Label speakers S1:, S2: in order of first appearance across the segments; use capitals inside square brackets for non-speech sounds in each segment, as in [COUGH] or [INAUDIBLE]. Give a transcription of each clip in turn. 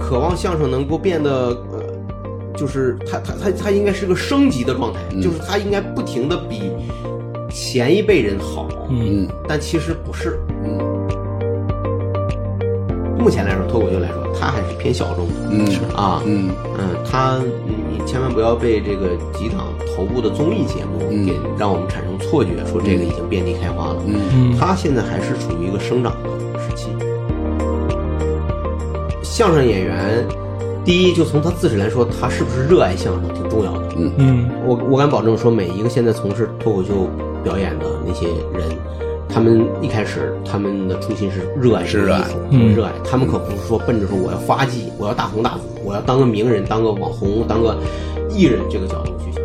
S1: 渴望相声能够变得呃，就是它它它它应该是个升级的状态，
S2: 嗯
S1: 就是它应该不停的比前一辈人好，
S2: 嗯
S1: 但其实不是。
S2: 嗯
S1: 目前来说，脱口秀来说，它还是偏小众的
S2: 嗯是
S1: 啊，
S2: 嗯
S1: 嗯，它你你千万不要被这个几档头部的综艺节目
S2: 嗯
S1: 给让我们产生错觉，说这个已经遍地开花了。
S2: 嗯
S3: 嗯
S1: 它现在还是处于一个生长的时期。相声演员，第一就从他自身来说，他是不是热爱相声挺重要的。
S3: 嗯
S1: 我我敢保证说，每一个现在从事脱口秀表演的那些人，他们一开始他们的初心是热爱这
S2: 是
S1: 个
S2: 热爱
S1: 艺术，
S3: 嗯
S1: 热爱。他们可不是说奔着说我要发迹，我要大红大紫，我要当个名人，当个网红，当个艺人这个角度去想。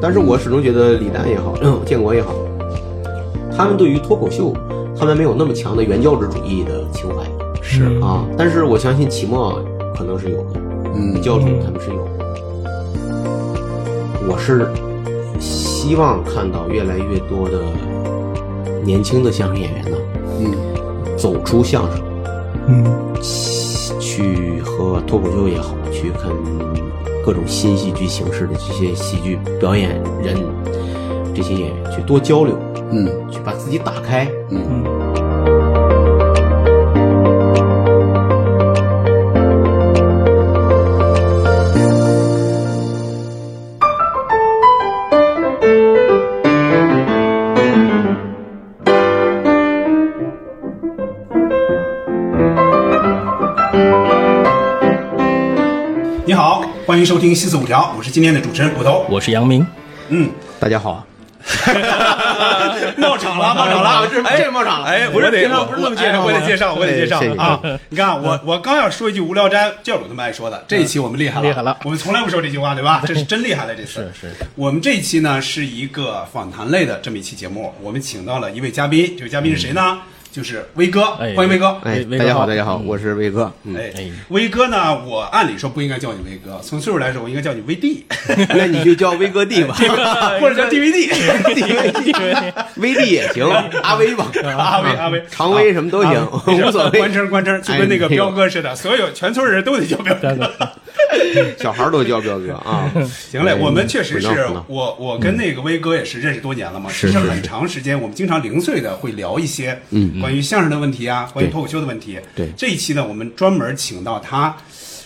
S1: 但是我始终觉得李诞也好，嗯建国也好，他们对于脱口秀，他们没有那么强的原教旨主义的情怀
S3: 是
S1: 啊。但是我相信齐墨可能是有的，
S2: 嗯
S1: 教主他们是有的。我是希望看到越来越多的年轻的相声演员呢，
S2: 嗯
S1: 走出相声，
S3: 嗯
S1: 去和脱口秀也好，去看各种新戏剧形式的这些喜剧表演人，这些演员去多交流，
S2: 嗯
S1: 去把自己打开。
S3: 嗯
S4: 你好，欢迎收听《西四五条》，我是今天的主持人骨头。
S3: 我是杨明，
S4: 嗯，
S1: 大家好，啊
S4: 冒场了，冒场了，
S1: 这这冒场了，
S4: 哎，
S2: 我
S4: 不是
S2: 得
S4: 平
S2: 我
S4: 常不是这么介绍
S2: 哎
S4: 吗，
S2: 我得介绍我得介绍
S1: 哎谢谢
S4: 啊！你看，我我刚要说一句无聊斋，教主他们爱说的，这一期我们厉害了，
S3: 厉害了
S4: 我们从来不说这句话，对吧？这是真厉害了，这次
S3: 是是。
S4: 我们这一期呢是一个访谈类的这么一期节目，我们请到了一位嘉宾，这位嘉宾是谁呢？就是威哥，
S3: 哎
S4: 欢迎威哥。
S1: 哎，
S3: 威
S1: 大家
S3: 哥
S1: 好，
S3: 好
S1: 大家好，我是威哥。
S4: 哎
S3: 哎，
S4: 威哥呢？我按理说不应该叫你威哥，从岁数来说，我应该叫你威弟，
S1: 那哎你就叫威 [LAUGHS] 哥弟吧，
S4: 或者叫 DVD。
S1: [LAUGHS] 威弟也
S4: [LAUGHS]
S1: 行，阿威吧，
S4: 啊阿威，阿威，
S1: 常威什么都行，无所谓
S4: 官。称官称，就跟那个
S1: 哎没有
S4: 彪哥似的，所有全村人都得叫彪哥。
S1: 小孩儿都叫彪哥啊。
S4: [LAUGHS] 行嘞，
S1: 哎
S4: 我们确实是
S1: 不闹不闹
S4: 我我跟那个威哥也是认识多年了嘛，
S1: 是
S4: 其实
S1: 是
S4: 很长时间，我们经常零碎的会聊一些关于相声的问题啊，关
S1: 嗯
S4: 于
S1: 对
S4: 脱口秀的问题。
S1: 对
S4: 这一期呢，我们专门请到他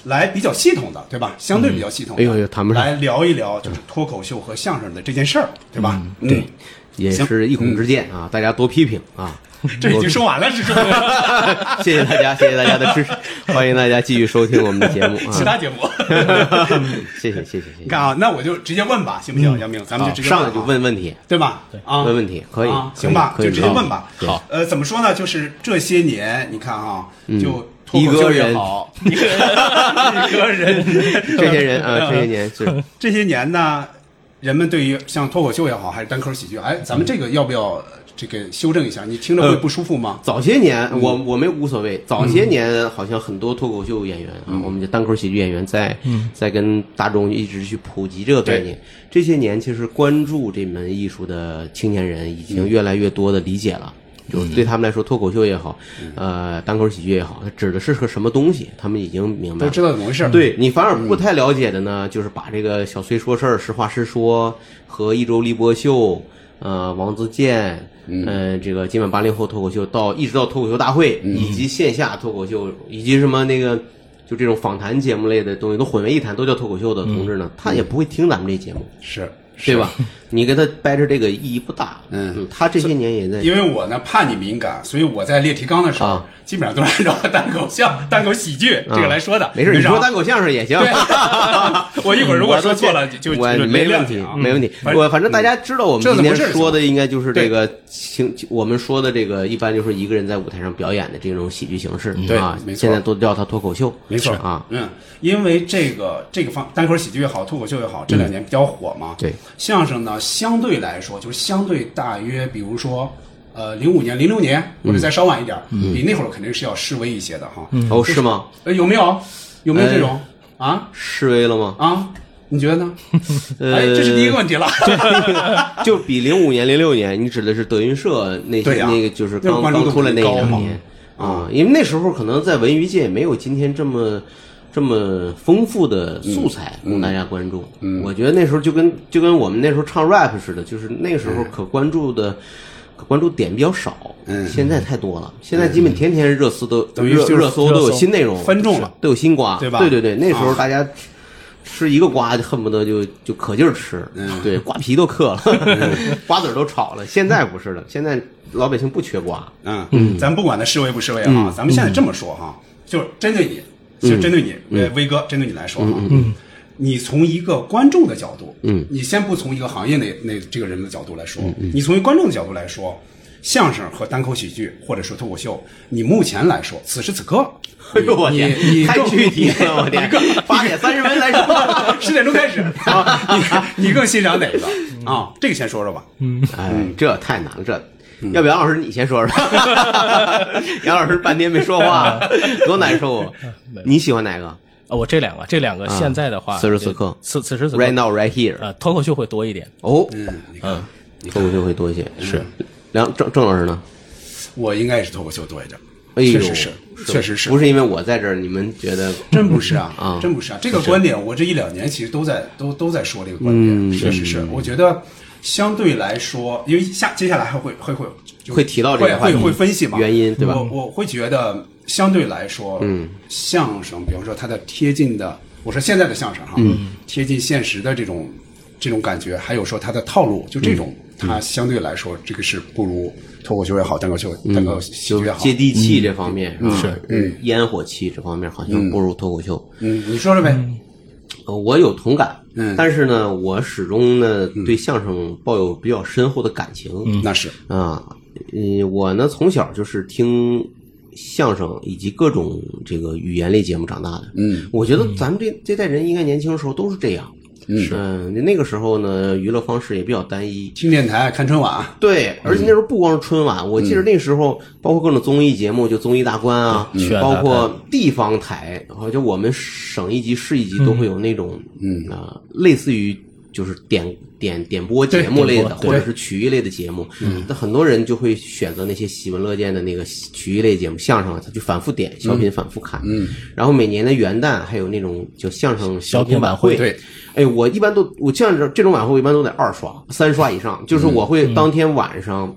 S4: 来比较系统的，对吧？相对比较系统的，
S1: 哎呦哎呦谈不上
S4: 来聊一聊就是脱口秀和相声的这件事儿，对吧？
S1: 嗯
S4: 对，
S1: 也是一孔之见啊，大家多批评啊。
S4: [LAUGHS] 这已经说完了，是不是？
S1: [LAUGHS] 谢谢大家，谢谢大家的支
S4: [LAUGHS]
S1: 持，欢迎大家继续收听我们的节目
S4: 其他
S1: 啊。
S4: 节目，
S1: [LAUGHS] 谢谢谢谢谢
S4: 你
S1: 谢。
S4: 看啊，那我就直接问吧，行不行？杨明，咱们就直
S1: 嗯
S4: 接
S1: 上来
S4: 了
S1: 就
S4: 啊
S1: 问问题，
S4: 对吧？啊，
S1: 问问题可以
S4: 啊，行吧，
S1: 可以
S4: 就直接
S1: 可以
S4: 问吧。
S3: 好，
S4: 呃，怎么说呢？就是这些年，你看啊，就脱
S1: 嗯一
S4: 口
S1: 个
S4: 秀也
S1: 人，
S2: [LAUGHS]
S4: 好，
S3: 一个人，
S1: 这些人
S4: [LAUGHS]
S1: 啊，这些年是
S4: 这些年呢，人们对于像脱口秀也好，还是单口喜剧，哎，咱们这个要不要呃这个修正一下？你听着会不舒服吗？
S1: 早些年，我我没无所谓。早些年好像很多脱口秀演员啊，我们的单口喜剧演员在在跟大众一直去普及这个概念。这些年，其实关注这门艺术的青年人已经越来越多的理解了。就是对他们来说，脱口秀也好，呃，单口喜剧也好，它指的是个什么东西，他们已经明白
S4: 都
S1: 了
S4: 知。道怎么回事
S1: 嗯
S4: 儿。
S1: 对你反而不太了解的呢，就是把这个小崔说事儿、实话实说和一周立波秀，呃，王自健，嗯、这个今晚八零后脱口秀到一直到脱口秀大会，
S4: 嗯
S1: 以及线下脱口秀，以及什么那个就这种访谈节目类的东西都混为一谈，都叫脱口秀的同志呢，他也不会听咱们这节目，
S4: 嗯是。
S1: 对吧？你跟他掰扯这个意义不大。
S4: 嗯
S1: 他这些年也在
S4: 因为我呢怕你敏感，所以我在列提纲的时候
S1: 啊，
S4: 基本上都是按照单口相、单口喜剧这个来说的。
S1: 没事，你
S4: 啥
S1: 说单口相声也行。
S4: 对， [LAUGHS] 我一会儿如果说错了，就就
S1: 嗯我
S4: 就
S1: 没
S4: 原谅
S1: 问题
S4: 你啊，
S1: 没问题。
S4: 反正
S1: 我反正大家知道，我们
S4: 这
S1: 今
S4: 怎么
S1: 天
S4: 回事
S1: 说的应该就是这个情，我们说的这个一般就是一个人在舞台上表演的这种喜剧形式
S4: 嗯对
S1: 啊，
S4: 没错
S1: 现在都叫它脱口秀，
S4: 没错
S1: 啊，
S4: 嗯，因为这个这个方单口喜剧也好，脱口秀也好，这两年比较火嘛。
S1: 嗯对，
S4: 相声呢，相对来说就是相对大约，比如说。呃，零五年、零六年，或者再稍晚一点，
S1: 嗯
S4: 比那会儿肯定是要示威一些的哈。
S1: 哦，是吗？
S4: 呃，有没有？有没有这种
S1: 呃
S4: 啊
S1: 示威了吗？
S4: 啊？你觉
S1: [LAUGHS]
S4: 得呢？
S1: 呃
S4: 哎，这是第一个问题了。
S1: [LAUGHS] 就比零五年、零六年，你指的是德云社那
S4: 对
S1: 些
S4: 呀
S1: 那个就是
S4: 那
S1: 刚
S4: 关注
S1: 刚
S4: 度
S1: 出来那一
S4: 很高
S1: 两
S4: 嘛嗯
S1: 年，啊，因为那时候可能在文娱界没有今天这么这么丰富的素材
S4: 嗯
S1: 供大家关注。我觉得那时候就跟就跟我们那时候唱 rap 似的，就是那个时候可关注的。可关注点比较少，嗯，现在太多了。现在基本天天热搜都
S4: 嗯等于
S1: 热
S4: 就是
S1: 热搜都有新内容，
S4: 分众了
S1: 都有新瓜，
S4: 对吧啊
S1: 对对对，那时候大家吃吃一个瓜就恨不得就就可劲儿吃，
S4: 嗯
S1: [LAUGHS] 对，瓜皮都嗑了， [LAUGHS] 瓜子儿都炒了。现在不是了，现在老百姓不缺
S4: [LAUGHS]
S1: 瓜，
S4: 嗯，咱不管他示威不示威啊，
S1: 嗯
S4: 咱们现在这么说哈，就是针对你，就针对
S1: 嗯
S4: 你，呃，威哥，针对你来说哈，嗯，你从一个观众的角度，嗯，你先不从一个行业内那这个人的角度来说，
S1: 嗯
S4: 你从一个观众的角度来说，相声和单口喜剧或者说脱口秀，你目前来说，此时此刻，
S1: [LAUGHS] 哎呦我天
S4: 你，你
S1: [LAUGHS] 太
S4: 更
S1: 具体了，
S4: [LAUGHS]
S1: 我天，八点三十分来说，
S4: 十点钟开始啊，你你更欣赏哪个啊？这个先说说吧，
S1: 哎，
S4: 嗯
S1: 这太难了，这。要不杨老师你先
S4: [LAUGHS]
S1: 说说，杨老师半天没说话，多难受
S4: [LAUGHS]
S1: 啊！
S4: 嗯
S1: 你喜欢哪个
S2: 啊，我这两个，这两个现在的话，
S1: 此时此刻
S2: 此此时此刻
S1: ？Right now, right here。
S2: 呃，脱口秀会多一点。
S1: 哦，
S4: 嗯，你看，
S1: 脱口秀会多一些，是。梁郑郑老师呢？
S4: 我应该也是脱口秀多一点，
S1: 哎呦，
S4: 确实是，确实是
S1: 不。是因为我在这儿，你们觉得
S4: 真不是啊，
S1: 啊
S4: 真不是啊！这个观点，我这一两年其实都在都都在说这个观点，
S1: 嗯
S4: 确实是。我觉得相对来说，因为下接下来还会会会就
S1: 会提到这个话
S4: 会
S1: 题
S4: 会会分析嘛
S1: 原因对吧
S4: 我我会觉得相对来说，嗯，相声，比方说它的贴近的，我说现在的相声哈，
S1: 嗯
S4: 贴近现实的这种这种感觉，还有说它的套路，就这
S1: 嗯
S4: 种，它相对来说这个是不如脱口秀也好，单口秀单口喜剧也好，
S1: 嗯接地气这方面是
S4: 嗯
S1: 烟火气这方面好像不如脱口秀。
S4: 嗯，你说说呗，
S1: 呃我有同感，
S4: 嗯
S1: 但是呢，我始终呢对相声抱有比较深厚的感情。
S4: 那是，
S1: 啊，嗯，我呢从小就是听相声以及各种这个语言类节目长大的。
S4: 嗯，
S1: 我觉得咱们这这代人应该年轻的时候都是这样。嗯，那个时候呢，娱乐方式也比较单一。
S4: 听电台看春晚。
S1: 对，而且那时候不光是春晚，我记得那时候包括各种综艺节目，就综艺大观啊，
S2: 嗯
S1: 包括地方台，好像我们省一级、市一级都会有那种，嗯啊、类似于就是点点点播节目类的，
S2: 点
S1: 或
S2: 播
S1: 者是曲艺类的节目。但很多人就会选择那些喜闻乐见的那个曲艺类节目，相声啊，他就反复点，小品反复看。嗯，然后每年的元旦还有那种叫相声小
S2: 品
S1: 晚
S2: 晚
S1: 会，
S2: 会
S4: 对，
S1: 哎，我一般都我像这这种晚会，我一般都得二刷、三刷以上，就是
S4: 嗯
S1: 我会当天晚上。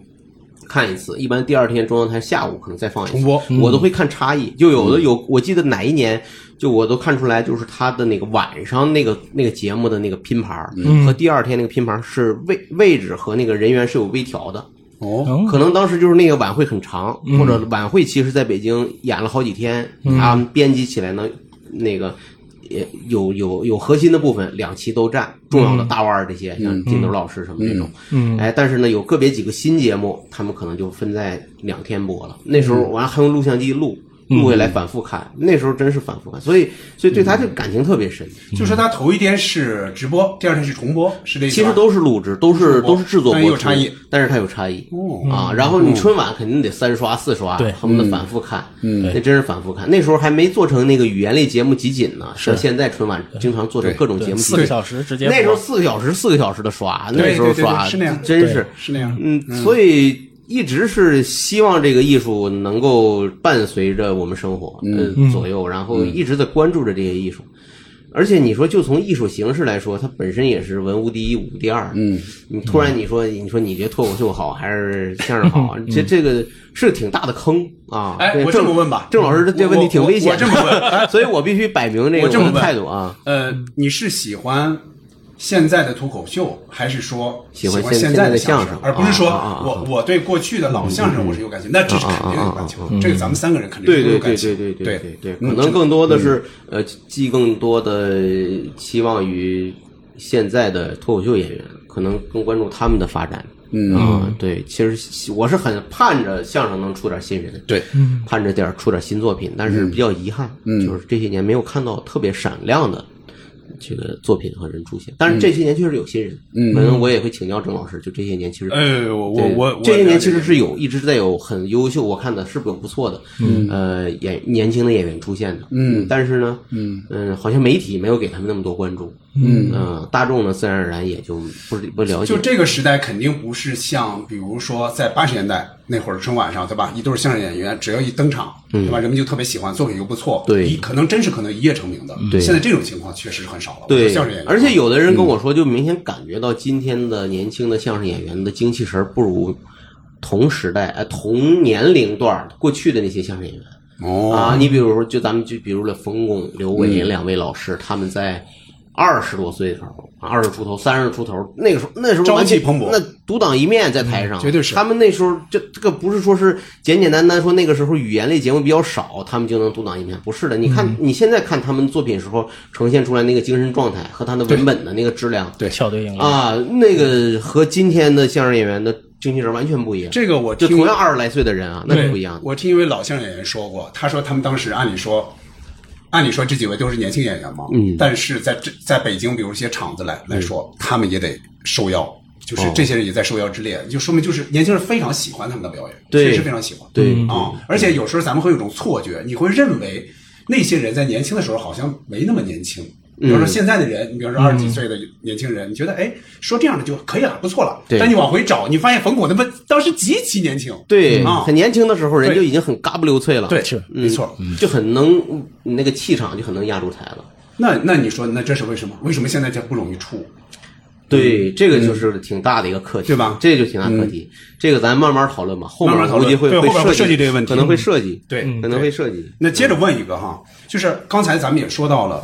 S1: 看一次，一般第二天中央台下午可能再放一次
S4: 重播嗯
S1: 我都会看差异。就有的有，我记得哪一年，就我都看出来，就是他的那个晚上那个那个节目的那个拼盘儿
S4: 嗯
S1: 和第二天那个拼盘儿是位位置和那个人员是有微调的，
S4: 哦，
S2: 嗯
S1: 可能当时就是那个晚会很长，或者晚会其实在北京演了好几天，他们编辑起来呢，那个也有有有核心的部分，两期都占重要的大腕儿这些，像金斗老师什么这种，嗯，哎，但是呢，有个别几个新节目，他们可能就分在两天播了。那时候完了还用录像机录。录下来反复看，那时候真是反复看，所以所以对他这个感情特别深。
S4: 就说他头一天是直播，第二天是重播，是这意思
S1: 其
S4: 吧
S1: 实都是录制，都是
S4: 制作
S1: 都是制作
S4: 但也
S1: 播
S4: 有
S1: 出
S4: 差异，
S1: 但是它有差异
S4: 哦嗯
S1: 啊。然后你春晚肯定得三刷四刷，
S2: 对
S1: 恨不得反复看，那真是反复看。那时候还没做成那个语言类节目集锦呢，像现在春晚经常做成各种节
S2: 对
S1: 目集
S2: 四
S1: 锦
S2: 个。小时直接
S1: 那时候
S2: 播
S1: 四个小时四个小时的刷，
S4: 对
S1: 那时候
S4: 对对
S1: 刷
S4: 对是那样
S1: 真是
S4: 是那样。
S1: 嗯，所以一直是希望这个艺术能够伴随着我们生活，呃左右，然后一直在关注着这些艺术。而且你说，就从艺术形式来说，它本身也是文无第一，武无第二。嗯，你突然你说，你说你觉得脱口秀好还是相声好？这这个是挺大的坑啊！
S4: 哎
S1: 对
S4: 我
S1: 郑
S4: 这么问吧
S1: 郑老师这问题挺危险的，
S4: 我我我这么问
S1: [LAUGHS] 所以我必须摆明这
S4: 我这么
S1: 个
S4: 问
S1: 态度啊。
S4: 呃，你是喜欢现在的脱口秀，还是说
S1: 喜
S4: 喜
S1: 欢
S4: 欢
S1: 现
S4: 在的
S1: 现在的相声
S4: 声，而不是说
S1: 啊啊嗯啊啊
S4: 我我对过去的老相声我是有感情，那这是肯定有感情
S1: 啊啊啊啊啊啊
S4: 的，这个咱们三个人肯定
S1: 对
S4: 都
S1: 对对
S4: 有感
S1: 对
S4: 情，
S1: 对对对对，
S4: 嗯
S1: 可能更多的是呃寄更多的期望于现在的脱口秀演员，可能更关注他们的发展。嗯啊，对，其实我是很盼着相声能出点新人，
S4: 对，
S1: 盼着点儿出点新作品，但是比较遗憾，就是这些年没有看到特别闪亮的这个作品和人出现。但是这些年确实有新人，嗯，我也会请教郑老师，就这些年其实
S4: 呃，我我
S1: 对
S4: 我我
S1: 这些年其实是有一直在有很优秀，我看的是有不错的，嗯，呃，呃演年轻的演员出现的，嗯，但是呢，嗯好像媒体没有给他们那么多关注，嗯大众呢自然而然也就不不了解
S4: 就。这个时代肯定不是像，比如说在八十年代那会儿春晚上，对吧？一对相声演员只要一登场，对吧？人们就特别喜欢，作品又不错，
S1: 嗯对
S4: 一可能真是可能一夜成名的。
S1: 对
S4: 现在这种情况确实是很少了。
S1: 对
S4: 相声演员，，
S1: 而且有的人跟我说，就明显感觉到今天的年轻的相声演员的精气神儿不如同时代、呃同年龄段儿过去的那些相声演员。
S4: 哦，嗯
S1: 啊，你比如说，就咱们就比如了冯巩、刘伟两位老师，他们在二十多岁的时候，二十出头、三十出头，那个时候那时候
S4: 朝
S1: 完全
S4: 气蓬勃
S1: 那独当一面在台上，
S4: 绝对是
S1: 他们那时候这这个不是说是简简单单说那个时候语言类节目比较少，他们就能独当一面，不是的。你看、
S4: 嗯
S1: 你现在看他们作品时候呈现出来那个精神状态和他的文本的那个质量，
S4: 对
S2: 校对应了。
S1: 啊，那个和今天的相声演员的精气神完全不一样。
S4: 这个我
S1: 就
S4: 听
S1: 同样二十来岁的人啊，那
S4: 对
S1: 是不一样的。
S4: 我听一位老相声演员说过，他说他们当时按理说，按理说这几位都是年轻演员嘛，嗯，但是在这在北京，比如一些厂子来
S1: 嗯
S4: 来说，他们也得受邀，就是
S1: 哦
S4: 这些人也在受邀之列，就说明就是年轻人非常喜欢他们的表演，
S1: 对
S4: 确实非常喜欢，
S1: 对
S4: 啊、而且有时候咱们会有一种错觉，你会认为那些人在年轻的时候好像没那么年轻。比
S1: 嗯
S4: 如说现在的人，你比如说二十几岁的年轻人，你觉得哎说这样的就可以了，不错了。
S1: 对
S4: 但你往回找，你发现冯巩他们当时极其年轻。
S1: 对，
S4: 啊
S1: 很年轻的时候人
S4: 对
S1: 就已经很嘎不溜脆了，
S4: 对，
S1: 嗯
S4: 没错。
S1: 就很能嗯那个气场就很能压住台了。
S4: 那那你说，那这是为什么？为什么现在这不容易出？
S1: 对，这个就是挺大的一个课题，
S4: 嗯对吧嗯
S1: 这就挺大课题，这个咱慢慢讨论吧，后
S4: 慢慢讨
S1: 估
S4: 论
S1: 计会
S4: 对后面会
S1: 设
S4: 涉及这个问题
S1: 可能会设计，
S4: 对嗯
S1: 可能会设计。
S4: 那接着问一个哈，就是刚才咱们也说到了，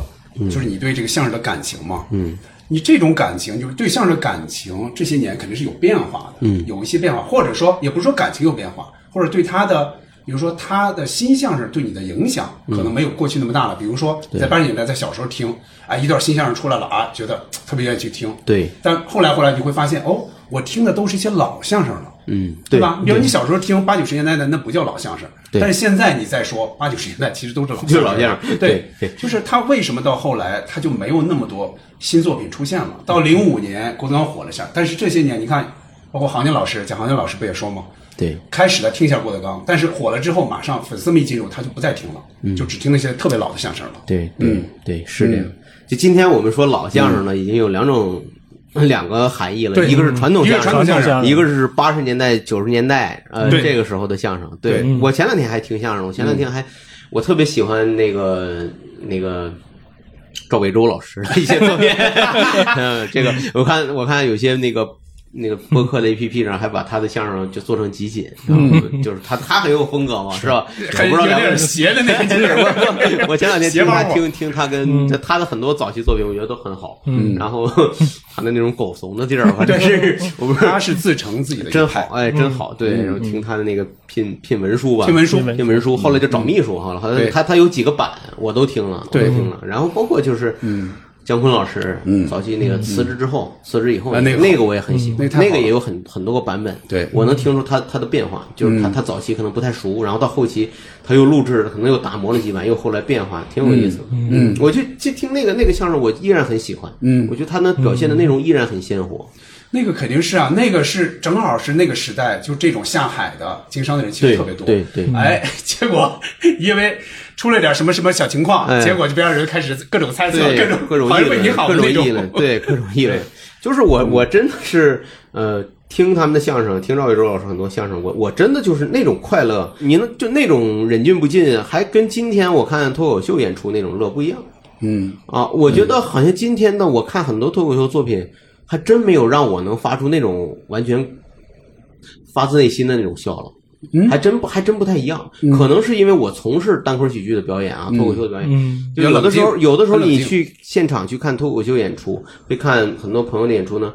S4: 就是你对这个相声的感情嘛，嗯，你这种感情就是对相声的感情，这些年肯定是有变化的，嗯，有一些变化，或者说也不是说感情有变化，或者对他的。比如说他的新相声对你的影响，可能没有过去那么大了。比如说在八十年代，在小时候听，哎，一段新相声出来了啊，觉得特别愿意去听。
S1: 对
S4: 但后来后来你会发现，哦，我听的都是一些老相声了，
S1: 嗯，
S4: 对吧？比如你小时候听八九十年代的，那不叫老相声，
S1: 对
S4: 但是现在你再说八九十年代，其实都是老
S1: 就是老相声
S4: 声。
S1: 对对
S4: 就是他为什么到后来他就没有那么多新作品出现了？到零五年郭德纲火了一下，但是这些年你看，包括杭江老师，蒋杭江老师不也说吗？
S1: 对
S4: 开始的听一下郭德纲，但是火了之后，马上粉丝们一进入，他就不再听了，
S1: 嗯
S4: 就只听那些特别老的相声了。
S1: 对，嗯，对，是这样。嗯就今天我们说老相声呢，已经有两种。两个含义了，
S4: 对
S1: 一个是传统
S4: 一个
S1: 相
S4: 是传统相
S1: 声，
S2: 声
S1: 一个是八十年代、九十年代，呃，
S4: 对
S1: 这个时候的相声。对
S4: 对
S1: 我前两天还听相声，我前两天还我特别喜欢那个那个赵北洲老师的一些作 [LAUGHS] 品。嗯，这个我看我看有些那个那个播客的 APP 上还把他的相声就做成集锦，嗯，就是他他很有风格嘛，是吧？我
S4: 还
S1: 不知道
S4: 有
S1: 两位
S4: 点邪的那个劲儿，
S1: [LAUGHS]
S4: [LAUGHS]
S1: 我我前两天听他
S4: 邪猫
S1: 听听他跟他他的很多早期作品，我觉得都很好。嗯，然后 [LAUGHS] 他的那种狗怂的劲儿，反正是我不是
S4: 他是自成自己的
S1: 真
S4: 一
S1: 好
S4: 派，，嗯
S1: 哎，真好。对，然后听他的那个聘聘文书吧，
S4: 听文书嗯
S1: 聘文书，后来就找秘书哈，好像
S4: 对
S1: 他他有几个版我都听了，我
S4: 对
S1: 都听了。然后包括就是姜昆老师，
S4: 嗯
S1: 早期那个辞职之后，辞职以后
S4: 啊那个
S1: 那个我也很喜欢
S4: 那，太好
S1: 那
S4: 了
S1: 个也有很很多个版本，
S4: 对嗯
S1: 我能听出他他的变化，就是他他早期可能不太熟，然后到后期他又录制，可能又打磨了几版，又后来变化，挺有意思的。嗯，我就就听那个那个相声，我依然很喜欢，嗯，我觉得他那表现的内容依然很鲜活，
S4: 那个肯定是啊，那个是正好是那个时代，就这种下海的经商的人其
S1: 对
S4: 实特别多。
S1: 对对
S4: 哎， [LAUGHS] 结果因为出了点什么什么小情况，
S1: 哎
S4: 结果就别让人开始各种猜测，
S1: 对，
S4: 各
S1: 种各
S4: 种好
S1: 议
S4: 像为你
S1: 论，
S4: 好
S1: 各
S4: 的
S1: 种
S4: 那种
S1: 议论，对各种议论。就是我，我真的是呃，听他们的相声，听赵宇宙老师很多相声，我我真的就是那种快乐，你能就那种忍俊不禁，还跟今天我看脱口秀演出那种乐不一样
S4: 嗯，
S1: 啊！我觉得好像今天的我看很多脱口秀作品，还真没有让我能发出那种完全发自内心的那种笑了。
S4: 嗯
S1: 还真不还真不太一样，可能是因为我从事单口喜剧的表演啊，脱口秀的表演，
S2: 嗯，
S1: 就有的时候，
S4: 比较冷静
S1: 有的时候
S4: 很冷
S1: 你
S4: 静
S1: 去现场去看脱口秀演出，会看很多朋友的演出呢，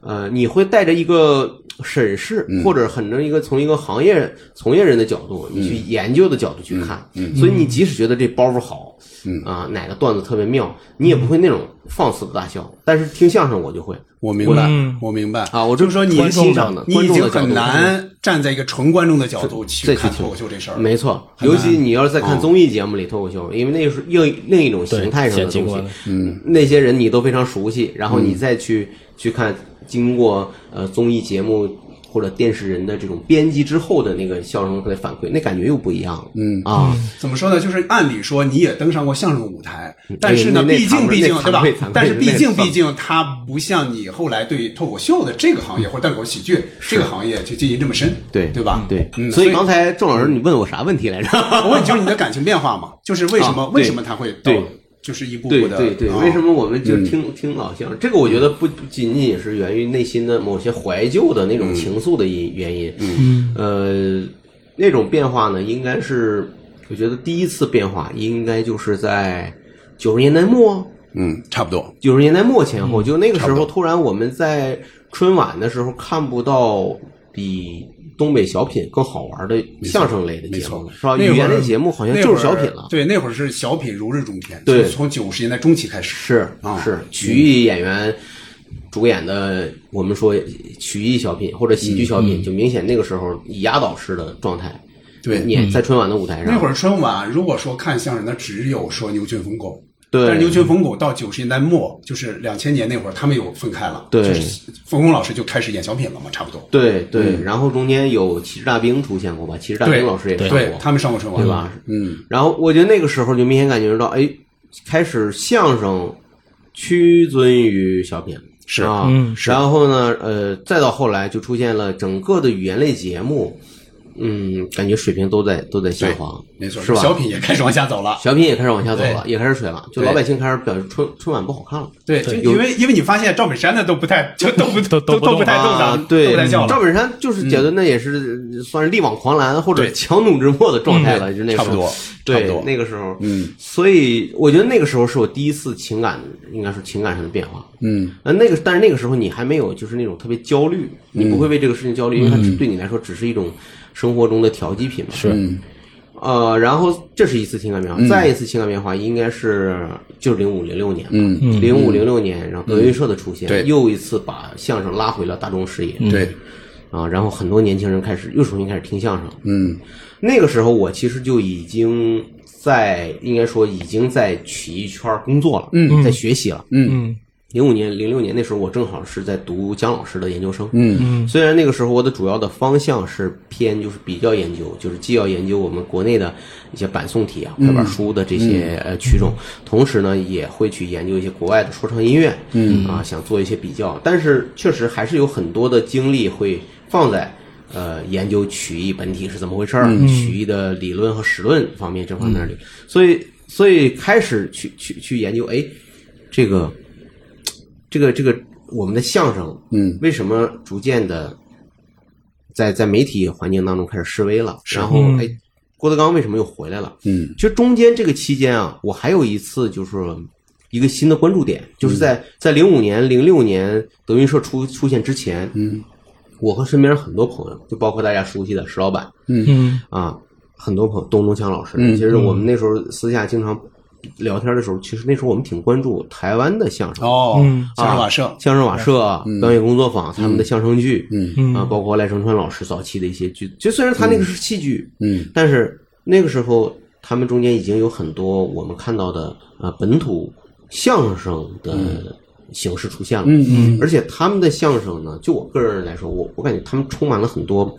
S1: 呃，你会带着一个审视，
S4: 嗯
S1: 或者很多一个从一个行业从业人的角度，你去研究的角度去看，
S4: 嗯
S1: 所以你即使觉得这包袱好，啊、哪个段子特别妙，你也不会那种放肆的大笑。但是听相声我就会
S4: 我明白
S2: 嗯，
S4: 我明白
S1: 啊，我
S4: 就说你
S1: 观众的
S4: 你
S1: 观
S4: 已
S1: 众的
S4: 经
S1: 角度
S4: 很难站在一个纯观众的角度
S1: 再
S4: 去
S1: 去
S4: 看
S1: 听
S4: 脱口秀这事儿了。
S1: 没错，尤其你要是在看综艺节目里脱口秀，因为那是另另一种形态上的嗯东
S2: 对剪辑
S1: 西
S2: 过来，
S1: 嗯，那些人你都非常熟悉，然后你再去去看经过呃综艺节目或者电视人的这种编辑之后的那个笑声的反馈，那感觉又不一样了。
S4: 嗯
S1: 啊，
S4: 怎么说呢？就是按理说你也登上过相声舞台，但是呢，
S1: 嗯那那
S4: 毕竟
S1: 惭愧
S4: 毕竟
S1: 那惭
S4: 对吧
S1: 愧惭愧？
S4: 但是毕竟
S1: 那惭
S4: 毕竟，它不像你后来对脱口秀的这个行业或者单口喜剧这个行业去进行这么深，
S1: 对
S4: 对吧？
S1: 对，
S4: 嗯
S1: 所
S4: 所
S1: 以刚才郑老师你问我啥问题来着？
S4: 我问就是你的感情变化嘛，就是为什么
S1: 啊对
S4: 为什么它会到
S1: 对
S4: 就是一步
S1: 对
S4: 步的
S1: 对对，
S4: 啊
S1: 为什么我们就听、听老相声？这个我觉得不不仅仅也是源于内心的某些怀旧的那
S4: 嗯
S1: 种情愫的因原因，嗯，呃，那种变化呢，应该是我觉得第一次变化应该就是在九十年代末，
S4: 嗯差不多
S1: 九十年代末前
S4: 嗯
S1: 后，就那个时候突然我们在春晚的时候看不到比。东北小品更好玩的相声类的
S4: 没
S1: 节
S4: 错
S1: 目，是吧？
S4: 那
S1: 语
S4: 会
S1: 言
S4: 儿
S1: 类节目好像
S4: 那
S1: 就
S4: 会
S1: 是
S4: 儿
S1: 小品了，
S4: 对，那会儿是小品如日中天，
S1: 对
S4: 就是从九十年代中期开始，
S1: 是
S4: 啊
S1: 是嗯曲艺演员主演的，我们说曲艺小品或者喜剧小
S4: 嗯
S1: 品，就明显那个时候以压倒式的状态，
S4: 对
S1: 演在春晚的舞台上，
S4: 嗯那会儿春晚，如果说看相声，那只有说牛群疯狗。
S1: 对
S4: 但是牛群疯狗到九十年代末，就是两千年那会儿，他们有分开了。
S1: 对
S4: 就是冯巩老师就开始演小品了嘛，差不多。
S1: 对对，
S4: 嗯
S1: 然后中间有骑士大兵出现过吧？骑士大兵老师也上
S4: 对
S1: 过，
S4: 他们上过春晚，
S1: 对吧？
S4: 嗯，
S1: 然后我觉得那个时候就明显感觉到，哎，开始相声屈尊于小品。
S4: 是
S1: 啊，
S2: 嗯
S1: 是。然后呢，呃，再到后来就出现了整个的语言类节目，嗯，感觉水平都在都在下
S4: 对
S1: 滑，
S4: 没错，
S1: 是吧？
S4: 小品也开始往下走了。
S1: 小品也开始往下走了，
S4: 对
S1: 也开始水了，就
S4: 对
S1: 老百姓开始表示春春晚不好看了。
S4: 对，就因为因为你发现赵本山的都不太， [LAUGHS] 就都不
S2: 都
S4: 都
S2: 都不动
S4: 不太
S2: 带
S4: 逗咱
S1: 啊
S4: 们，，
S1: 对
S4: 都不太笑，
S1: 赵
S4: 了。嗯
S1: 本山就是觉得那也是算是力挽狂澜或者
S4: 对嗯
S1: 强弩之末的状态了，就那时候
S4: 差不多，差
S1: 对
S4: 不多
S1: 那个时候，
S4: 嗯，
S1: 所以我觉得那个时候是我第一次情感，应该是情感上的变化。
S4: 嗯，
S1: 呃，那个但是那个时候你还没有就是那种特别焦虑，你不会为这个事情焦虑，因为它只对你来说只是一种生活中的调剂品嘛。是，呃，然后这是一次情感变化，再一次情感变化应该是就是零五零六年吧，
S4: 嗯
S1: 零五零六年，然后德云社的出现，
S4: 对
S1: 又一次把相声拉回了大众视野，
S4: 嗯对，
S1: 啊，然后很多年轻人开始又重新开始听相声，
S4: 嗯
S1: 那个时候我其实就已经在，应该说已经在曲艺圈工作了，嗯，在学习了。
S4: 嗯
S2: 嗯
S1: 零五年、零六年那时候，我正好是在读姜老师的研究生。
S4: 嗯
S2: 嗯
S1: 虽然那个时候我的主要的方向是偏就是比较研究，就是既要研究我们国内的一些板宋体啊、快板书的这些呃曲种，同时呢也会去研究一些国外的说唱音乐，嗯啊，想做一些比较，但是确实还是有很多的精力会放在。呃，研究曲艺本体是怎么回事儿，曲艺的理论和史论方面这方面里，所以所以开始去去去研究，哎，这个这个这个我们的相声，
S4: 嗯，
S1: 为什么逐渐的在在媒体环境当中开始示威了？然后哎，郭德纲为什么又回来了？
S4: 嗯，
S1: 其实中间这个期间啊，我还有一次就是一个新的关注点，就是在、在零五年、零六年德云社出出现之前，嗯，我和身边很多朋友，就包括大家熟悉的石老板，
S2: 嗯
S1: 啊，很多朋友，董东强老师，
S4: 嗯
S1: 其实我们那时候私下经常聊天的时候，其实那时候我们挺关注台湾的相声。
S4: 哦，
S2: 嗯
S4: 相声
S1: 啊
S4: 瓦舍，
S1: 相声瓦舍、表演工作坊，他们的相声剧，
S4: 嗯
S2: 嗯
S1: 啊，包括赖声川老师早期的一些剧，就虽然他那个是戏剧，
S4: 嗯
S1: 但是那个时候他们中间已经有很多我们看到的呃本土相声的形式出现了，
S4: 嗯嗯，
S1: 而且他们的相声呢，就我个人来说，我我感觉他们充满了很多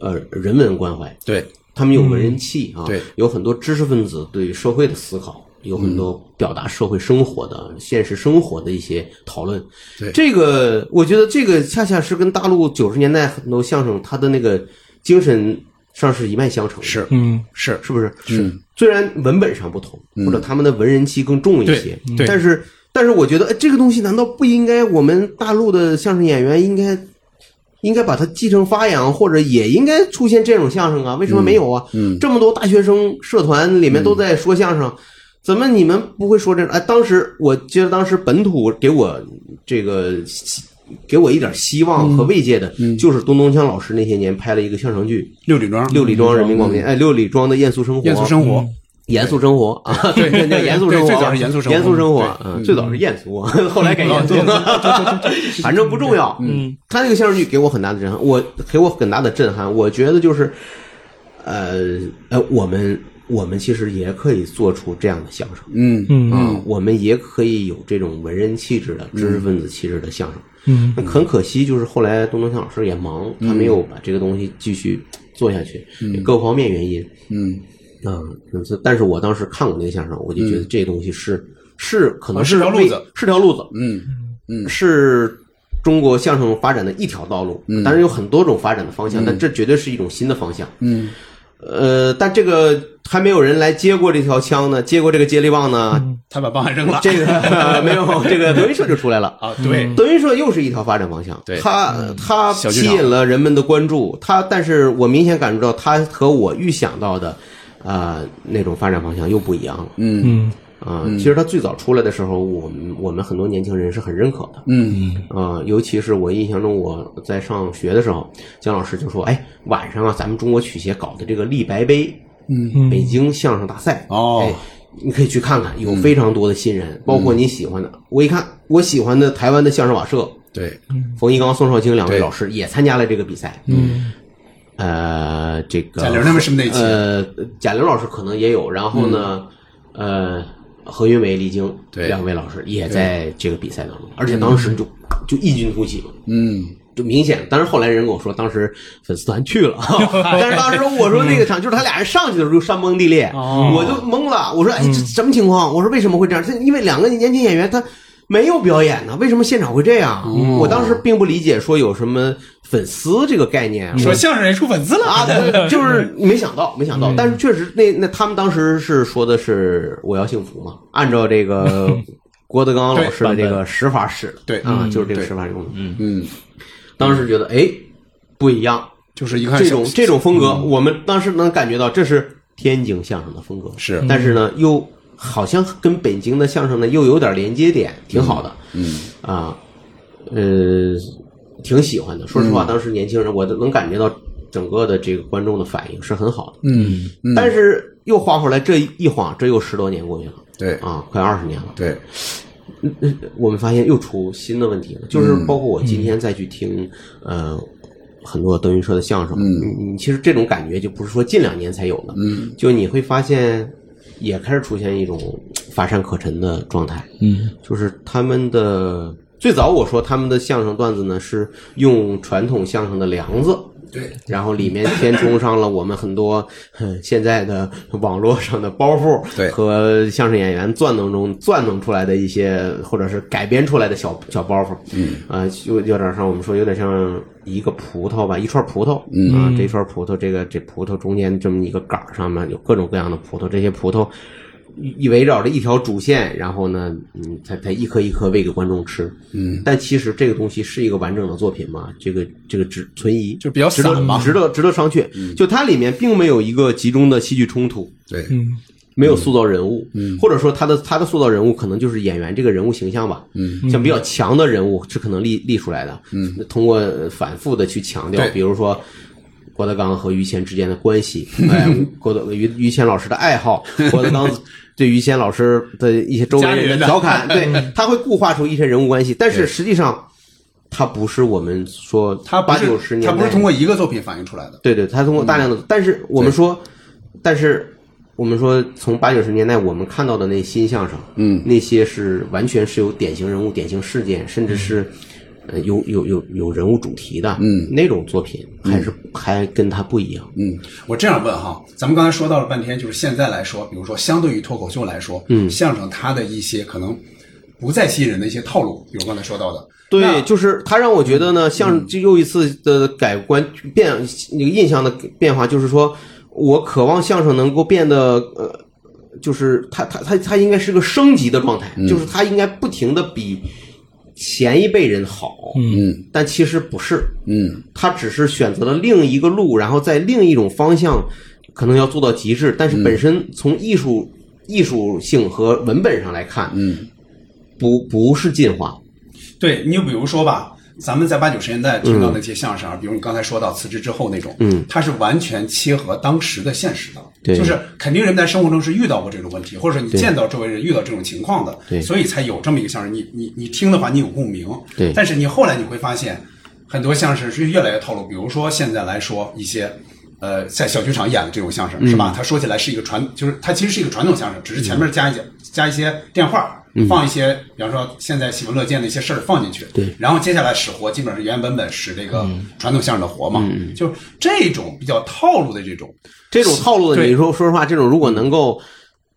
S1: 呃人文关怀，
S4: 对，
S1: 他们有文人气啊，
S4: 嗯对
S1: 有很多知识分子对于社会的思考，有很多表达社会生活的、现实生活的一些讨论。
S4: 对
S1: 这个我觉得这个恰恰是跟大陆九十年代很多相声它的那个精神上是一脉相承的，
S4: 是
S2: 嗯
S4: 是
S1: 是不是？
S4: 是，嗯
S1: 虽然文本上不同，或者他们的文人气更重一些，
S4: 对对
S1: 但是但是我觉得哎这个东西难道不应该我们大陆的相声演员应该应该把它继承发扬，或者也应该出现这种相声啊？为什么没有啊？
S4: 嗯
S1: 这么多大学生社团里面都在说相声。怎么你们不会说这种？哎，当时我记得当时本土给我这个给我一点希望和慰藉的，就是东东强老师那些年拍了一个相声剧
S4: 六里庄
S1: 《六里庄人民广播电台》，哎，《六里庄的夜宿生活》，
S4: 严肃生活，
S1: 严肃生活啊，对，叫
S4: [LAUGHS]
S1: 严肃生活，
S4: 对最早是严肃生活
S1: 严肃生活，
S4: 对嗯
S1: 嗯，最早是艳俗，
S4: [LAUGHS]
S1: 后来改严肃， [LAUGHS] 反正不重要。嗯，他那个相声剧给我很大的震撼，我给我很大的震撼。我觉得就是，呃呃，我们我们其实也可以做出这样的相声。
S4: 嗯
S1: 啊，我们也可以有这种文人气质的、知识分子气质的相声。
S3: 嗯，
S1: 那很可惜，就是后来东东强老师也忙，他没有把这个东西继续做下去，各方面原因。
S4: 嗯
S1: 啊，嗯所以但是我当时看过那个相声，我就觉得这东西是是可能
S4: 嗯啊是条
S1: 为
S4: 路子，
S1: 是条路子，
S4: 嗯
S1: 是中国相声发展的一条道路。当然有很多种发展的方向，但这绝对是一种新的方向。
S4: 嗯，
S1: 呃，但这个还没有人来接过这条枪呢，接过这个接力棒呢，
S4: 他把棒还扔了。
S1: 这个呃嗯没有，这个德云社就出来了。
S4: 啊，对，
S1: 德云社又是一条发展方向，
S4: 对
S1: 它它
S4: 小
S1: 吸
S4: 剧场
S1: 引了人们的关注，它但是我明显感受到它和我预想到的，呃，那种发展方向又不一样了。
S4: 嗯
S3: 嗯
S1: 啊、其实它最早出来的时候，我们我们很多年轻人是很认可的，
S4: 嗯
S1: 啊、尤其是我印象中我在上学的时候，姜老师就说，哎，晚上啊，咱们中国曲协搞的这个立白杯，
S4: 嗯，
S3: 嗯
S1: 北京相声大赛，
S4: 哦嗯
S1: 哎，你可以去看看，有非常多的新人，包括你喜欢的。我一看，我喜欢的台湾的相声瓦舍，
S4: 对，
S1: 冯一刚、宋少卿两位
S4: 嗯对
S1: 老师也参加了这个比赛。嗯，呃，这个
S4: 贾玲他们是不是那期
S1: 呃，贾玲老师可能也有，然后呢，呃，何云伟、李菁
S4: 嗯对
S1: 两位老师也在这个比赛当中，而且当时就就异军突起。
S4: 嗯
S1: 就明显，但是后来人跟我说，当时粉丝团
S4: [LAUGHS]
S1: 去了，但是当时我说那个场就是他俩人上去的时候就山崩地裂，
S4: 哦
S1: 我就懵了，我说
S4: 嗯
S1: 哎这什么情况？我说为什么会这样？这因为两个年轻演员他没有表演呢，为什么现场会这样？
S4: 哦
S1: 我当时并不理解说有什么粉丝这个概念，
S4: 说相声也出粉丝了
S1: [LAUGHS] 啊，对，嗯就是没想到，没想到，但是确实，那那他们当时是说的是我要幸福嘛，按照这 [LAUGHS] 个郭德纲老师的这个使法使的，
S4: 对
S1: 啊，就是这个
S4: 对
S1: 使法用的，嗯，
S4: 嗯，
S1: 当时觉得哎不一样，
S4: 就是一看
S1: 这种
S4: 小
S1: 这种风格，我们当时能感觉到这是天津相声的风格，
S4: 是
S1: 但是呢又好像跟北京的相声呢又有点连接点，挺好的，
S4: 嗯
S1: 啊，呃，挺喜欢的。说实
S4: 嗯
S1: 话，当时年轻人，我都能感觉到整个的这个观众的反应是很好的。
S4: 嗯，嗯
S1: 但是又划回来，这一晃，这又十多年过去了，
S4: 对
S1: 啊，快二十年了。
S4: 对，
S1: 我们发现又出新的问题了，就是包括我今天再去听，呃。很多德云社的相声，嗯，其实这种感觉就不是说近两年才有的，嗯，就你会发现，也开始出现一种乏善可陈的状态，
S3: 嗯
S1: 就是他们的最早我说他们的相声段子呢是用传统相声的梁子。
S4: 对，
S1: 然后里面 [CLEARS THROAT] 填充上了我们很多哼现在的网络上的包袱，
S4: 对
S1: 和相声演员钻弄中钻弄出来的一些，或者是改编出来的小小包袱，嗯，啊，就有点像我们说有点像一个葡萄吧，一串葡萄，嗯啊，这串葡萄这个这葡萄中间这么一个杆儿上面有各种各样的葡萄，这些葡萄一围绕着一条主线，然后呢，嗯，才才一颗一颗喂给观众吃。嗯，但其实这个东西是一个完整的作品吗？这个这个值存疑，
S4: 就比较
S1: 值
S4: 散
S1: 得
S4: 嘛
S1: 值得值得商榷。就它里面并没有一个集中的戏剧冲突，
S4: 对，
S3: 嗯
S1: 没有塑造人物，嗯，或者说他的他的塑造人物可能就是演员这个人物形象吧，嗯，像比较强的人物是可能立立出来的，嗯，通过反复的去强调
S4: 对，
S1: 比如说。郭德纲和于谦之间的关系，
S4: [LAUGHS]
S1: 哎，郭德于于谦老师的爱好，郭德纲对于谦老师的一些周围
S4: 家
S1: 人
S4: 人
S1: 的
S4: 啊的
S1: 调
S4: [LAUGHS]
S1: 侃，对，他会固化出一些人物关系，但是实际上，他不是我们说
S4: 他不
S1: 八
S4: 是
S1: 九十年代
S4: 他不是通过一个作品反映出来的，嗯
S1: 对对，他通过大量的，但是我们说，但是我们说，从八九十年代我们看到的那新相声，
S4: 嗯，
S1: 那些是完全是有典型人物、典型事件，甚至
S4: 嗯
S1: 是呃有有有有人物主题的，嗯，那种作品还是、还跟他不一样，
S4: 嗯，我这样问哈，咱们刚才说到了半天，就是现在来说，比如说相对于脱口秀来说，嗯，相声它的一些可能不再吸引人的一些套路，比如刚才说到的，那
S1: 对，
S4: 嗯
S1: 就是他让我觉得呢，像这又一次的改观变那个印象的变化，就是说我渴望相声能够变得呃，就是它它它它应该是个升级的状态，
S4: 嗯
S1: 就是它应该不停的比前一辈人好，
S4: 嗯
S1: 但其实不是，
S4: 嗯
S1: 他只是选择了另一个路，然后在另一种方向，可能要做到极致，但
S4: 嗯
S1: 是本身从艺术、艺术性和文本上来看，
S4: 嗯，
S1: 不不是进化，
S4: 对你就比如说吧，咱们在八九十年代听到那些相
S1: 嗯
S4: 声啊，比如你刚才说到辞职之后那种，嗯，它是完全切合当时的现实的。
S1: 对
S4: 就是肯定人们在生活中是遇到过这种问题，或者说你见到周围人遇到这种情况的，
S1: 对
S4: 所以才有这么一个相声。你你你听的话，你有共鸣，
S1: 对
S4: 但是你后来你会发现，很多相声是越来越套路。比如说现在来说一些呃，在小剧场演的这种相声是
S1: 嗯
S4: 吧？他说起来是一个传，就是他其实是一个传统相声，只是前面加一
S1: 嗯
S4: 些加一些电话，放一些，比方说现在喜闻乐见的一些事儿放进去，
S1: 对，嗯
S4: 然后接下来使活基本上是原原本本使这个传统相声的活嘛，就是这种比较套路的这种，
S1: 这种套路的，
S4: 对
S1: 你说说实话，这种如果能够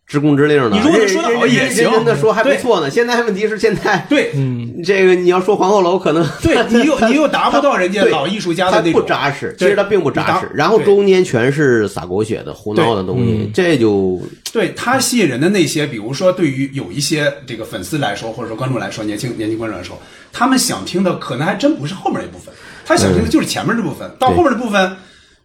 S1: 知工知令的，
S4: 你如果能说得好
S1: 认
S4: 也行
S1: 认真的说还不
S4: 对
S1: 错呢。现在问题是现在，
S4: 对
S2: 嗯
S1: 这个你要说黄鹤楼，可能 [LAUGHS]
S4: 对，你又你又达不到人家
S1: 对
S4: 老艺术家
S1: 他
S4: 的那
S1: 不
S4: 种，
S1: 扎实，其
S4: 对
S1: 实他并不扎实
S4: 你，打
S1: 然后
S4: 对
S1: 中间全是撒狗血的、胡闹的东西，这就
S4: 对他吸引人的那些，比如说对于有一些这个粉丝来说，或者说观众来说，年轻年轻观众来说，他们想听的可能还真不是后面这部分，他想听的就是前面这部分，到后面这部分。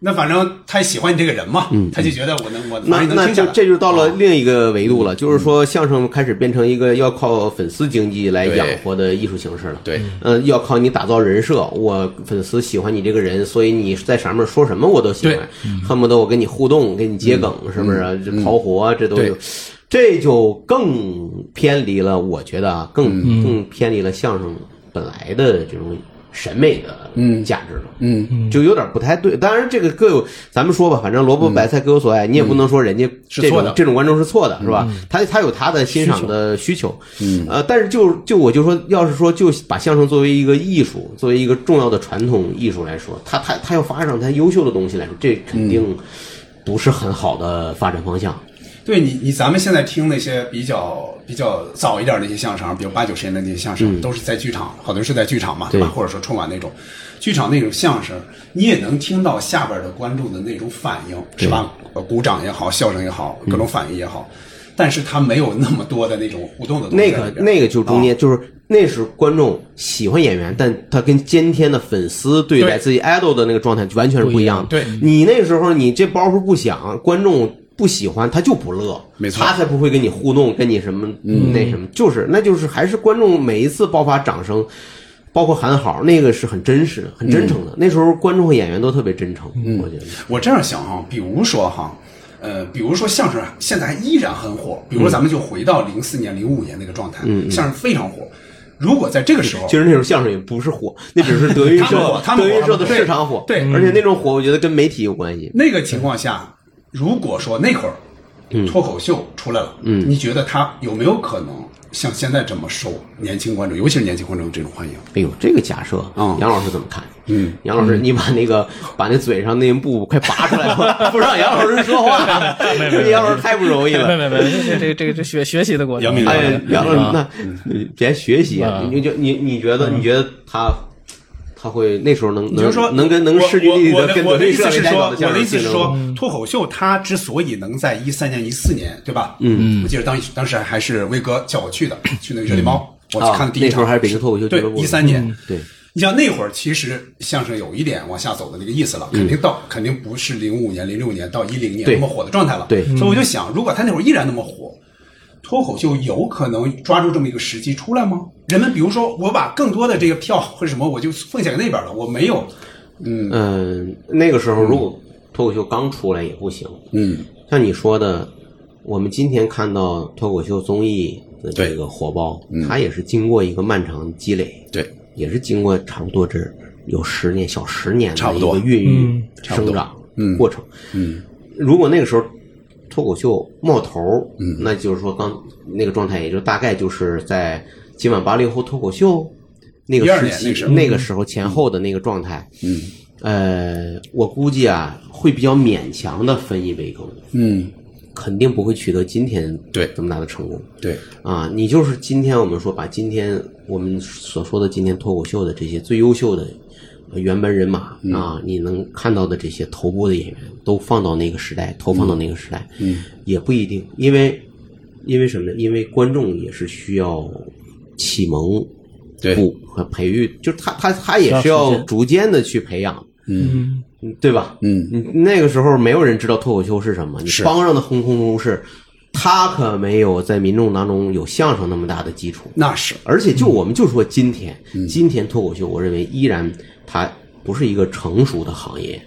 S4: 那反正他喜欢你这个人嘛，他就觉得我能我
S1: 嗯那
S4: 哪里能
S1: 那
S4: 听下嗯
S1: 就
S4: 来，
S1: 这就到了另一个维度了，就是说相声开始变成一个要靠粉丝经济来养活的艺术形式了。
S5: 对，
S1: 呃，要靠你打造人设，我粉丝喜欢你这个人，所以你在上面说什么我都喜欢
S4: 对，
S1: 恨不得我跟你互动，跟你接梗，是不是？这刨活这都有，这就更偏离了，我觉得啊，更、更偏离了相声本来的这种审美的价值了。
S5: 嗯，
S1: 就有点不太对。当然，这个各有咱们说吧，反正萝卜白菜各有所爱，你也不能说人家
S4: 是
S1: 这
S4: 错
S1: 种
S4: 的
S1: 这种观众是错的，是吧？他他有他的欣赏的需求，嗯，呃，但是就就我就说，要是说就把相声作为一个艺术，作为一个重要的传统艺术来说，他他他要发展他优秀的东西来说，这肯定不是很好的发展方向。
S4: 对你，你咱们现在听那些比较比较早一点的那些相声，比如八九十年代那些相声，都是在剧场，好多是在剧场嘛，对吧？
S1: 嗯对
S4: 或者说春晚那种，剧场那种相声，你也能听到下边的观众的那种反应，是吧？呃鼓掌也好，笑声也好，各
S1: 嗯
S4: 种反应也好，但是他没有那么多的那种互动的东
S1: 那
S4: 西在
S1: 个
S4: 里边。
S1: 那个就中
S4: 啊
S1: 间、就是那是观众喜欢演员，但他跟今天的粉丝对待
S4: 对
S1: 自己 idol 的那个状态完全是不一样的。
S4: 对
S1: 你那时候你这包袱不响，观众不喜欢他就不乐，
S4: 没错嗯
S1: 他才不会跟你互动，跟你什么、那什么，就是那就是还是观众每一次爆发掌声。包括喊好，那个是很真实的、很真诚
S4: 嗯
S1: 的。那时候观众和演员都特别真诚，我觉得。
S4: 我这样想啊哈，比如说哈，呃，比如说相声现在还依然很火，比
S1: 嗯
S4: 如说咱们就回到零四年、零五年那个状态，相声非常火。如果在这个时候，
S1: 其实那种相声也不是火，那只是德云
S4: 他们
S1: 社
S4: 火他们
S1: 德
S4: 火
S1: 云社的
S4: 对
S1: 市场火，
S4: 对
S1: 而且那种火，我觉得跟媒体有关系。
S4: 那个情况下，如果说那会儿
S1: 嗯
S4: 脱口秀出来了，嗯，你觉得他有没有可能像现在这么受年轻观众，尤其是年轻观众这种欢迎？
S1: 哎呦，这个假设，
S4: 嗯
S1: 杨老师怎么看？
S4: 嗯，
S1: 杨老师，你把那 [LAUGHS] 个把那嘴上那幕快拔出来 [LAUGHS] 吧，不让杨老师说话， [LAUGHS] 因为杨老师太不容易
S2: 没
S1: 了。
S2: 没没，这这这个这学学习的过程
S4: 杨幂，
S1: 哎，杨老师，那
S4: 嗯
S1: 你别学习啊，
S2: 嗯
S1: 你就你你觉得你觉得他他会那时候能
S4: 你就
S1: 能
S4: 说
S1: 能跟能
S4: 我
S1: 势均力敌
S4: 我我
S1: 的跟
S4: 我
S1: 德
S4: 的
S1: 云
S4: 意思
S1: 社
S4: 是
S1: 为代
S4: 说，
S1: 表
S4: 我
S1: 的相
S4: 的
S1: 声
S4: 意思是
S1: 竞争
S4: 说，脱口秀它之所以能在一三年、一四年，对吧？嗯，我记得当当时还是威哥叫我去的，去那个热力猫，我去看
S1: 啊
S4: 的，第一
S1: 那时
S4: 场
S1: 候还是北京脱口秀俱
S4: 对
S1: 乐，部，
S4: 一三年。
S1: 对，
S4: 你像那会儿，其实相声有一点往下走的那个意思了，肯定到肯定不是零五年、零六年到一零年
S1: 嗯对
S4: 那么火的状态了。
S1: 对
S4: 所以我就想，如果他那会儿依然那么火，脱口秀有可能抓住这么一个时机出来吗？人们比如说，我把更多的这个票或者什么，我就奉献给那边了，我没有，嗯
S1: 嗯，那个时候如果脱口秀刚出来也不行，
S4: 嗯，
S1: 像你说的，我们今天看到脱口秀综艺的这个火爆，
S4: 嗯
S1: 它也是经过一个漫长的积累，
S4: 对，
S1: 也是经过差不多这有十年、小十年
S4: 差
S1: 的
S4: 不
S1: 一
S4: 多
S1: 个孕育
S2: 嗯、
S1: 生长
S4: 嗯
S1: 过程。
S4: 嗯，
S1: 如果那个时候脱口秀冒头，嗯，那就是说刚那个状态，也就大概就是在今晚八零后脱口秀那个
S4: 12
S1: 时
S4: 年那
S1: 期
S4: 时，候
S1: 那个时候前后的那个状态，嗯，呃，我估计啊，会比较勉强的分一杯羹，
S4: 嗯，
S1: 肯定不会取得今天
S4: 对
S1: 这么大的成功。
S4: 对，
S1: 啊，你就是今天我们说把今天我们所说的今天脱口秀的这些最优秀的呃原班人马、
S2: 嗯
S1: 啊，你能看到的这些头部的演员都放到那个时代，投放到那个时代，嗯，也不一定，因为因为什么呢？因为观众也是需要启蒙。
S4: 对
S1: 部和培育，就是他他他也是
S2: 需要时
S1: 要
S2: 间
S1: 逐渐的去培养的
S2: 嗯
S1: 对吧？
S4: 嗯
S1: 嗯，那个时候没有人知道脱口秀是什么，你
S4: 是
S1: 帮上他轰轰出世，他可没有在民众当中有相声那么大的基础。
S4: 那是
S1: 而且就我们就说今
S4: 嗯
S1: 天，今天脱口秀，我认为依然它不是一个成熟的行业，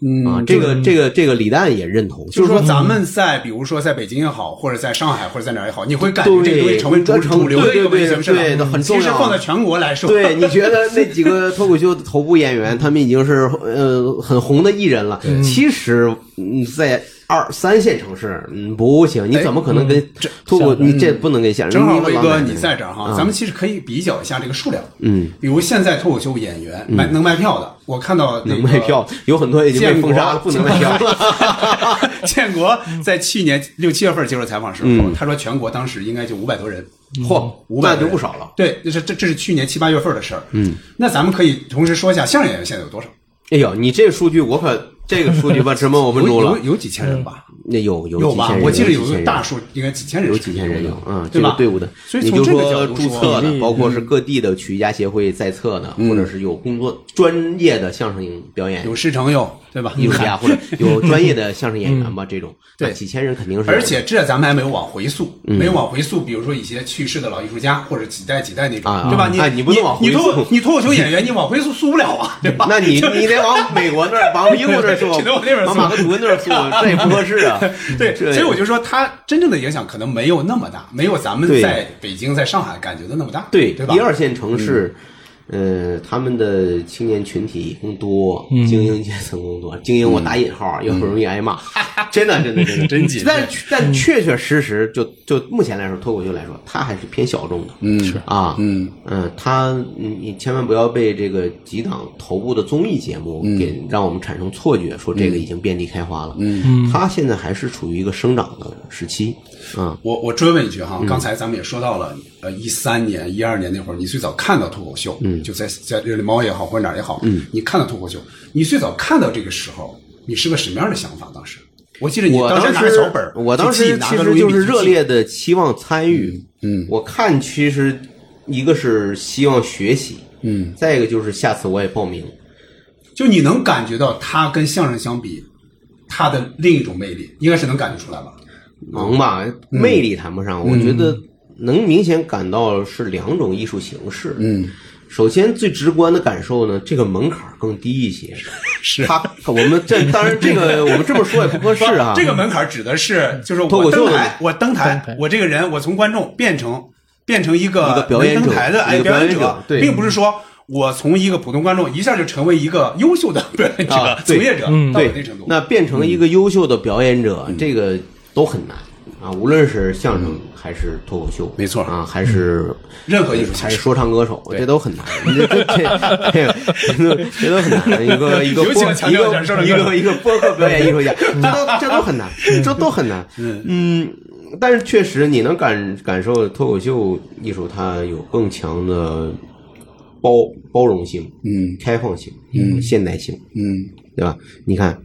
S4: 嗯
S1: 啊，这个这个这个李诞也认同，
S4: 就是说咱们在比如说在北京也好，或者在上海或者在哪儿也好，你会感觉这个东
S1: 对
S4: 西成为主
S1: 对
S4: 主流的一个
S1: 对对
S4: 类型是吧？
S1: 对对很重要啊
S4: 其实放在全国来
S1: [LAUGHS]
S4: 说，
S1: 对，你觉得那几个脱口秀头部演员，他们已经是呃很红的艺人了。其实嗯，在二三线城市，嗯，不行，你
S4: 哎
S1: 怎么可
S4: 嗯
S1: 能跟脱口你这不能跟现
S4: 正好
S1: 你
S4: 威
S1: 老
S4: 哥
S1: 板
S4: 你在这儿哈，
S1: 嗯
S4: 咱们其实可以比较一下这个数量。嗯，比如现在脱口秀演员卖能卖票的，我看到那
S1: 嗯能
S4: 个
S1: 卖票，有很多已经被封杀了，不能卖票了。
S4: [LAUGHS] 建国在去年六七月份接受采访时候，他说全国当时应该就五百多人，
S1: [LAUGHS] 嚯，
S4: [LAUGHS] 五
S1: 嗯那
S4: 百
S1: 就不少了。
S4: 对，那是这这是去年七八月份的事儿。嗯，那咱们可以同时说一下相声演员现在有多少？
S1: 哎呦，你这数据我可这个数据把什么我
S4: 有
S1: 问住了
S4: 有，有几千人吧？
S1: 那有有
S4: 有
S1: 几
S4: 吧
S1: 千？人，
S4: 我记得
S1: 有
S4: 有
S1: 几千
S4: 个
S1: 人
S4: 大数，应该几千人
S1: 有
S4: 是
S1: 几
S4: 肯定
S1: 千
S4: 的，
S1: 人有，嗯，
S4: 对
S1: 这个
S4: 吧？
S1: 队伍的，
S4: 所以
S1: 你
S4: 从
S1: 就
S4: 这个角
S1: 说
S4: 度
S1: 注
S4: 说
S1: 册的，
S2: 嗯
S1: 包括是各地的曲艺家协会在册的，
S4: 嗯
S1: 或者是有工作专业的相声表演
S4: 有师承有，对吧？
S1: 艺术家，或
S4: [LAUGHS]
S1: 者有专业的相声演员吧，这种，
S4: 对
S1: 那几千人肯定是有的，嗯
S4: 而且这咱们还没有往回溯，没有往回溯，比如说一些去世的老艺术家或者几代几代那种
S1: 啊，
S4: 对吧？
S1: 啊
S4: 你
S1: 你不能往回
S4: 你脱
S1: 溯
S4: 你脱口秀演员，你往回溯溯不
S1: [LAUGHS]
S4: 了啊，对吧？
S1: 那你你得往美国那儿，往英国那儿说，
S4: [LAUGHS] 只能往那边
S1: 往
S4: 送
S1: 马克吐温那儿
S4: [LAUGHS]
S1: 送，这也不合适啊。
S4: [LAUGHS] 对，
S1: 对
S4: 所以我就说，它真正的影响可能没有那么大，没有咱们
S1: 对
S4: 在北京、在上海感觉的那么大，
S1: 对，
S4: 对吧
S1: 一？二线城市，呃，他们的青年群体更多，精英阶层更多。精英我打引号啊，又很容易挨骂， [LAUGHS] 真的，真的，真的，嗯
S4: 真紧
S1: 但但确确实实，就就目前来说，脱口秀来说，它还是偏小众的。嗯，是啊，嗯嗯，它你你千万不要被这个几档头部的综艺节目给让我们产生错觉，说这个已经遍地开花了。嗯，它现在还是处于一个生长的时期。啊，
S4: 我我追问一句哈，
S1: 嗯
S4: 刚才咱们也说到了，呃，一三年、一二年那会儿，你最早看到脱口秀，嗯，就在在热力猫也好，或者哪儿也好，嗯，你看到脱口秀，你最早看到这个时候，你是个什么样的想法？当时，我记得你
S1: 我
S4: 时
S1: 当
S4: 拿着小本儿，
S1: 我当
S4: 就自
S1: 时
S4: 己拿
S1: 其
S4: 个
S1: 实
S4: 录音
S1: 就
S4: 笔
S1: 是
S4: 记
S1: 热烈的期望参与。嗯，我看其实一个是希望学习，
S4: 嗯，
S1: 再一个就是下次我也报名。
S4: 就你能感觉到它跟相声相比，它的另一种魅力，应该是能感觉出来吧？
S1: 能吧？
S4: 嗯
S1: 魅力谈不上，我觉得能明显感到是两种艺术形式。嗯，首先最直观的感受呢，这个门槛儿更低一
S4: [LAUGHS]
S1: 些。是，他我们这当然这个我们这么说也不合适啊。嗯
S4: 这个门槛指的是，就是
S1: 脱口
S4: 我
S1: 秀
S4: 登
S1: 的
S4: 台，我登台
S2: 登台，
S4: 我这个人，我从观众变成变成一个
S1: 一个表演者
S4: 能登台的
S1: 一
S4: 哎
S1: 个
S4: 表
S1: 表演
S4: 演
S1: 者对
S4: 并不是说我从一个普通观众一下就成为一个优秀的表演者
S1: 啊、对
S4: 从业者
S2: 嗯
S4: 到
S1: 对
S4: 了那程度。
S1: 那变成一个优秀的表演者，这个都很难啊，无论是相声还是脱口秀，
S4: 没错
S1: 啊，还是
S4: 任何艺术形式
S1: 还是说唱歌手，这都很难，这这这这这都很难。一个一个
S4: 尤其要
S1: 播
S4: 强
S1: 一
S4: 调一下说
S1: 个
S4: 唱歌
S1: 一
S4: 手
S1: 个一个播客表演艺术家，这都这都很难，这都很难。嗯，但是确实你能感感受脱口秀艺术，它有更强的包包容性，
S4: 嗯
S1: 开放性，嗯，现代性，
S4: 嗯，
S1: 对吧？你看，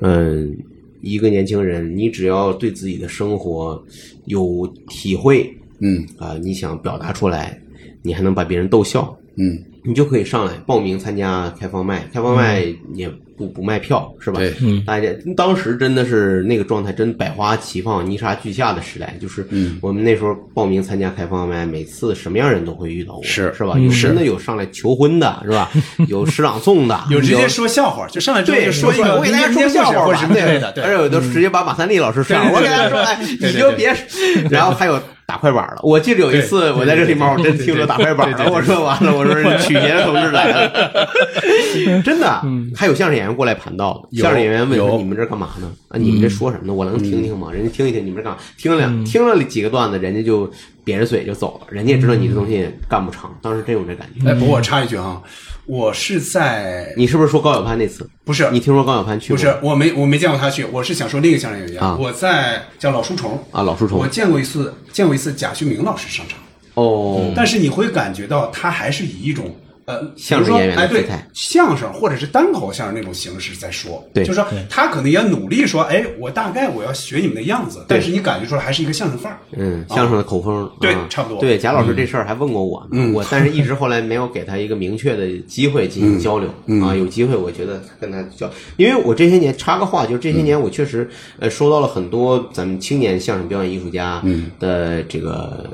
S1: 嗯，一个年轻人，你只要对自己的生活有体会，
S4: 嗯
S1: 啊、你想表达出来，你还能把别人逗笑，
S4: 嗯，
S1: 你就可以上来报名参加开放麦，开放麦也不不卖票，是吧？
S4: 嗯对
S2: 嗯
S1: 大家当时真的是那个状态，真百花齐放、泥沙俱下的时代，就是
S4: 嗯
S1: 我们那时候报名参加开放麦，每次什么样人都会遇到过，
S4: 是嗯
S1: 是吧？有真的有上来求婚的，是
S4: [LAUGHS]
S1: 吧？有师长送的，
S4: 有直接说笑话，就上来之后
S1: 对，
S4: 就说一个
S1: 我给大家说
S4: 民
S1: 个
S4: 间故事
S1: 笑话
S4: 或
S1: 吧
S4: 者什么之类的，
S1: 而且
S4: 对。嗯
S1: 有的直接把马三立老师上，我给大家说，哎，
S4: 对
S1: 你
S4: 对
S1: 就别， [LAUGHS] 然后还有打快板了。我记得有一次我在这里面，我真听着打快板了，我说完了，我说曲协同志来
S4: [LAUGHS]
S1: 了，真的，还有相声演员过来盘道的，
S4: 嗯有
S1: 相声演员问他
S4: 有嗯
S1: 你们这干嘛呢？啊，你们这说什么呢？我能听听吗？人家听一听，你们这干嘛？听了两听了几个段子，人家就瘪着嘴就走了，人家也知道
S4: 嗯
S1: 你这东西干不长，当时真有这感觉。
S4: 哎，不过我插一句啊，我是在
S1: 你是不是说高晓攀那次？
S4: 不是
S1: 你听说高晓攀去
S4: 不
S1: 过
S4: 是我没我没见过他去，我是想说另一个相声演
S1: 啊
S4: 员，我在叫老书虫
S1: 啊？老树虫
S4: 我见过一次，见过一次贾旭明老师上场，
S1: 哦，
S4: 但是你会感觉到他还是以一种呃，比如
S1: 相声
S4: 说
S1: 演员的
S4: 哎，
S1: 姿
S4: 对
S1: 态，
S4: 相声或者是单口相声那种形式在说，
S1: 对
S4: 就是说他可能也努力说，哎，我大概我要学你们的样子，但是你感觉出来还是一个相声范儿，
S1: 嗯，相声的口风，
S4: 对
S1: 啊
S4: 差不多
S1: 对，贾老师这事儿还问过我呢，我但是一直后来没有给他一个明确的机会进行交流啊。有机会，我觉得跟他交，因为我这些年插个话，就是这些年我确实呃收到了很多咱们青年相声表演艺术家的这个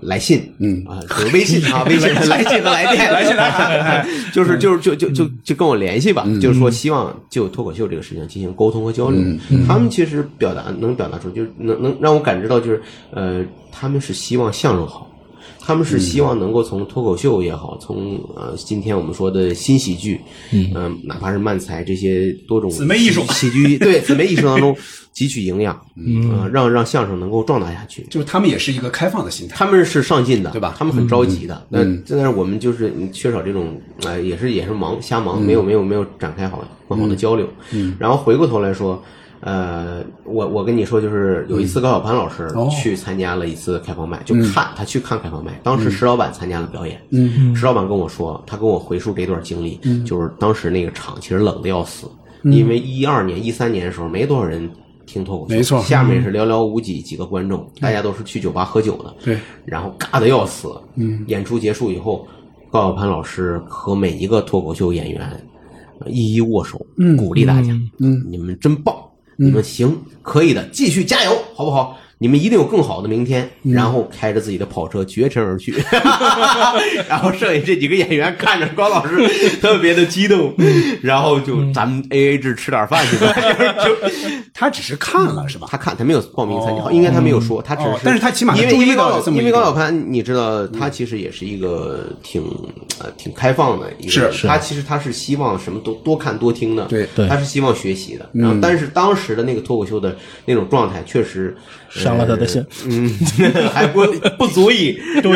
S1: 来信，
S4: 嗯
S1: 啊，就是微信啊，微信来信和来电，来信来 [LAUGHS] 就是就是就就就就跟我联系吧，就是说希望就脱口秀这个事情进行沟通和交流。他们其实表达能表达出，就是能能让我感知到，就是呃，他们是希望相声好。他们是希望能够从脱口秀也好，从呃今天我们说的新喜剧，嗯、哪怕是漫才这些多种
S4: 姊妹艺术
S1: 喜剧，对姊妹艺术当中汲取营养，嗯、让让相声能够壮大下
S4: [LAUGHS]
S1: 去。
S4: 就是他们也是一个开放的心态。
S1: 他们是上进的，
S4: 对吧嗯
S1: 他们很着急的，那但是我们就是嗯缺少这种，呃，也是也是忙瞎
S4: 嗯
S1: 忙，没有没有没有展开好很好的交流。然后回过头来说，呃，我我跟你说，就是有一次高晓攀老师
S4: 哦嗯
S1: 去参加了一次开放麦，就看他去看开放麦，当时石老板参加了表演，
S4: 嗯
S1: 石老板跟我说，他跟我回述这段经历，就是当时那个场其实冷的要死，
S4: 嗯
S1: 因为一二年一三年的时候没多少人。听脱口秀，
S4: 没错嗯
S1: 下面是寥寥无几几个观众，大家都是去酒吧喝酒的，
S4: 对，
S1: 然后尬的要死。嗯，演出结束以后，高晓攀老师和每一个脱口秀演员呃一一握手，鼓励大家，嗯，你们真棒，你们行，可以的，继续加油，好不好？你们一定有更好的明天。然后开着自己的跑车绝尘而去， [LAUGHS] 然后剩下这几个演员看着高 [LAUGHS] 老师特别的激动，然后就咱们 A A 制吃点饭去吧。 [LAUGHS] 就是就
S4: 他只是看了是吧？
S1: 他看他没有报名参加，
S4: 哦
S1: 应该他没有说，他只是
S4: 哦，但是他起码
S1: 因为
S4: 注意
S1: 因为高
S4: 到了这么一
S1: 因
S4: 个
S1: 为高晓攀，你知道他其实也是一个挺呃挺开放的一个人，
S4: 是是
S1: 他其实他是希望什么都多看多听的，
S4: 对嗯
S2: 对
S1: 他是希望学习的。然后，但是当时的那个脱口秀的那种状态，确
S4: [LAUGHS]
S1: 实呃
S2: 伤了他的心。
S1: 嗯，还不不足以让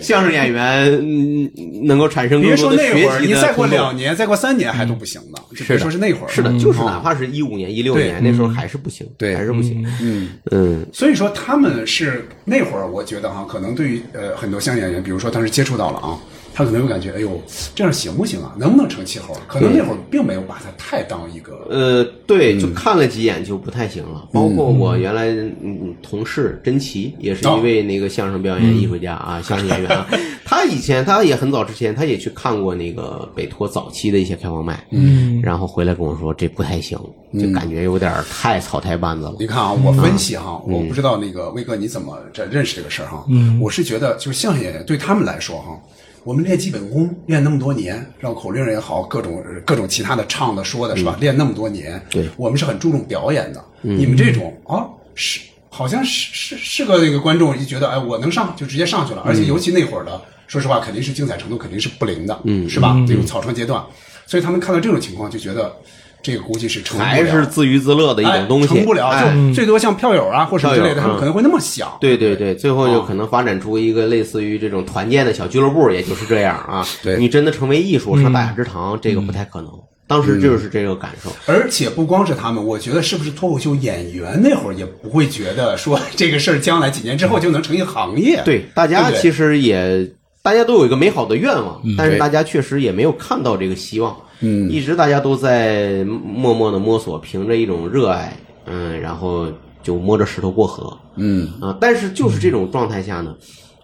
S1: 相声演员嗯能够产生
S4: 别
S1: 更
S4: 说
S1: 多的
S4: 那
S1: 学
S4: 会儿，
S1: 习
S4: 你
S1: 的
S4: 再过
S1: 冲动
S4: 两年，再过三年还都不行呢。就别说是那会儿，
S1: 嗯
S4: 嗯
S1: 是的，就是哪怕是一五年、一六
S4: 对
S1: 年那时候还是不行，
S4: 嗯对
S1: 还是不行，嗯嗯
S4: 所以说他们是那会儿，我觉得哈，可能对于呃很多相声演员，比如说当时接触到了啊，他可能会感觉，哎呦，这样行不行啊？能不能成气候啊？可能那会儿并没有把他太当一个
S1: 呃，对，就看了几眼就不太行
S4: 嗯
S1: 了。包括我原来嗯同事甄奇，也是
S4: 哦
S1: 一位那个相声表演艺术家
S4: 嗯
S1: 啊，相声演员
S4: [LAUGHS]
S1: 啊。他以前他也很早之前，他也去看过那个北托早期的一些开放麦，嗯，然后回来跟我说这不太行，
S4: 嗯
S1: 就感觉有点儿太草台班子了。
S4: 你看啊，我分析哈，我不知道那个威哥你怎么这认识这个事儿哈。嗯，我是觉得就是相声演员对他们来说哈，我们练基本功练那么多年，绕口令也好，各种各种其他的唱的说的是吧？练那么多年，
S1: 对
S4: 我们是很注重表演的。你们这种啊是好像是是是个那个观众就觉得哎我能上就直接上去了，而且尤其那会儿的，说实话肯定是精彩程度肯定是不灵的，嗯，是吧？这种草创阶段，所以他们看到这种情况就觉得。这个估计是成不了
S1: 还是自娱自乐的一种东西，
S4: 哎、成不了，
S1: 哎
S4: 就最多像票友啊或什么之类的，
S1: 票友嗯
S4: 他们可能会那么想。
S1: 对对对，最后就可能发展出一个类似于这种团建的小俱乐部，也就是这样啊。
S4: 对
S1: 你真的成为艺术上大雅之堂，这个不太可能。当时就是这个感受。
S4: 而且不光是他们，我觉得是不是脱口秀演员那会儿也不会觉得说 [LAUGHS] 这个事儿将来几年之后就能成一个行业。
S1: 对，大家
S4: 对不对
S1: 其实也，大家都有一个美好的愿望，但是
S4: 对
S1: 大家确实也没有看到这个希望。嗯，一直大家都在默默的摸索，凭着一种热爱，嗯，然后就摸着石头过河。
S4: 嗯，
S1: 啊，但是就是这种状态下呢，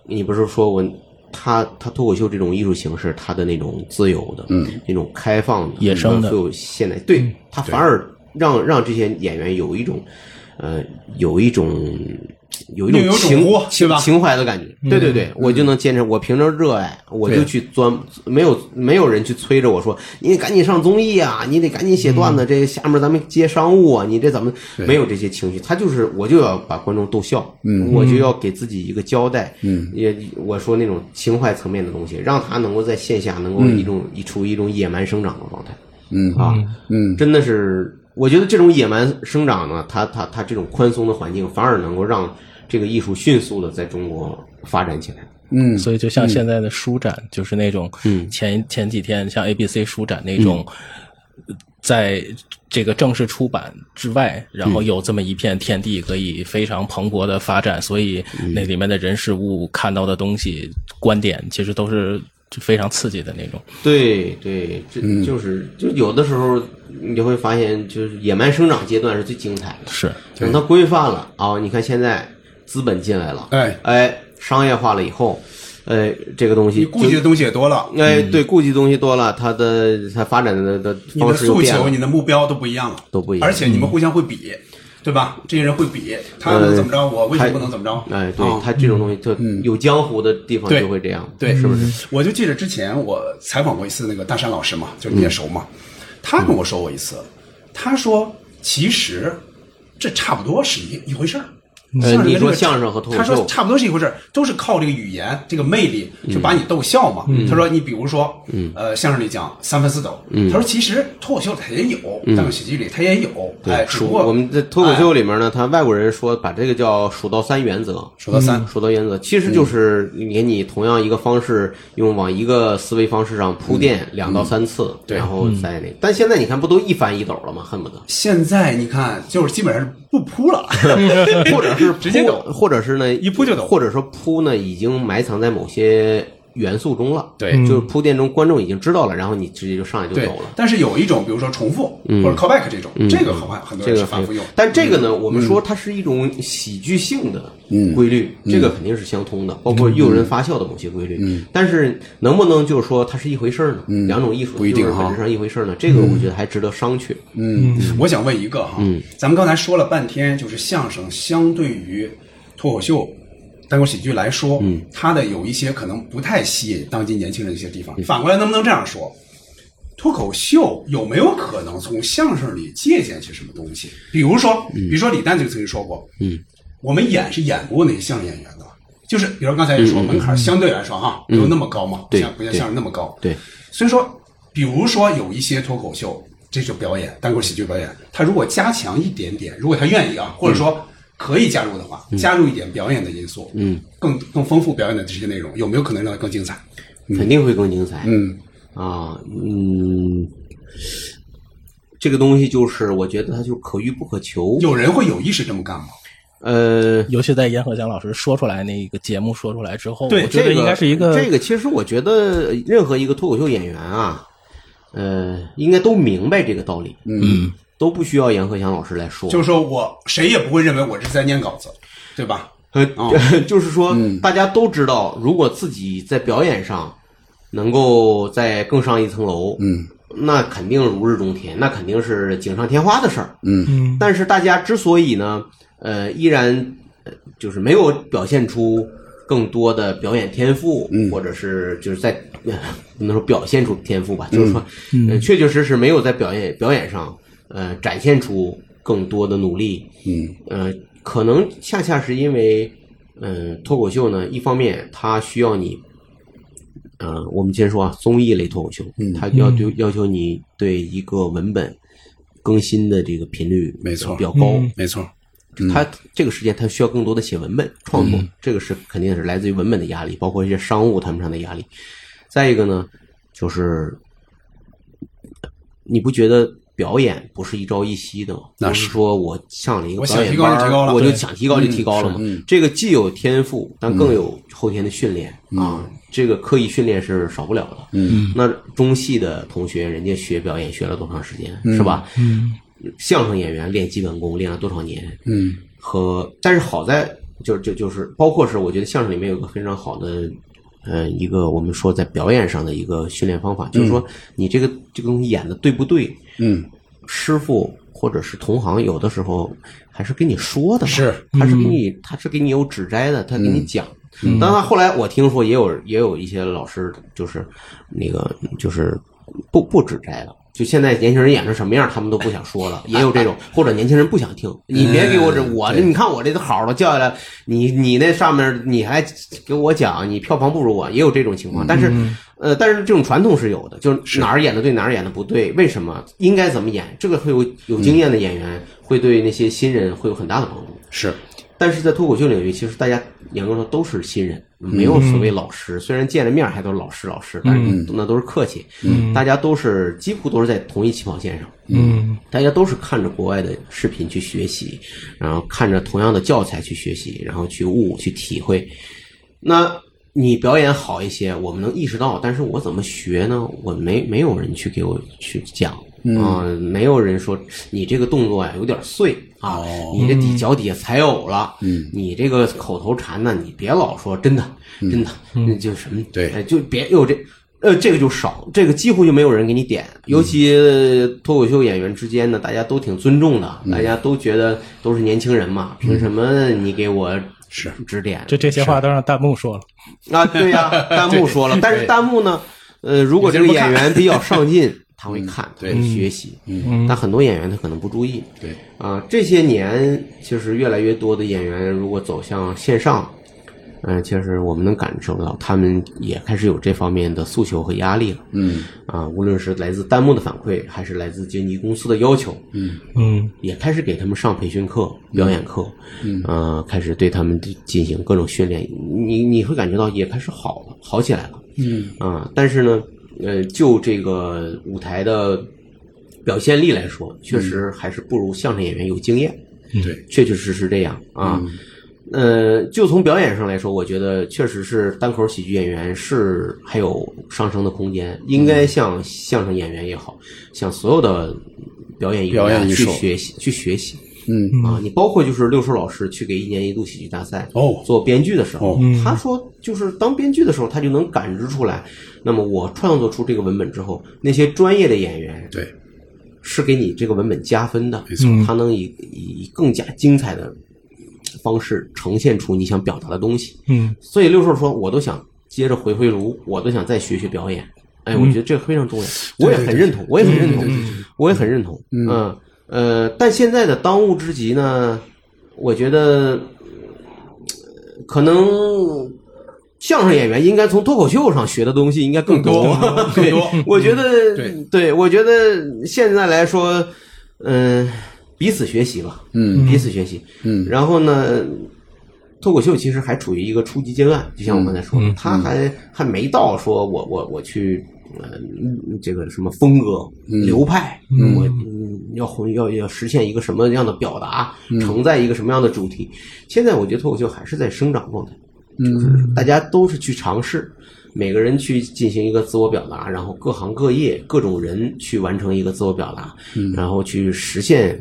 S1: 你不是说我他他脱口秀这种艺术形式，他的那种自由的，嗯，那种开放的、
S2: 野生的
S1: 所有现代，对他反而让让这些演员有一种，呃，有一种有一
S4: 另有种
S1: 情
S4: 活
S1: 情
S4: 对吧嗯
S1: 情怀的感觉。对对对，我就能坚持，我凭着热爱，我就
S4: 对
S1: 去钻，没有没有人去催着我说，你赶紧上综艺啊，你得赶紧写段
S4: 嗯
S1: 子，这下面咱们接商务啊，你这怎么没有这些情绪？他就是我就要把观众逗笑，嗯，我就要给自己一个交代，嗯，也我说那种情怀层面的东西，让他能够在线下能够
S4: 嗯
S1: 一种一处于一种野蛮生长的状态，嗯啊，嗯，真的是。我觉得这种野蛮生长呢，它它它这种宽松的环境，反而能够让这个艺术迅速的在中国发展起来。
S4: 嗯，
S2: 所以就像现在的书展，就是那种前、前几天像 ABC 书展那种，嗯在这个正式出版之外，然后有这么一片天地可以非常蓬勃的发展，所以那里面的人事物看到的东西、观点，其实都是非常刺激的那种。
S1: 对对，这就是就有的时候你会发现，就是野蛮生长阶段是最精彩的。
S2: 是，
S1: 等它规范了啊、你看现在资本进来了，
S4: 哎
S1: 哎，商业化了以后，呃，这个东西
S4: 你顾忌
S1: 就
S4: 的东西也多了，
S1: 哎，对，顾忌东西多了，它的它发展的的
S4: 你
S1: 方
S4: 的
S1: 式又
S4: 诉
S1: 变
S4: 求、
S1: 了
S4: 你。的目标都不一样了，
S1: 都不一样嗯
S4: 而且你们互相会比。对吧？这些人会比他能怎么着，我为什么不能怎么着？
S1: 呃哎，对
S4: 啊
S1: 他这种东西，就有江湖的地方
S4: 对
S1: 就会这样，
S4: 对，
S1: 是不是？
S4: 是？我就记得之前我采访过一次那个大山老师嘛，就你也熟嘛，他跟我说过一次，他说其实这差不多是一一回事儿。
S1: 呃
S4: 跟
S1: 你
S4: 这
S1: 说
S4: 个
S1: 相声和脱口
S4: 他说
S1: 秀
S4: 差不多是一回事儿，都是靠这个语言这个魅力
S1: 嗯
S4: 去把你逗笑嘛。他说你比如说，呃，相声里讲三分四抖，
S1: 嗯
S4: 他说其实脱口秀里他也有，单口喜剧里他也有，哎，只
S1: 数
S4: 不过
S1: 我们在脱口秀
S4: 哎
S1: 里面呢，他外国人说把这个叫数到三原则，
S4: 数到三
S1: 嗯数到原则，其实就是给你同样一个方式，用往一个思维方式上铺垫两到三次，
S4: 嗯对。
S1: 然后再那。但现在你看，不都一翻一抖了吗？恨不得
S4: 现在你看就是基本上是不铺
S1: [LAUGHS]
S4: 了，
S1: 或者是铺
S4: 哎直接抖
S1: 或者是呢
S4: 一铺就抖
S1: 或者说铺呢已经埋藏在某些元素中了，
S4: 对嗯
S1: 就是铺垫中观众已经知道了，然后你直接就上来就
S4: 对
S1: 抖了，。嗯
S4: 但是有一种，比如说重复或者 callback 这种，这个很很多
S1: 这
S4: 人
S1: 个
S4: 是反复用。
S1: 但这个呢，
S4: 嗯
S1: 我们说它是一种喜剧性的规律，
S4: 嗯
S1: 这个肯定是相通的，包括诱人发笑的某些规律。但是能不能就是说它是一回事儿呢？两种艺术
S4: 嗯不一定
S1: 就是
S4: 哈
S1: 本质上一回事儿呢？这个我觉得还值得商榷。
S4: 嗯，我想问一个哈，咱们刚才说了半天，就是相声相对于脱口秀、单口喜剧来说，它的有一些可能不太吸引当今年轻人的一些地方。反过来，能不能这样说？脱口秀有没有可能从相声里借鉴些什么东西？比如说，比如说李诞就曾经说过，嗯，我们演是演不过那些相声演员的，就是比如刚才也说，门槛相对来说哈，没有那么高嘛，不
S1: 对
S4: 像不像
S1: 对
S4: 相声那么高，
S1: 对，
S4: 所以说，比如说有一些脱口秀这种表演，单口喜剧表演，他如果加强一点点，如果他愿意啊，或者说可以加入的话，加入一点表演的因素，嗯，更更丰富表演的这些内容，有没有可能让它更精彩？
S1: 肯定会更精彩。
S4: 嗯
S1: 啊，嗯，这个东西就是我觉得它就可遇不可求。
S4: 有人会有意识这么干吗？
S1: 呃，
S2: 尤其在阎鹤祥老师说出来那个节目说出来之后，
S4: 对
S2: 我觉得应该是一
S1: 个
S2: 个
S1: 这个，其实我觉得任何一个脱口秀演员啊，呃，应该都明白这个道理，嗯，都不需要阎鹤祥老师来说，
S4: 就是说我谁也不会认为我是在念稿子，对吧？
S1: 呃，
S4: 哦嗯
S1: 就是说、大家都知道，如果自己在表演上能够再更上一层楼，嗯，那肯定如日中天，那肯定是锦上添花的事儿，
S2: 嗯
S1: 但是大家之所以呢，呃，依然呃就是没有表现出更多的表演天赋，或者是就是在呃不能说表现出天赋吧，就是说，呃，确确实实没有在表演表演上呃展现出更多的努力，
S4: 嗯，
S1: 呃，可能恰恰是因为，嗯、脱口秀呢，一方面它需要你。呃，我们先说啊，综艺类脱口秀，
S4: 嗯
S1: 它要对要求你对一个文本更新的这个频率
S4: 没错
S1: 比较高，
S2: 嗯
S4: 没错，
S1: 他这个时间他需要更多的写文本创作，这个是肯定是来自于文本的压力，包括一些商务他们上的压力。再一个呢，就是你不觉得表演不是一朝一夕的吗？
S4: 那
S1: 不
S4: 是
S1: 是说我上了一个
S4: 我想
S1: 表演
S4: 提高
S1: 班
S4: 就提高
S1: 儿，
S4: 了
S1: 我就
S4: 对
S1: 想提高就提高了嘛。
S4: 嗯
S1: 这个既有天赋，但更有后天的训练、啊，这个刻意训练是少不了的。嗯，那中戏的同学，人家学表演学了多长时间，是吧？嗯，相声演员练基本功练了多少年？
S4: 嗯，
S1: 和但是好在就就就是包括是我觉得相声里面有个非常好的。呃，一个我们说在表演上的一个训练方法，就是说你这个这个东西演的对不对，
S4: 嗯，
S1: 师傅或者是同行，有的时候还是跟你说的嘛，
S4: 是
S1: 他是给你，他是给你有指摘的，他给你讲。当然，后来我听说也有也有一些老师，就是那个就是不不指摘了。就现在年轻人演成什么样，他们都不想说了，也有这种，或者年轻人不想听。你别给我这，我这你看我这都好了叫下来，你你那上面你还给我讲，你票房不如我，也有这种情况。但是，呃，但是这种传统是有的，就是哪儿演的对，哪儿演的不对，为什么应该怎么演，这个会有有经验的演员会对那些新人会有很大的帮助。
S4: 是
S1: 但是在脱口秀领域，其实大家严格说都是新人，没有所谓老师。虽然见了面还都是老师老师，但是那都是客气。大家都是几乎都是在同一起跑线上。
S2: 嗯
S1: 大家都是看着国外的视频去学习，然后看着同样的教材去学习，然后去悟去体会。那你表演好一些，我们能意识到，但是我怎么学呢？我没没有人去给我去讲。啊、没有人说你这个动作呀有点碎啊，你这底脚底下踩偶了，嗯，你这个口头禅呢，你别老说真的，真的，那就什么
S4: 对
S1: 哎，就别有这。呃，这个就少，这个几乎就没有人给你点。尤其脱口秀演员之间呢，大家都挺尊重的，
S4: 嗯
S1: 大家都觉得都是年轻人嘛，凭什么你给我
S4: 是
S1: 指点？
S2: 这这些话都让弹幕说了，
S1: 啊，对
S4: [LAUGHS]
S1: 呀、弹幕说了，但是弹幕呢，呃，如果这个演员比较上进，他会看，
S4: 嗯对
S1: 他会学习，
S4: 嗯，
S1: 但很多演员他可能不注意，
S4: 对，
S1: 啊，这些年其实越来越多的演员如果走向线上，嗯、其实我们能感受到他们也开始有这方面的诉求和压力了，
S4: 嗯
S1: 啊，无论是来自弹幕的反馈，还是来自经纪公司的要求，
S4: 嗯
S2: 嗯
S1: 也开始给他们上培训课、表演课，嗯，呃，开始对他们进行各种训练，你你会感觉到也开始好了，好起来了，
S4: 嗯
S1: 啊、但是呢，呃，就这个舞台的表现力来说，确实还是不如相声演员有经验，
S4: 对，
S1: 确确实实这样啊。
S4: 嗯
S1: 呃，就从表演上来说，我觉得确实是单口喜剧演员是还有上升的空间，应
S4: 嗯
S1: 该像相声演员也好，像所有的表演艺术
S4: 表
S1: 家
S4: 演艺
S1: 去
S4: 术
S1: 学习去学习。
S4: 嗯
S1: 啊，你包括就是六叔老师去给一年一度喜剧大赛
S4: 哦
S1: 做编剧的时候
S4: 哦，
S1: 他说就是当编剧的时候，他就能感知出来。那么我创作出这个文本之后，那些专业的演员
S4: 对，
S1: 是给你这个文本加分的，
S4: 没错
S1: 他能以以以更加精彩的方式呈现出你想表达的东西。
S2: 嗯，
S1: 所以六叔说，我都想接着回回炉，我都想再学学表演。哎，
S4: 嗯
S1: 我觉得这个非常重要，我也很认同，我也很认同，嗯我也很认同。嗯呃，但现在的当务之急呢，我觉得呃可能。相声演员应该从脱口秀上学的东西应该更多， [LAUGHS]
S4: 更多嗯
S1: 对我觉得，
S4: 对
S1: 我觉得现在来说，嗯、彼此学习吧，
S4: 嗯，
S1: 彼此学习，
S4: 嗯
S1: 然后呢，脱口秀其实还处于一个初级阶段，就像我刚才
S4: 嗯
S1: 说的，他还还没到说我我我去呃嗯这个什么风格、流派，我嗯要回要要实现一个什么样的表达，
S4: 嗯
S1: 承载一个什么样的主题。现在我觉得脱口秀还是在生长状态，就是大家都是去尝试。每个人去进行一个自我表达，然后各行各业、各种人去完成一个自我表达，然后去实现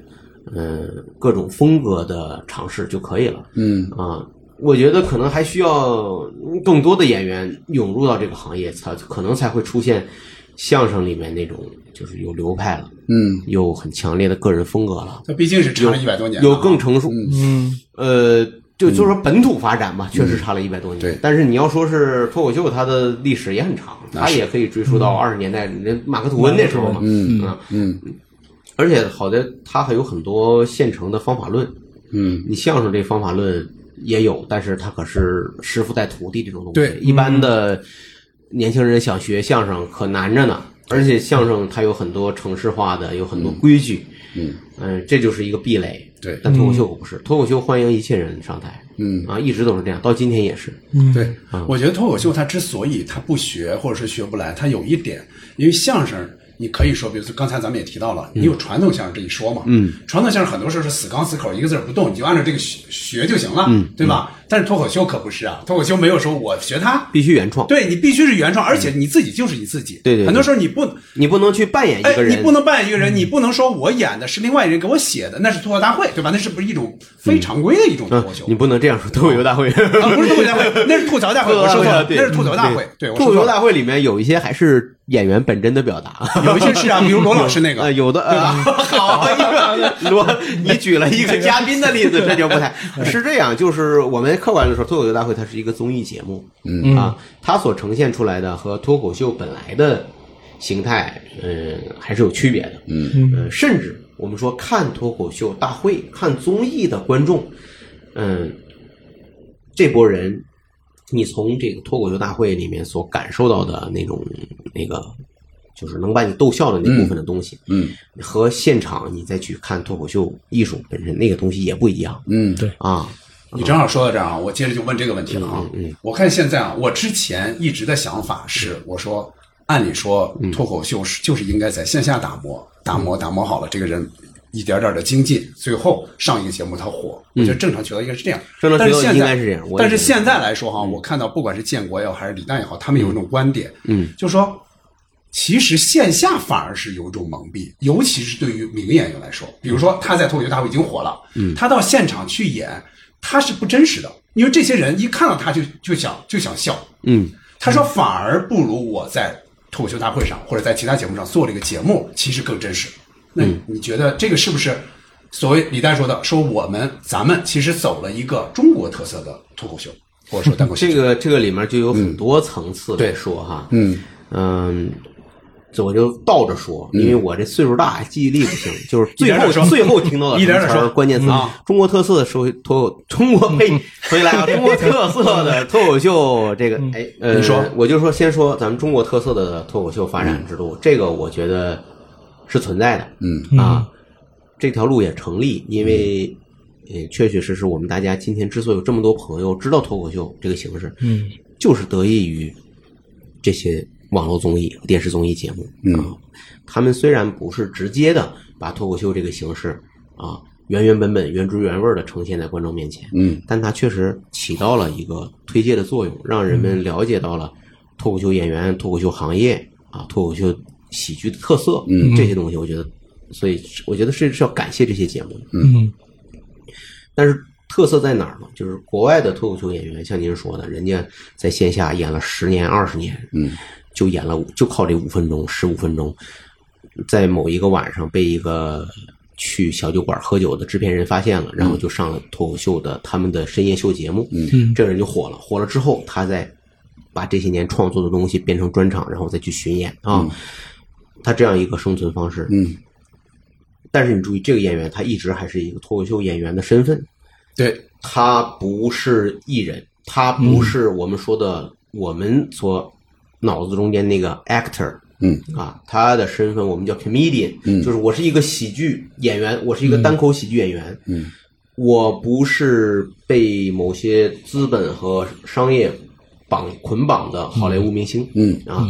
S1: 嗯各种风格的尝试就可以了。
S4: 嗯
S1: 啊，我觉得可能还需要更多的演员涌入到这个行业，才可能才会出现相声里面那种就是有流派了，
S4: 嗯，
S1: 有很强烈的个人风格了，
S4: 它毕竟是差了一百多年了啊，
S1: 有更成熟，
S2: 嗯
S1: 呃，就就是说本土发展吧，确实差了一百多年。
S4: 对
S1: 但是你要说是脱口秀，它的历史也很长，它也可以追溯到二十年代，人马克吐温那时候嘛，嗯
S4: 嗯
S1: 而且好在它还有很多现成的方法论，
S4: 嗯，
S1: 你相声这方法论也有，但是它可是师傅带徒弟这种东西。
S4: 对
S1: 一般的年轻人想学相声可难着呢。而且相声它有很多城市化的，有很多规矩，
S4: 嗯
S1: 嗯、这就是一个壁垒。
S4: 对
S1: 但脱口秀不是，脱口秀欢迎一切人上台，
S4: 嗯
S1: 啊，一直都是这样，到今天也是，
S4: 对，
S1: 嗯
S4: 我觉得脱口秀它之所以它不学或者是学不来，它有一点，因为相声。你可以说，比如说刚才咱们也提到了，你有传统相声这一说嘛，嗯，传统相声很多时候是死刚死口，一个字儿不动，你就按照这个学学就行了，嗯，对吧？但是脱口秀可不是啊，脱口秀没有说我学它，
S1: 必须原创。
S4: 对你必须是原创，而且你自己就是你自己，
S1: 嗯对对对
S4: 很多时候你不，
S1: 你不能去扮演一
S4: 哎
S1: 个，人，嗯
S4: 你不能扮演一个人，你不能说我演的是另外一个人给我写的，那是吐槽大会，对吧？那是不是一种非常规的一种脱口
S1: 嗯
S4: 秀？，
S1: 你不能这样说。脱口秀大会，[LAUGHS]
S4: [LAUGHS] 啊，不是吐槽大会，那是吐槽大会，我说错了，
S1: 对
S4: 那是吐槽大会，对，我
S1: 脱口
S4: 说
S1: 秀
S4: 错了。
S1: 大会里面有一些还是演员本真的表达，
S4: 有一些是啊，比如罗老师那
S1: 啊，
S4: 个，
S1: 有的啊，
S4: [LAUGHS]
S1: 好一
S4: 啊
S1: 个 [LAUGHS] 罗，你举了一个嘉宾的例子，这就不
S4: [LAUGHS]
S1: 太是这样。就是我们客观的说，脱口秀大会它是一个综艺节目，嗯啊，它所呈现出来的和脱口秀本来的形态，嗯，还是有区别的，嗯呃，甚至我们说看脱口秀大会、看综艺的观众，嗯，这波人。你从这个脱口秀大会里面所感受到的那种那个，就是能把你逗笑的那部分的东西，
S4: 嗯
S1: 和现场你再去看脱口秀艺术本身那个东西也不一样
S4: 嗯，
S1: 啊。
S4: 你正好说到这儿啊，我接着就问这个问题了啊
S1: 嗯嗯。
S4: 我看现在啊，我之前一直的想法是，我说，按理说脱口秀是就是应该在线下打磨，打磨打磨好了，这个人一点点的精进，最后上一个节目他火，我觉得正常渠道应该是这样。
S1: 正常
S4: 但
S1: 渠道
S4: 是现
S1: 应
S4: 在
S1: 该是这样我也
S4: 但是
S1: 觉得嗯
S4: 现在来说哈，我看到不管是建国也好，还是李诞也好，他们有一种观点，
S1: 嗯，
S4: 就说其实线下反而是有一种蒙蔽，尤其是对于名演员来说，比如说他在脱口秀大会已经火了，
S1: 嗯
S4: 他到现场去演，他是不真实的，因为这些人一看到他就就想就想笑，
S1: 嗯
S4: 他说反而不如我在脱口秀大会上或者在其他节目上做了一个节目，其实更真实。那你觉得这个是不是所谓李诞说的，说我们咱们其实走了一个中国特色的脱口秀，或者说单口喜
S1: 这
S4: 剧？
S1: 个这个里面就有很多层次来
S4: 嗯对
S1: 说哈，
S4: 嗯
S1: 嗯，这我就倒着说，因为我这岁数大，记忆力不行，就是最
S4: 嗯一点
S1: 后
S4: 点说
S1: 最后听到的
S4: 一点点
S1: 什么词儿
S4: 说
S1: 关键词
S4: 啊，
S1: 中国特色的社会脱口，中国呸，
S4: 嗯
S1: 回来
S4: [LAUGHS]
S1: 啊，中国特色的脱口秀这个，哎，呃
S4: 嗯你说
S1: 我就说先说咱们中国特色的脱口秀发展之路，这个我觉得是存在的，
S4: 嗯
S1: 啊，这条路也成立，因为呃，确确实实我们大家今天之所以有这么多朋友知道脱口秀这个形式，
S2: 嗯，
S1: 就是得益于这些网络综艺、电视综艺节目。
S4: 嗯
S1: 啊，他们虽然不是直接的把脱口秀这个形式啊原原本本、原汁原味的呈现在观众面前，
S4: 嗯
S1: 但它确实起到了一个推介的作用，让人们了解到了脱口秀演员、脱口秀行业啊、脱口秀喜剧的特色，嗯，这些东西，我觉得，所以我觉得是是要感谢这些节目的，
S2: 嗯
S1: 但是特色在哪儿呢？就是国外的脱口秀演员，像您说的，人家在线下演了十年、二十年，嗯，就演了五，就靠这五分钟、十五分钟，在某一个晚上被一个去小酒馆喝酒的制片人发现了，然后就上了脱口秀的他们的深夜秀节目，嗯，这个人就火了，火了之后，他再把这些年创作的东西变成专场，然后再去巡演啊。他这样一个生存方式，
S4: 嗯，
S1: 但是你注意，这个演员他一直还是一个脱口秀演员的身份，
S4: 对，
S1: 他不是艺人，他不是我们说的、我们所脑子中间那个 actor
S4: 嗯
S1: 啊，他的身份我们叫 comedian，、就是我是一个喜剧演员，我是一个单口喜剧演员，
S4: 嗯，
S1: 我不是被某些资本和商业绑捆绑的好莱坞明星，
S4: 嗯
S1: 啊。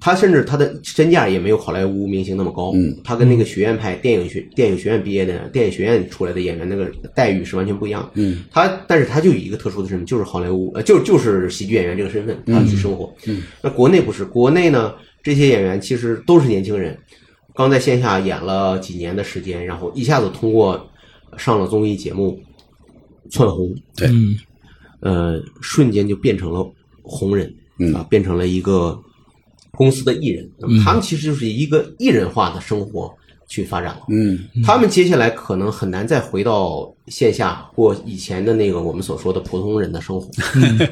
S1: 他甚至他的身价也没有好莱坞明星那么高，
S4: 嗯
S1: 他跟那个学院派电影学电影学院毕业的电影学院出来的演员那个待遇是完全不一样，
S4: 嗯，
S1: 他但是他就以一个特殊的身份，就是好莱坞呃，就就是喜剧演员这个身份，他去生活，嗯，那国内不是，国内呢这些演员其实都是年轻人，刚在线下演了几年的时间，然后一下子通过上了综艺节目窜红，
S2: 嗯
S1: 呃，瞬间就变成了红人，
S4: 嗯
S1: 啊，变成了一个公司的艺人。那么他们其实就是以一个艺人化的生活去发展了。
S4: 嗯
S1: 他们接下来可能很难再回到线下过以前的那个我们所说的普通人的生活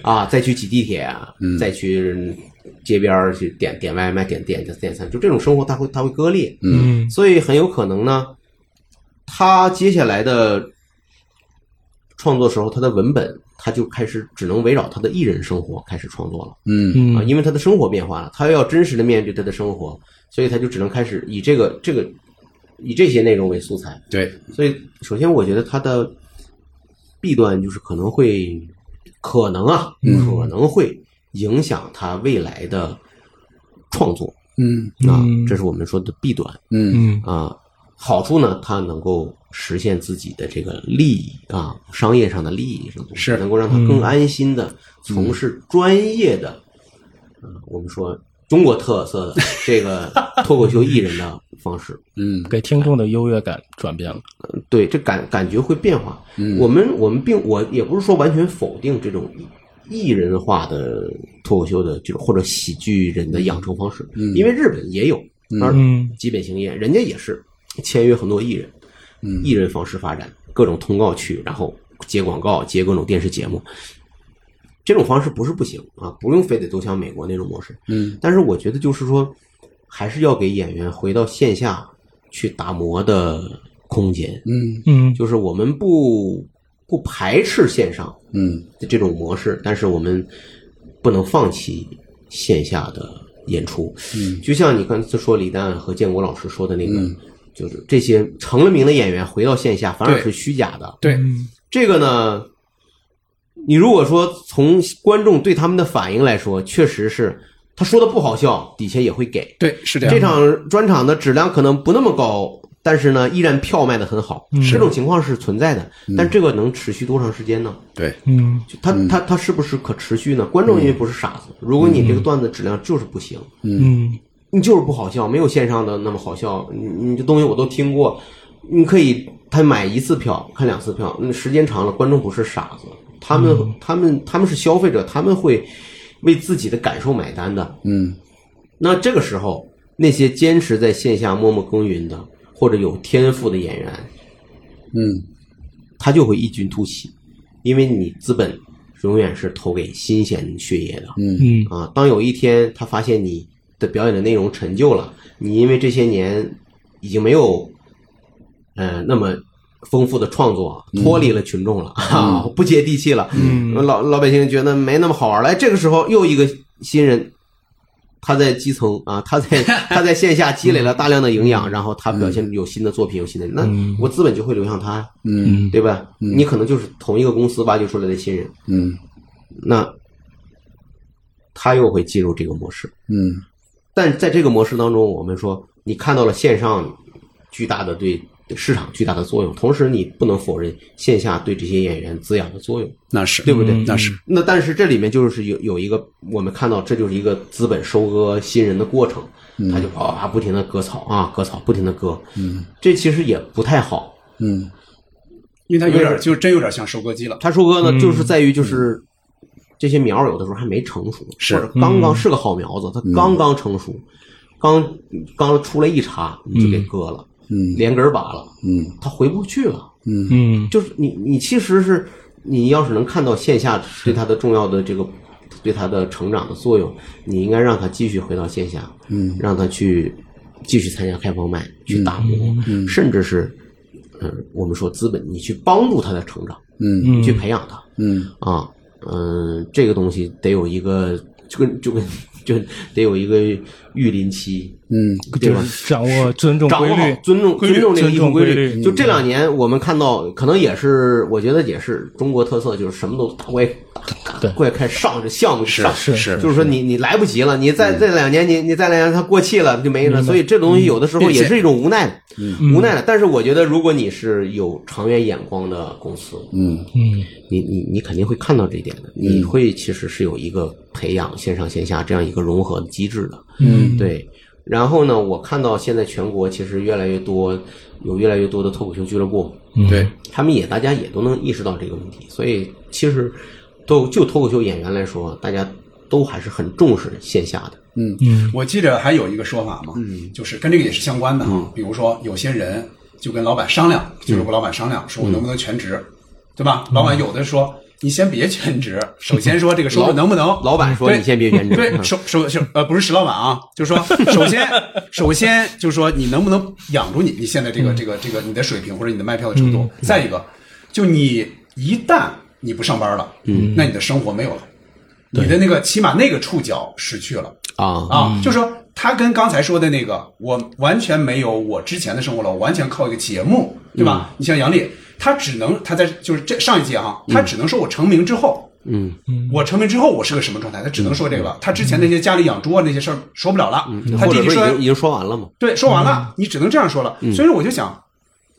S1: 啊，再去挤地铁啊，再去街边儿去点点外卖、点点点餐，就这种生活，它会它会割裂。嗯，
S2: 嗯
S1: 所以很有可能呢，他接下来的创作时候，他的文本他就开始只能围绕他的艺人生活开始创作了、
S4: 嗯
S1: 啊，
S2: 嗯
S1: 因为他的生活变化了，他要真实的面对他的生活，所以他就只能开始以这个这个以这些内容为素材。
S4: 对，
S1: 所以，首先我觉得他的弊端就是可能会可能啊，
S2: 嗯
S1: 可能会影响他未来的创作
S4: 嗯
S1: 啊
S2: 嗯，
S1: 这是我们说的弊端。
S4: 嗯
S2: 嗯
S1: 啊，好处呢，它能够实现自己的这个利益啊，商业上的利益
S4: 是
S1: 能够让他更安心的从事专业的，啊，我们说中国特色的这个脱口秀艺人的方式。
S4: 嗯
S2: 给听众的优越感转变了，
S1: 对，这感感觉会变化。
S4: 嗯
S1: 我们我们并我也不是说完全否定这种艺人化的脱口秀的这种或者喜剧人的养成方式，因为日本也有，而
S2: 嗯
S1: 基本行业人家也是签约很多艺人，艺人方式发展，各种通告去，然后接广告，接各种电视节目。这种方式不是不行啊，不用非得都像美国那种模式。
S4: 嗯，
S1: 但是我觉得就是说，还是要给演员回到线下去打磨的空间。
S4: 嗯
S2: 嗯
S1: 就是我们不不排斥线上
S4: 嗯
S1: 的这种模式，但是我们不能放弃线下的演出。嗯，就像你刚才说李诞和建国老师说的那个，就是这些成了名的演员回到线下反而
S4: 对
S1: 是虚假的。
S4: 对，
S2: 嗯
S1: 这个呢，你如果说从观众对他们的反应来说，确实是他说的不好笑，底下也会给。
S4: 对，啊是这样。
S1: 这场专场的质量可能不那么高，但是呢，依然票卖的很好，这种情况是存在的。但这个能持续多长时间呢？
S4: 对，
S2: 嗯
S1: 就它它它是不是可持续呢？观众因为不是傻子，如果你这个段子质量就是不行，
S2: 嗯
S1: 你就是不好笑，没有线上的那么好笑，你你这东西我都听过，你可以他买一次票看两次票，那时间长了，观众不是傻子，他们
S2: 嗯
S1: 他们他们是消费者，他们会为自己的感受买单的，
S4: 嗯
S1: 那这个时候，那些坚持在线下默默耕耘的，或者有天赋的演员，
S4: 嗯，
S1: 他就会异军突起，因为你资本永远是投给新鲜血液的。
S2: 嗯
S1: 啊，当有一天他发现你的表演的内容陈旧了，你因为这些年已经没有，呃，那么丰富的创作，脱离了群众了，啊，不接地气了，嗯，老老百姓觉得没那么好玩了。哎，这个时候又一个新人。他在基层啊，他在他在线下积累了大量的营养，然后他表现有新的作品，有新的那我资本就会流向他，
S4: 嗯
S1: 对吧？你可能就是同一个公司挖掘出来的新人，
S4: 嗯
S1: 那他又会进入这个模式。
S4: 嗯
S1: 但在这个模式当中，我们说你看到了线上巨大的对对市场巨大的作用，同时你不能否认线下对这些演员滋养的作用。
S4: 那是
S1: 对不对
S4: 那是
S1: 那但是这里面就是有有一个，我们看到这就是一个资本收割新人的过程，他就啊不停的割草啊割草，不停的割，嗯，这其实也不太好。
S4: 嗯，因为它有点就真有点像收割机了。
S1: 他收割呢，
S4: 嗯
S1: 就是在于就是这些苗儿有的时候还没成熟，
S4: 是嗯
S1: 或者刚刚是个好苗子，它刚刚成熟，刚刚出来一茬你就给割了，
S4: 嗯
S1: 连根儿拔了，
S4: 嗯
S1: 它回不去了。
S4: 嗯
S2: 嗯
S1: 就是你你其实是你要是能看到线下对它的重要的这个对它的成长的作用，你应该让它继续回到线下，
S4: 嗯，
S1: 让它去继续参加开放麦，去打磨，甚至是。嗯，我们说资本，你去帮助它的成长，
S4: 嗯
S1: 你去培养它，
S4: 嗯
S1: 啊，嗯，这个东西得有一个，就跟就跟就得有一个育林期，
S4: 嗯
S1: 对
S2: 就
S1: 吧？
S2: 是掌握尊重
S1: 掌
S2: 规
S1: 握好
S2: 律，
S1: 尊重
S2: 规律
S1: 尊重这个艺术规
S2: 尊重规律嗯
S1: 就这两年我们看到，可能也是我觉得也是中国特色，就是什么都大快大大快开上，这项目上
S4: 是是
S1: 就是说你你来不及了，你
S2: 嗯
S1: 再这两年你你再两年它过气了就没了，所以这东西有的时候也是一种无奈的，
S2: 嗯
S1: 无奈的。但是我觉得，如果你是有长远眼光的公司，
S4: 嗯
S2: 嗯
S1: 你你你肯定会看到这一点的，你会其实是有一个培养线上线下这样一个融合的机制的，
S2: 嗯
S1: 对。然后呢，我看到现在全国其实越来越多，有越来越多的脱口秀俱乐部，
S4: 对
S1: 他们也大家也都能意识到这个问题，所以其实都就脱口秀演员来说，大家都还是很重视线下的，
S4: 嗯
S2: 嗯，
S4: 我记着还有一个说法嘛，就是跟这个也是相关的哈。比如说有些人就跟老板商量，俱乐部老板商量说，我能不能全职，对吧？老板有的说。你先别全职，首先说这个收入能不能？
S1: 老板说
S4: 对
S1: 你先别全职
S4: 对，
S1: 嗯
S4: 首首首呃不是石老板啊，就是说首先首先就是说你能不能养住你你现在这个这个这个你的水平或者你的卖票的程度。再一个，就你一旦你不上班了，嗯，那你的生活没有了，你的那个起码那个触角失去了。
S1: 啊
S4: 啊，就说他跟刚才说的那个，我完全没有我之前的生活了，我完全靠一个节目，
S1: 嗯
S4: 对吧？你像杨笠，他只能他在就是这上一届哈、他只能说我成名之后，
S1: 嗯，
S4: 我成名之后我是个什么状态，他只能说这个了。他之前那些家里养猪啊那些事儿说不了了，他
S1: 嗯或
S4: 弟
S1: 者
S4: 弟
S1: 说
S4: 说
S1: 已经已经说完了嘛，
S4: 对，说完
S1: 嗯
S4: 了，你只能这样说了。所以说，我就想，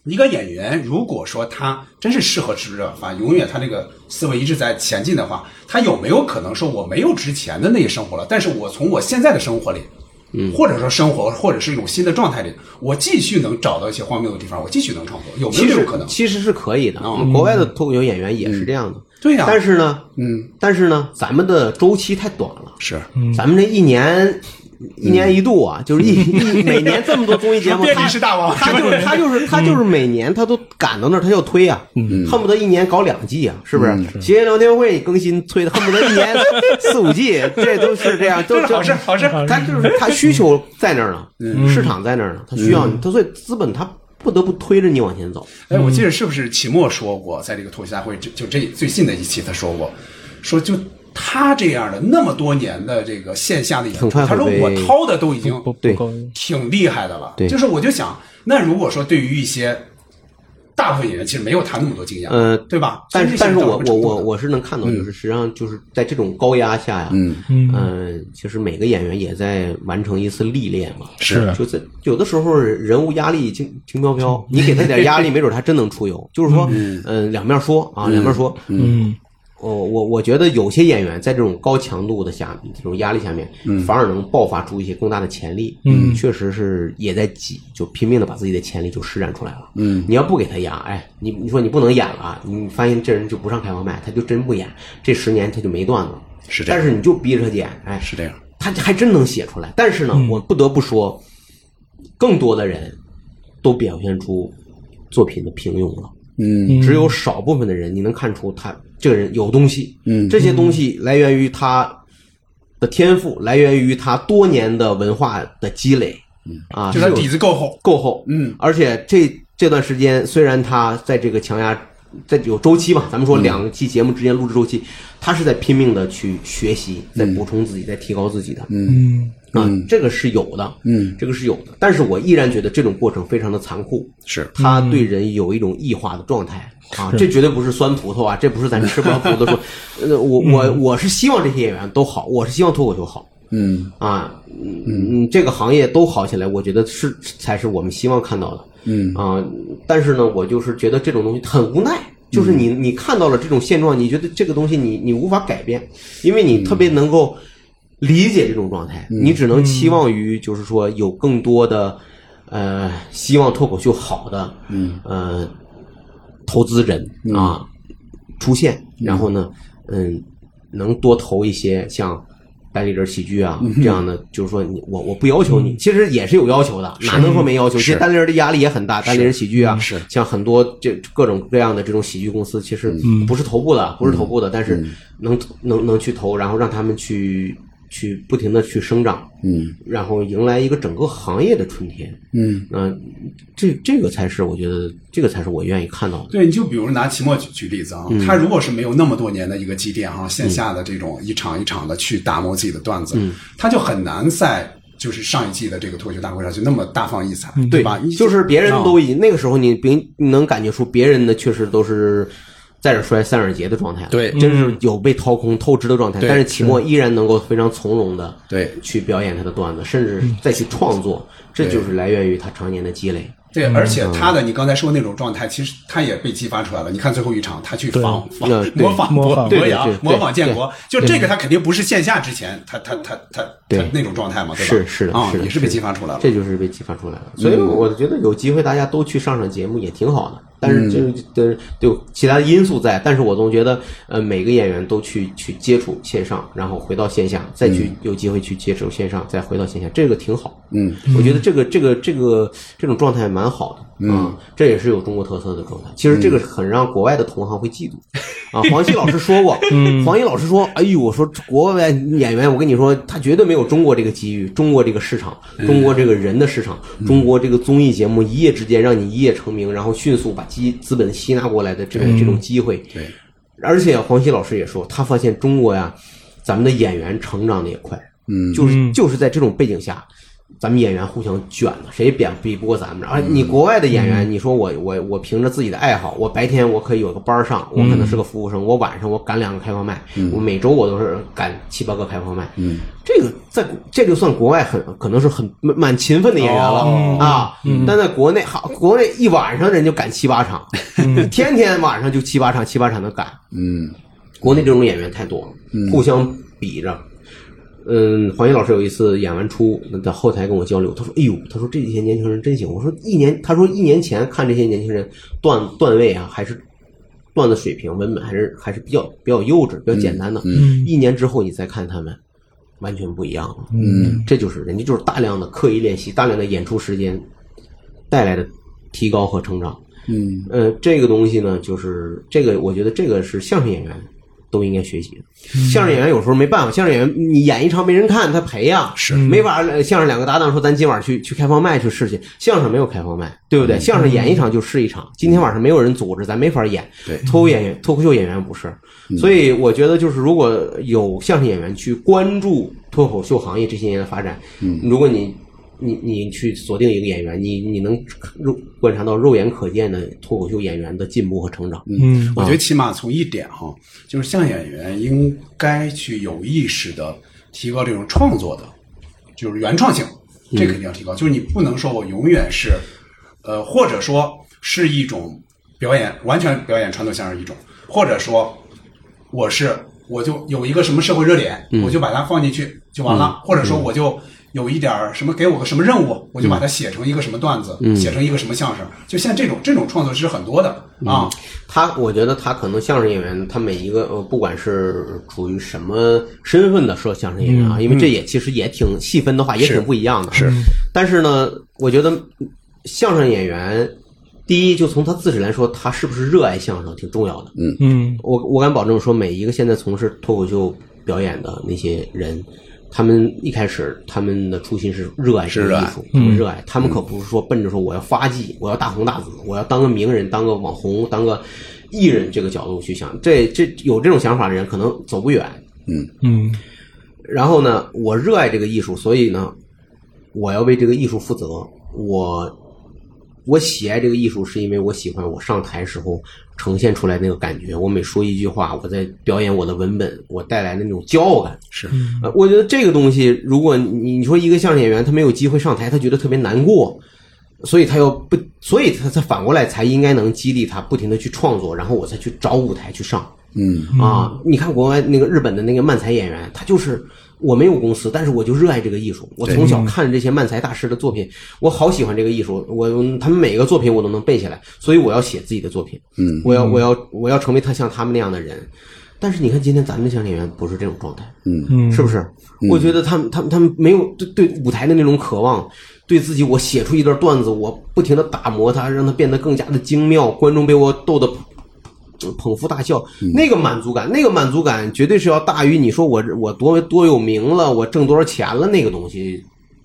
S4: 一个演员如果说他真是适合吃这饭，永远他那个思维一直在前进的话，他有没有可能说我没有之前的那些生活了，但是我从我现在的生活里，嗯，或者说生活或者是一种新的状态里，我继续能找到一些荒谬的地方，我继续能创作，有没有
S1: 其
S4: 这
S1: 实
S4: 种可能？嗯
S1: 其实是可以的，国外的脱口秀演员也是这样的，
S4: 对呀
S1: 但是呢，
S4: 嗯，
S1: 但是呢，咱们的周期太短了，
S4: 是，
S1: 咱们这一年。一
S4: 嗯
S1: 年一度啊，就是
S4: [LAUGHS]
S1: 一一每年这么多综艺节目，
S4: 变
S1: 他
S4: 历史大王
S1: 他就是他就是
S4: 嗯
S1: 他就是每年他都赶到那儿，他就推啊，恨不得一年搞两季啊，是不
S4: 嗯
S1: 是？谐音聊天会更新催的，恨不得一
S4: [LAUGHS]
S1: 年四五季，这都是这样，都
S4: 这是好事好事嗯
S1: 他就是他需求在那儿呢，市场在那儿呢，他需要你，他所以资本他不得不推着你往前走，
S4: 哎，我记得是不是齐墨说过，在这个脱口秀大会这就这最近的一期，他说过，说就他这样的那么多年的这个线下的演
S1: 很
S4: 出，
S1: 快
S4: 他说
S1: 会被
S4: 我掏的都已经
S2: 不不
S1: 对
S2: 够，
S4: 挺厉害的了。
S1: 对
S4: 就是我就想，那如果说对于一些大部分演员，其实没有他那么多经验，
S1: 呃
S4: 对吧？
S1: 但是，
S4: 所
S1: 但
S4: 以
S1: 是
S4: 这些
S1: 我
S4: 人
S1: 我
S4: 到
S1: 我
S4: 什
S1: 我是
S4: 么程度呢
S1: 能看到，就是实际上就是在这种高压下呀，
S4: 嗯
S1: 嗯、其实每个演员也在完成一次历练嘛，
S2: 是
S1: 就在有的时候人物压力轻轻飘飘，你给他点压力，没准他真能出油。就是说，嗯、两面说啊，两面说，
S2: 嗯
S1: 我呃我我觉得有些演员在这种高强度的下，这种压力下面，
S4: 嗯
S1: 反而能爆发出一些更大的潜力。嗯，确实是也在挤，就拼命的把自己的潜力就施展出来了。嗯，你要不给他压，哎，你你说你不能演了啊，你发现这人就不上开放麦，他就真不演，这十年他就没段子了。
S4: 是这样
S1: 但是你就逼着他演，哎，
S4: 是这样，
S1: 他还真能写出来。但是呢，
S4: 嗯
S1: 我不得不说，更多的人都表现出作品的平庸了。
S4: 嗯
S1: 只有少部分的人，你能看出他这个人有东西。
S4: 嗯
S1: 这些东西来源于他的天赋，来源于他多年的文化的积累。啊，
S4: 就是他
S1: 有
S4: 底子够厚。
S1: 够厚。
S4: 嗯
S1: 而且这这段时间，虽然他在这个强压，在有周期嘛，咱们说
S4: 嗯
S1: 两期节目之间录制周期，他是在拼命的去学习，在补充自己，在提高自己的。
S4: 嗯
S1: 啊，这个是有的，
S4: 嗯，
S1: 这个是有的。但是我依然觉得这种过程非常的残酷，
S4: 是
S1: 它对人有一种异化的状态。啊，这绝对不是酸葡萄啊，这不是咱吃不了葡萄说， [LAUGHS] 呃，我我我是希望这些演员都好，我是希望脱口秀好，
S4: 嗯
S1: 啊，嗯嗯，这个行业都好起来，我觉得是才是我们希望看到的。
S4: 嗯
S1: 啊，但是呢，我就是觉得这种东西很无奈，就是你你看到了这种现状，你觉得这个东西你你无法改变，因为你特别能够理解这种状态，你只能期望于就是说有更多的呃，希望脱口秀好的，嗯呃，投资人啊出现，然后呢，嗯，能多投一些像。单立人喜剧啊，
S4: 嗯
S1: 这样的就是说你，我我不要求你，其实也是有要求的，哪能说没要求？其实单立人的压力也很大，单立人喜剧啊，
S4: 嗯是
S1: 像很多这各种各样的这种喜剧公司，其实
S4: 嗯
S1: 不是头部的，不是头部的，但是能能能去投，然后让他们去去不停的去生长，
S4: 嗯
S1: 然后迎来一个整个行业的春天。
S4: 嗯，
S1: 嗯、这这个才是我觉得，这个才是我愿意看到的。
S4: 对，你就比如拿秦墨举举例子啊，
S1: 嗯
S4: 他如果是没有那么多年的一个积淀哈，线下的这种一场一场的去打磨自己的段子，
S1: 嗯
S4: 他就很难在就是上一季的这个脱口秀大会上去那么大放异彩，对吧？你
S1: 嗯
S4: 啊
S1: 就是别人
S4: 哦
S1: 都已那个时候你别你能感觉出别人的确实都是在这摔三耳节的状态了，
S4: 对
S1: 真是有被掏空透支的状态。
S4: 对
S1: 但是启墨依然能够非常从容的
S4: 对
S1: 去表演他的段
S4: 嗯
S1: 子，甚至再去创作，这就是来源于他常年的积累。
S4: 对，而且
S1: 嗯
S4: 他的你刚才说那种状态，其实他也被激发出来了。你看最后一场，他去仿仿
S1: 嗯对
S4: 模仿
S2: 模
S4: 博
S2: 仿
S4: 博洋
S1: 对对，对嗯
S4: 模仿建国，就这个他肯定不是线下之前他他他他他
S1: 对
S4: 那种状态嘛，对吧？
S1: 是是的
S4: 啊
S1: 是，的
S4: 也是被激发出来了。
S1: 这就是被激发出来了。所以我觉得有机会大家都去上上节目也挺好的，但是这
S4: 嗯
S1: 的有其他的因素在，但是我总觉得呃每个演员都去去接触线上，然后回到线下，再去有机会去接触线上，再回到线下，这个挺好。
S4: 嗯，
S1: 我觉得这个这个这个这种状态蛮好的。嗯，这也是有中国特色的状态。其实这
S4: 嗯
S1: 个很让国外的同行会嫉妒啊。黄西老师说过， [LAUGHS] 黄西老师说：“哎呦，我说国外演员，我跟你说，他绝对没有中国这个机遇，中国这个市场，中国这个人的市场，中国这个综艺节目一夜之间让你一夜成名，然后迅速把基资本吸纳过来的这种这种机会。”
S4: 对，
S1: 而且黄西老师也说，他发现中国呀，咱们的演员成长的也快，
S4: 嗯
S1: 就是就是在这种背景下，咱们演员互相卷了，谁也比比不过咱们。而啊
S4: 嗯
S1: 你国外的演员，你说我我我凭着自己的爱好，我白天我可以有个班儿上，我可
S4: 嗯
S1: 能是个服务生，我晚上我赶两个开放麦，我每周我都是赶七八个开放麦，
S4: 嗯，
S1: 这个在这就算国外很可能是很蛮蛮勤奋的演员了、
S4: 哦
S1: 啊，但在国内好，国内一晚上人就赶七八场， [LAUGHS] 天天晚上就七八场七八场的赶，
S4: 嗯
S1: 国内这种演员太多了，互相比着。嗯，黄英老师有一次演完出，在后台跟我交流，他说：“哎呦，他说这些年轻人真行。”我说：“一年，他说一年前看这些年轻人段段位啊，还是段子水平、文本还是还是比较比较幼稚、比较简单的。一年之后你再看他们，完全不一样了。
S4: 嗯，
S1: 这就是人家就是大量的刻意练习、大量的演出时间带来的提高和成长。
S4: 嗯，
S1: 呃，这个东西呢，就是这个，我觉得这个是相声演员都应该学习的。
S4: 嗯
S1: 相声演员有时候没办法，相声演员你演一场没人看，他赔呀、
S4: 是
S1: 没法。呃相声两个搭档说咱今晚去去开放麦去试去，相声没有开放麦，对
S4: 嗯
S1: 不对？相声演一场就是一场，今天晚上没有人组织，咱没法演。
S4: 对
S1: 脱口演员、脱口秀演员不是，
S4: 嗯
S1: 所以我觉得就是如果有相声演员去关注脱口秀行业这些年的发展，
S4: 嗯
S1: 如果你你你去锁定一个演员，你你能肉观察到肉眼可见的脱口秀演员的进步和成长。
S2: 嗯
S4: 我觉得起码从一点哈，就是像演员应该去有意识的提高这种创作的，就是原创性，这肯定要提高。就是你不能说我永远是，呃，或者说是一种表演，完全表演传统相声一种，或者说我是我就有一个什么社会热点，我就把它放进去就完了，或者说我就有一点儿什么给我个什么任务，我就把它写成一个什么段子，写成一个什么相声。就现在这种这种创作是很多的啊，
S1: 他，我觉得他可能相声演员，他每一个呃，不管是处于什么身份的说相声演员啊，因为这也其实也挺细分的话，也挺不一样的。
S4: 嗯是，
S1: 但是呢，我觉得相声演员，第一就从他自己来说，他是不是热爱相声挺重要的。
S2: 嗯
S1: 我我敢保证说，每一个现在从事脱口秀表演的那些人，他们一开始他们的初心是热爱这
S4: 是
S1: 个
S4: 热
S1: 艺
S4: 爱
S1: 术，他们热爱，他们可不是说奔着说我要发迹，我要大红大紫，我要当个名人，当个网红，当个艺人这个角度去想。这这有这种想法的人，可能走不远。
S2: 嗯
S1: 然后呢，我热爱这个艺术，所以呢，我要为这个艺术负责。我我喜爱这个艺术，是因为我喜欢我上台时候呈现出来那个感觉。我每说一句话，我在表演我的文本，我带来的那种骄傲感。
S4: 是
S1: 呃，我觉得这个东西，如果你你说一个相声演员他没有机会上台，他觉得特别难过，所以他又不，所以他他反过来才应该能激励他不停的去创作，然后我才去找舞台去上。
S4: 嗯，
S1: 啊，你看国外那个日本的那个漫才演员，他就是我没有公司，但是我就热爱这个艺术。我从小看着这些漫才大师的作品，我好喜欢这个艺术，我他们每个作品我都能背下来，所以我要写自己的作品。嗯，我要我要我要成为他像他们那样的人。但是你看，今天咱们的相声演员不是这种状态，嗯，是不是？我觉得他们、他们、他们没有对对舞台的那种渴望，对自己，我写出一段段子，我不停的打磨它，让它变得更加的精妙，观众被我逗得捧腹大笑，那个满足感，那个满足感绝对是要大于你说我我多多有名了，我挣多少钱了那个东西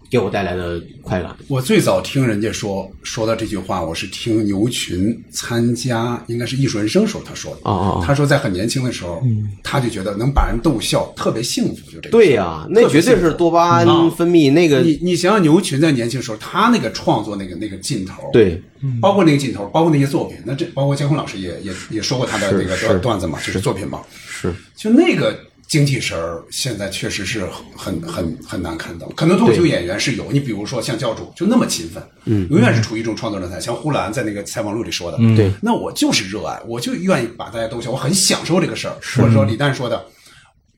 S1: 给我带来的快感。
S4: 我最早听人家说说到这句话，我是听牛群参加应该是艺术人生时候他说的。
S1: 哦哦哦嗯
S4: 他说在很年轻的时候，他就觉得能把人逗笑特别幸福，就这个。
S1: 对呀、那绝对是多巴胺分泌那个，
S4: 你你想想牛群在年轻时候，他那个创作那个那个劲头，，
S1: 对，
S4: 包括那个劲头，包括那些作品，那这包括姜昆老师也也也说过他的
S1: 是
S4: 那个
S1: 是
S4: 段段子嘛，就是作品嘛，
S1: 是
S4: 就那个精气神儿，现在确实是很很很难看到。可能脱口秀演员是有，你比如说像教主就那么勤奋，嗯，永远是处于一种创作状态。像呼兰在那个采访录里说的，
S1: 嗯对，
S4: 那我就是热爱，我就愿意把大家逗笑，我很享受这个事儿。或者说李诞说的，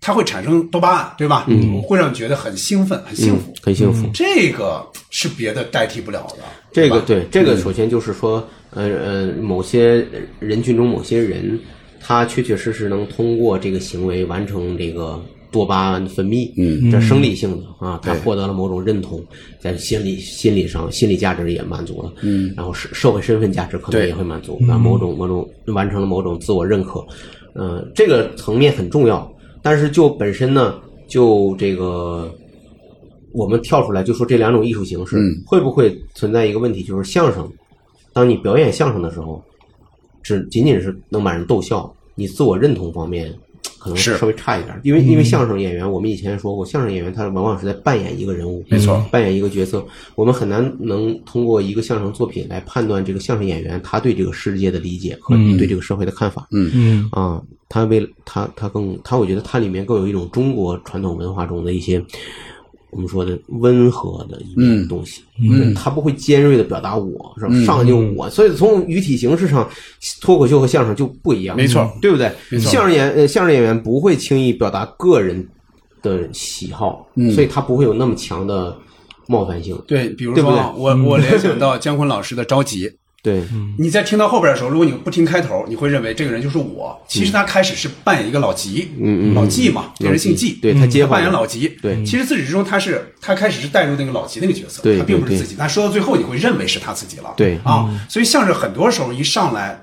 S4: 它会产生多巴胺，对吧？嗯，会让你觉得很兴奋，很幸福。
S1: 很幸福。
S4: 这个是别的代替不了的。
S1: 嗯这个
S4: 吧
S1: 对，嗯这个首先就是说，呃呃，某些人群中某些人，他确确实实能通过这个行为完成这个多巴胺分泌，嗯，这生理性的啊，他获得了某种认同，在心理心理上心理价值也满足了，嗯，然后社社会身份价值可能
S4: 对
S1: 也会满足，那某种某种完成了某种自我认可，嗯、这个层面很重要，但是就本身呢，就这个。我们跳出来就说这两种艺术形式、会不会存在一个问题，就是相声，当你表演相声的时候，只仅仅是能把人逗笑，你自我认同方面可能
S4: 是
S1: 稍微差一点儿，因为
S4: 嗯
S1: 因为相声演员，我们以前说过，相声演员他往往是在扮演一个人物，
S4: 没错，
S1: 扮演一个角色，我们很难能通过一个相声作品来判断这个相声演员他对这个世界的理解和对这个社会的看法，嗯
S2: 嗯
S1: 啊，他为了他他更他，我觉得他里面更有一种中国传统文化中的一些我们说的温和的一面东西。嗯，他不会尖锐的表达我是吧？上来就我，所以从语体形式上，脱口秀和相声就不一样，
S4: 没错，
S1: 对不对？
S4: 错
S1: 相声演呃相声演员不会轻易表达个人的喜好，所以他不会有那么强的冒犯性。
S4: 对，比如
S1: 对不
S4: 说
S1: 对嗯
S4: 啊我我联想到姜昆老师的着急。
S1: 对，
S4: 你在听到后边的时候，如果你不听开头，你会认为这个人就是我。其实他开始是扮演一个老吉，
S1: 嗯嗯嗯嗯
S4: 老纪嘛，这人姓纪，嗯
S1: 对他接话
S4: 扮演老吉，
S1: 对
S4: 其实自始至终他是他开始是带入那个老吉那个角色，
S1: 对
S4: 他并不是
S1: 对
S4: 自己。但说到最后，你会认为是他自己了，
S1: 对嗯
S4: 啊。所以相声很多时候一上来，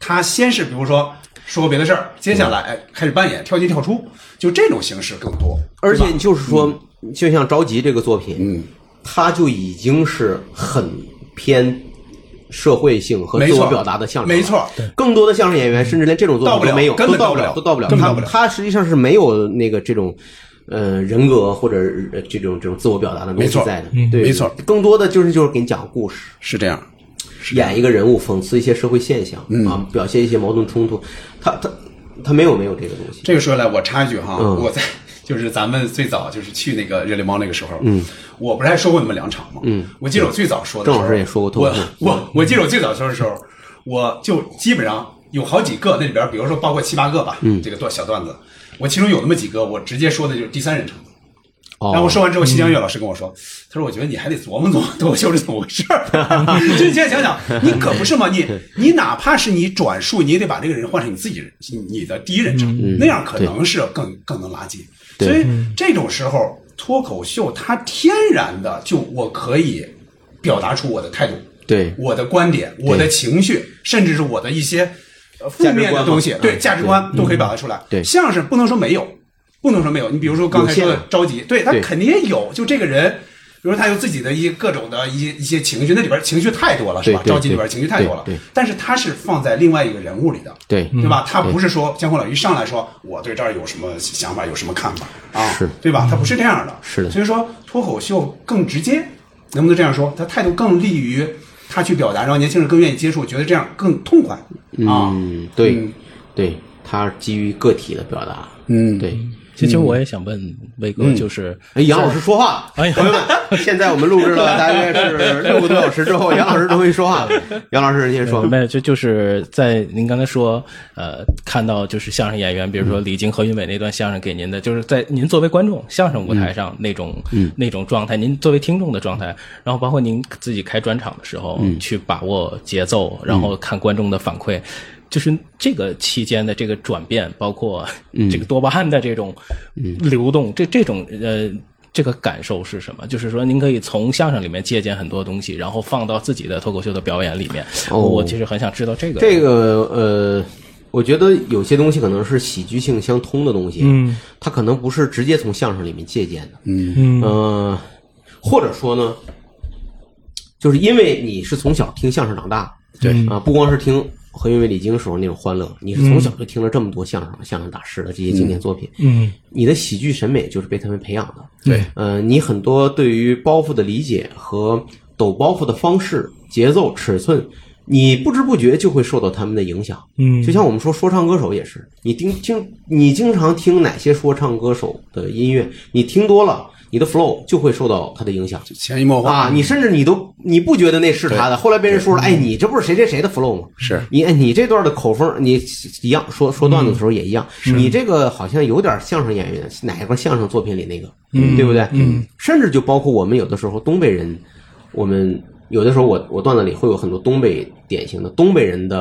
S4: 他先是比如说说个别的事儿，接下来哎开始扮演跳进跳出，就这种形式更多。
S1: 而且就是说，
S4: 嗯
S1: 就像《着急》这个作品，嗯，它就已经是很偏社会性和
S4: 没
S1: 自
S4: 错
S1: 我表达的相声了，
S4: 没错对
S1: 更多的相声演员甚至连这种作
S4: 到不
S1: 品
S4: 了
S1: 都没有，
S4: 根
S1: 都
S4: 本
S1: 到
S4: 到不了
S1: 都到不了。
S4: 根本
S1: 他
S4: 到不了
S1: 他实际上是没有那个这种。呃，人格或者呃这种这种自我表达的东
S4: 没
S1: 西
S4: 错
S1: 在的，对，
S4: 嗯没错
S1: 更多的就是就是给你讲故事，
S4: 是这样，
S1: 演一个人物，讽刺一些社会现象、啊，表现一些矛盾冲突。他他他没有没有这个东西，
S4: 这个说来，我插一句哈，
S1: 嗯
S4: 我在就是咱们最早就是去那个热力猫那个时候，嗯，我不是还说过你们两场吗？嗯，我记得我最早说的时
S1: 郑
S4: 候，
S1: 老师也说过脱口
S4: 我
S1: 秀嗯
S4: 我我记得我最早说的时候，我就基本上有好几个那里边，比如说包括七八个吧，嗯，这个段小段子，我其中有那么几个，我直接说的就是第三人称。
S1: 哦
S4: 然后我说完之后，西江月老师跟我说：“他说我觉得你还得琢磨琢磨脱口秀是怎么回事儿。就你现在想想，你可不是嘛，你你哪怕是你转述，你也得把这个人换成你自己人，你你的第一人称，那样可能是更更能拉近。
S1: 对
S4: 所以这种时候，脱口秀它天然的就我可以表达出我的态度，
S1: 对
S4: 我的观点、我的情绪，甚至是我的一些呃负
S1: 价值
S4: 面
S1: 观嘛
S4: 的东西
S1: 嗯，
S4: 对价值观都可以表达出来。
S1: 对
S4: 相声不能说没有，不能说没有。你比如说刚才说
S1: 有限啊
S4: 的着急，对他
S1: 对
S4: 肯定也有，就这个人。比如他有自己的一各种的一一些情绪，那里边情绪太多了，是吧？
S1: 对对
S4: 着急里边情绪太多了
S1: 对对对，
S4: 但是他是放在另外一个人物里的，
S1: 嗯对
S4: 对吧？他不是说姜昆老师一上来说我对这儿有什么想法、有什么看法啊，
S1: 是嗯
S4: 对吧？他不是这样的，
S1: 是的
S4: 所以说脱口秀更直接，能不能这样说？他态度更利于他去表达，让年轻人更愿意接触，觉得这样更痛快啊。
S1: 嗯，对
S4: 嗯，
S1: 对，它基于个体的表达，
S4: 嗯
S1: 对。
S2: 其实我也想问威哥，就是
S1: 哎，杨老师说话了，
S2: 哎呀
S1: 朋友们，现在我们录制了大约是六个多小时之后，杨老师终于说话了。杨老师您先说，
S2: 没有，就就是在您刚才说，呃，看到就是相声演员，比如说李菁、何云伟那段相声给您的，就是在您作为观众相声舞台上那种、那种状态，您作为听众的状态，然后包括您自己开专场的时候、去把握节奏，然后看观众的反馈。就是这个期间的这个转变，包括这个多巴胺的这种流动，这这种呃这个感受是什么？就是说，您可以从相声里面借鉴很多东西，然后放到自己的脱口秀的表演里面。
S1: 哦
S2: 我其实很想知道这个。
S1: 这个呃，我觉得有些东西可能是喜剧性相通的东西，嗯，它可能不是直接从相声里面借鉴的，嗯嗯、呃，或者说呢，就是因为你是从小听相声长大，对啊，不光是听何云伟、李菁时候那种欢乐，你是从小就听了这么多相声、相声大师的这些经典作品，
S3: 嗯，
S1: 你的喜剧审美就是被他们培养的，
S3: 对，
S1: 呃，你很多对于包袱的理解和抖包袱的方式、节奏、尺寸，你不知不觉就会受到他们的影响。
S3: 嗯
S1: 就像我们说说唱歌手也是，你听听，你经常听哪些说唱歌手的音乐，你听多了，你的 flow 就会受到他的影响。
S4: 潜移默化
S1: 啊，你甚至你都你不觉得那是他的，后来别人说了，哎，你这不是谁嗯谁谁的 flow 吗？
S4: 是
S1: 你哎你这段的口风，你一样说说段子的时候也一样，你这个好像有点相声演员哪个相声作品里那个，对不对？嗯，甚至就包括我们有的时候东北人，我们有的时候我我段子里会有很多东北典型的东北人的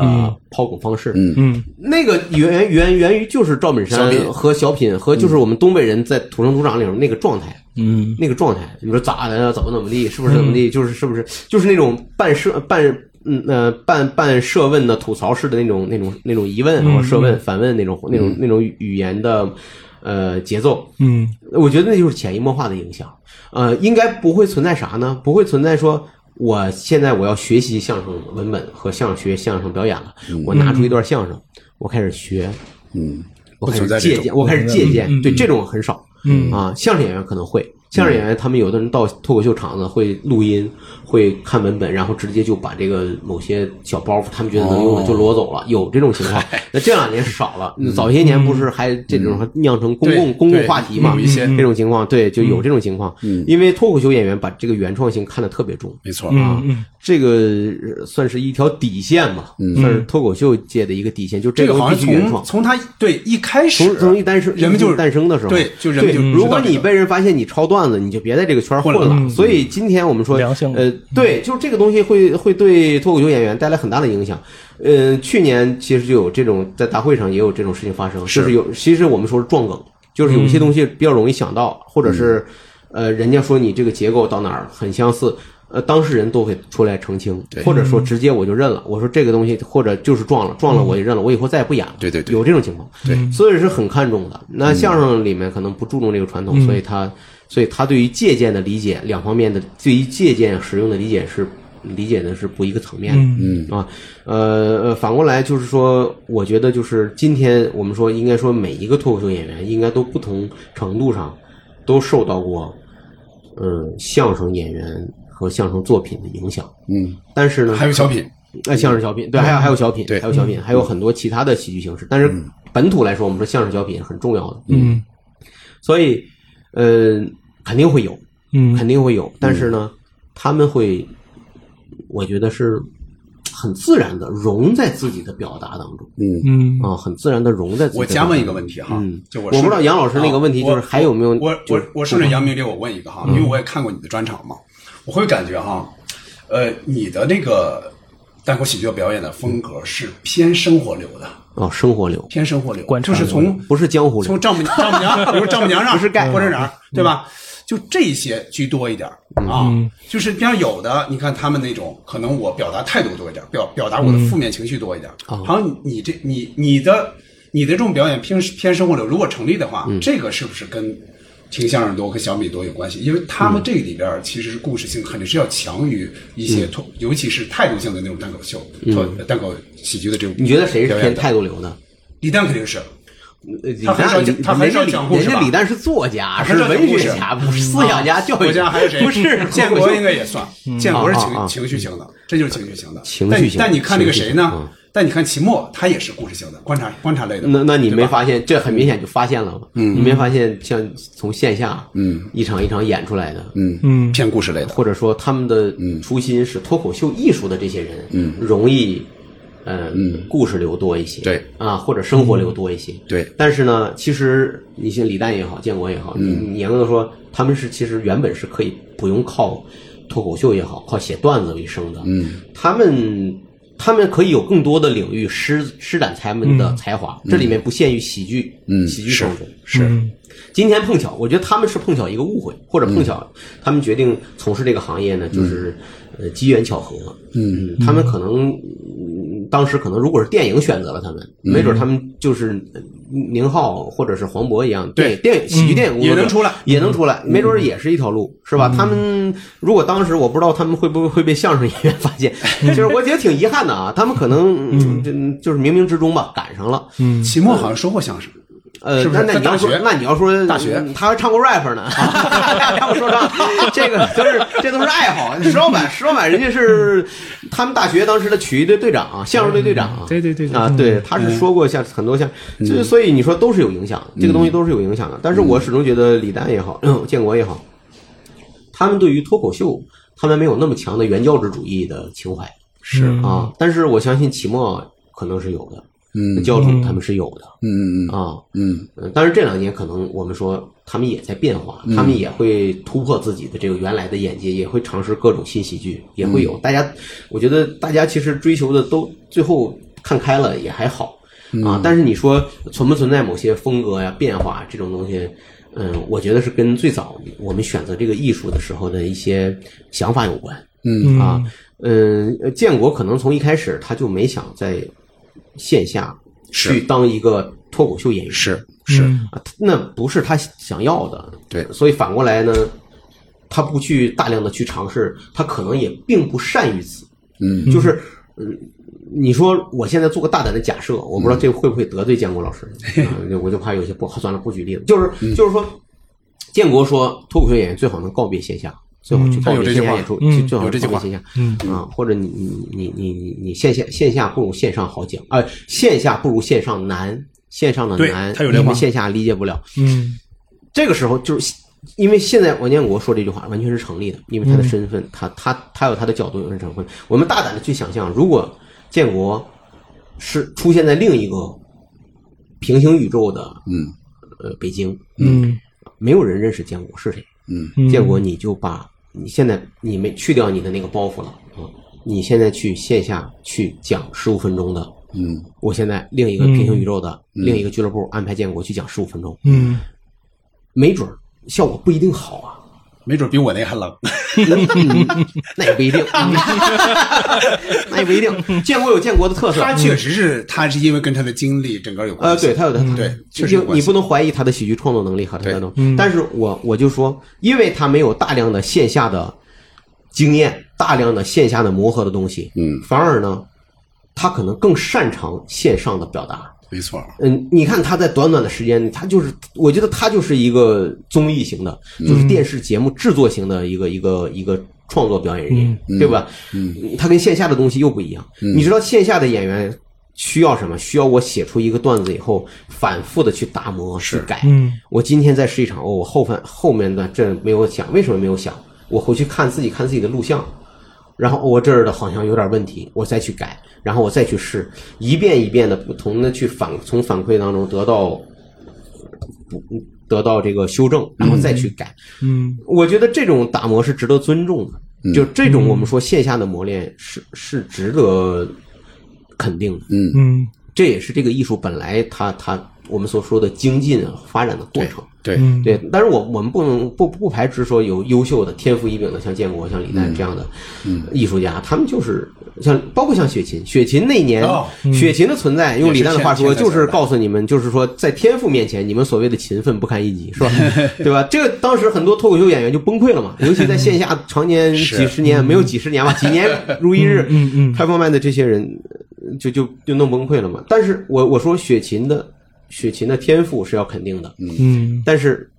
S1: 抛梗方式，嗯
S3: 嗯
S1: 那个源源源于就是赵本山和小品嗯和就是我们东北人在土生土长里头那个状态，
S2: 嗯，
S1: 那个状态，你说咋的呀？怎么怎么地？是不是怎么地？就是是不是就是那种半设半嗯呃半半设问的吐槽式的那种那种那种疑问啊，设问反问那种那种那种语言的呃节奏，
S3: 嗯
S1: 我觉得那就是潜移默化的影响。呃，应该不会存在啥呢？不会存在说我现在我要学习相声文本和相声学相声表演了，我拿出一段相声，我开始学，
S4: 嗯，
S1: 我开
S4: 不存
S1: 始
S4: 在
S1: 借
S4: 这
S1: 鉴，
S4: 种
S1: 我开始借鉴，
S3: 嗯嗯
S1: 对这种很少。
S3: 嗯
S1: 啊，相声演员可能
S4: 嗯
S1: 会，相声演员他们有的人到脱口秀场子会录音，会看文本，然后直接就把这个某些小包袱，他们觉得能用
S4: 哦
S1: 的就挪走了，有这种情
S4: [LAUGHS]
S1: 况。那这两年少了，
S4: 嗯
S1: 早些年不是还这种还酿成公共公
S4: 对
S1: 共
S4: 对
S1: 话题嘛？
S4: 有一些嗯
S1: 这种情况，对，就有这种情况。因为脱口秀演员把这个原创性看得特别重，
S4: 没错，
S3: 嗯嗯，
S1: 这个呃算是一条底线吧，算是脱口秀界的一个底线，就
S4: 这个
S1: 个
S4: 好
S1: 必
S4: 像
S1: 须原创
S4: 从。从他对一开
S1: 从
S4: 始，
S1: 从一诞生，
S4: 人们就是
S1: 诞生的时候，
S4: 对就人们就知道
S1: 如果
S4: 这个嗯
S1: 你被人发现你抄段子，你就别在这个圈儿混
S4: 混了
S1: 了。所以今天我们说，
S2: 嗯良性
S1: 呃，对，就是这个东西会会对脱口秀演员带来很大的影响。呃，去年其实就有这种在大会上也有这种事情发生，就是有其实我们说是撞梗，就是
S2: 嗯
S1: 有些东西比较容易想到，或者是呃，人家说你这个结构到哪儿很相似。呃，当事人都会出来澄清，或者说
S2: 嗯
S1: 直接我就认了。我说这个东西，或者就是撞了，撞了我就认了，我以后再也不演了。
S4: 对对对
S1: 有这种情况。
S4: 对，嗯
S1: 所以是很看重的。那相声里面可能不注重这个传统，所以他，所以他对于借鉴的理解，两方面的对于借鉴使用的理解是理解的是不一个层面的。嗯啊，呃，呃反过来就是说，我觉得就是今天我们说，应该说每一个脱口秀演员应该都不同程度上都受到过，嗯，相声演员和相声作品的影响。
S4: 嗯，
S1: 但是呢，
S4: 还有小品，
S1: 那呃相声小品，对，还有还有小品，
S4: 嗯对嗯
S1: 还有小品，还有很多其他的喜剧形式。但是本土来说，我们说相声小品是很重要的，
S3: 嗯
S1: 所以，呃，肯定会有，
S3: 嗯
S1: 肯定会有。但是呢，他们会，我觉得是很自然的融在自己的表达当中，
S4: 嗯，
S3: 嗯
S1: 啊，很自然的融在自己的
S4: 我
S1: 表达当中。
S4: 加问一个问题哈，
S1: 嗯
S4: 就我
S1: 我不知道杨老师那个问题
S4: 啊
S1: 就是
S4: 我
S1: 还有没有
S4: 我
S1: 就
S4: 我
S1: 是嗯
S4: 我顺着杨明这，我问一个哈，因为我也看过你的专场嘛，我会感觉哈，呃，你的那个单口喜剧表演的风格是偏生活流的，
S1: 哦，生活流
S4: 偏生活流，
S2: 观察
S4: 就是从
S1: 不是江湖流
S4: 从，丈母丈母娘，比如丈母娘上是盖或者
S1: 嗯
S4: 哪儿，对吧？就这些居多一点儿啊，就是像有的，你看他们那种，可能我表达态度多一点儿，表表达我的负面情绪多一点儿。
S1: 哦
S4: 好像你这你你的你的这种表演偏偏生活流，如果成立的
S1: 嗯
S4: 话，这个是不是跟听相声多跟小米多有关系？因为他
S1: 嗯
S4: 们这里边儿其实是故事性肯定是要强于一些
S1: 嗯
S4: 脱，尤其是态度性的那种单口秀、脱单口喜剧的这种表演的。
S1: 你觉得谁是偏态度流的？
S4: 李诞肯定是。
S1: 呃李
S4: 他很少
S1: 诞，
S4: 讲他很少
S1: 人家
S4: 讲
S1: 李
S4: 故事
S1: 人家
S4: 吧
S1: 李诞是作家，
S4: 很
S1: 是
S4: 少讲
S1: 文
S4: 故
S1: 学
S4: 事啊
S1: 家，不是思想家、 [LAUGHS] 教育
S4: 国
S1: 家，
S4: 家还有谁？
S1: 不是
S4: [LAUGHS] 建
S1: 脱口
S4: 国
S1: 秀
S4: 应该也算，建国是
S1: 嗯啊啊啊
S4: 情情绪型的，这就是情绪型的。
S1: 情绪
S4: 但你
S1: 型
S4: 但你看那个谁
S1: 情绪型嗯
S4: 呢？但你看秦末，他也是故事型的，观察观察类的。
S1: [LAUGHS] 那那你
S4: 对
S1: 没
S4: 吧
S1: 发现，这很明显就发现了嘛？嗯，你没发现像从线下，嗯，一场一场演出来的，嗯，
S3: 嗯
S4: 偏故事类的？
S1: 或者说他们的
S4: 嗯
S1: 初心是脱口秀艺术的这些人，嗯，容易，呃，故事流多一些，
S4: 嗯对嗯
S1: 啊，或者生活流多一些，
S4: 对
S1: 但是呢，其实你像李诞也好，建国也好，你你严格的说，他们是其实原本是可以不用靠脱口秀也好，靠写段子为生的。嗯，他们他们可以有更多的领域施施展他们的才华，这里面不限于喜剧，嗯喜剧
S4: 是
S1: 手中是。今天碰巧，我觉得他们是碰巧一个误会，或者碰巧
S4: 嗯
S1: 他们决定从事这个行业呢，就是呃机缘巧合。嗯，他们可能嗯当时可能如果是电影选择了他们，
S4: 嗯
S1: 没准他们就是呃宁浩或者是黄渤一样，
S4: 对嗯
S1: 电影喜剧电影工作者
S4: 也能出来嗯
S1: 也能出来，没准也是一条路，是吧？他们如果当时我不知道他们会不会会被相声演员发现，就是我觉得挺遗憾的啊，他们可能嗯就就是冥冥之中吧赶上了。
S4: 秦末好像说过相声，
S1: 呃，
S4: 是不
S1: 那
S4: 是
S1: 那
S4: 在
S1: 你要
S4: 大
S1: 说
S4: 学，
S1: 那你要说
S4: 大学
S1: 嗯他还唱过 rap
S4: [LAUGHS]
S1: 呢，让我说唱，这个都是这都是爱好。石老板，石老板人家是
S4: 嗯
S1: 他们大学当时的曲艺队队长啊，相声队队长啊，
S3: 对对对对
S1: 啊，
S4: 嗯
S1: 对，他是说过像很多像，就是所以你说都是有影响，这个东
S4: 嗯
S1: 西都是有影响的。但是我始终觉得李诞也好， [CLEARS THROAT] 建国也好，他们对于脱口秀，他们没有那么强的原教旨主义的情怀
S3: 是
S1: 啊。但是我相信启末可能是有的，
S4: 嗯
S1: 教主他们是有的。
S4: 嗯嗯
S1: 啊，
S4: 嗯
S1: 嗯，但是这两年可能我们说他们也在变化，
S4: 嗯
S1: 他们也会突破自己的这个原来的眼界，也会尝试各种新喜剧，也会
S4: 嗯
S1: 有。大家，我觉得大家其实追求的都最后看开了也还好
S4: 嗯
S1: 啊。但是你说存不存在某些风格呀、变化这种东西？嗯，我觉得是跟最早我们选择这个艺术的时候的一些想法有关。
S4: 嗯
S1: 啊，嗯，呃建国可能从一开始他就没想在线下
S4: 是
S1: 去当一个脱口秀演员，
S4: 是是，
S1: 啊那不是他想要的。
S4: 对
S1: 所以反过来呢，他不去大量的去尝试，他可能也并不善于此。
S4: 嗯，
S1: 就是。嗯，你说我现在做个大胆的假设，我不
S4: 嗯
S1: 知道这会不会得罪建国
S4: [LAUGHS]
S1: 老师，嗯我就怕有些不好，算了，不举例子。
S4: 嗯
S1: 就是就是说，建国说脱口秀演员最好能告别线下，最好去
S4: 他
S1: 告
S4: 有
S1: 别
S4: 这句
S1: 线下
S4: 话
S1: 演出，
S3: 嗯
S1: 去最好
S4: 有这句
S1: 告别
S4: 话
S1: 线下。
S4: 嗯
S1: 啊，或者你你你你你你线下线下不如线上好讲，啊，线下不如线上难，线上的
S4: 对
S1: 难，
S4: 他有这
S1: 你们
S4: 话
S1: 线下理解不了。
S3: 嗯
S1: 这个时候就是因为现在王建国说这句话完全是成立的，因为
S4: 嗯
S1: 他的身份，他他他有他的角度，有人成分。我们大胆的去想象，如果建国是出现在另一个平行宇宙的
S4: 嗯
S1: 呃北京，
S3: 嗯
S1: 没有人认识建国是谁。
S4: 嗯
S3: 嗯，
S1: 建国你就把你现在你没去掉你的那个包袱了啊，你现在去线下去讲十五分钟的，
S4: 嗯
S1: 我现在另一个平行宇宙的、另一个俱乐部安排建国去讲十五分钟，
S3: 嗯
S1: 没准儿效果不一定好啊。
S4: 没准比我那
S1: [LAUGHS]
S4: 还冷。
S1: 那也不一定， [LAUGHS] 那也不一定。建国有建国的特色，
S4: 他确实是，他是因为跟他的经历整个有
S1: 呃，
S4: 关系。
S1: 对，他有的，
S4: 对
S1: 他
S4: 确
S1: 因
S4: 实有
S1: 为
S4: 关
S1: 你
S4: 系
S1: 不能怀疑他的喜剧创作能力和他的
S4: 对嗯
S1: 能。但是我我就说，因为他没有大量的线下的经验，大量的线下的磨合的东西，
S4: 嗯
S1: 反而呢，他可能更擅长线上的表达。
S4: 没错，
S1: 嗯，你看他在短短的时间里，他就是，我觉得他就是一个综艺型的，就是电视节目制作型的一个一个一个创作表演人员，对吧？嗯，他跟线下的东西又不一样。你知道线下的演员需要什么？需要我写出一个段子以后，反复的去打磨、去改。
S3: 嗯
S1: 我今天在试一场，哦，我后半后面的这没有想，为什么没有想？我回去看自己看自己的录像，然后我这儿的好像有点问题，我再去改，然后我再去试，一遍一遍的不同的去反从反馈当中得到得到这个修正，然后再去改。
S3: 嗯
S1: 我觉得这种打磨是值得尊重的，就这种我们说线下的磨练是是值得肯定的。
S5: 嗯，
S3: 嗯
S1: 这也是这个艺术本来它它我们所说的精进啊发展的过程。
S5: 对，
S3: 嗯，
S1: 对，但是我我们不能不不排斥说有优秀的天赋异禀的，像建国、像李
S3: 嗯
S1: 诞这样的艺术家，他们就是像包括像雪琴，雪琴那年
S4: 哦，
S3: 嗯
S1: 雪琴的存在，用李诞的话
S4: 也
S1: 说，
S4: 是天
S1: 就是告诉你们，就是说在天赋面前，你们所谓的勤奋不堪一击，是
S3: [LAUGHS]
S1: 吧？对吧？这个当时很多脱口秀演员就崩溃了嘛，尤其在
S3: 嗯
S1: 线下常年几十年，没有几十年吧，几年如一日，
S3: 嗯嗯
S1: 开放麦的这些人呃就就就弄崩溃了嘛。但是我我说雪琴的雪琴的天赋是要肯定的，
S3: 嗯
S1: 但是，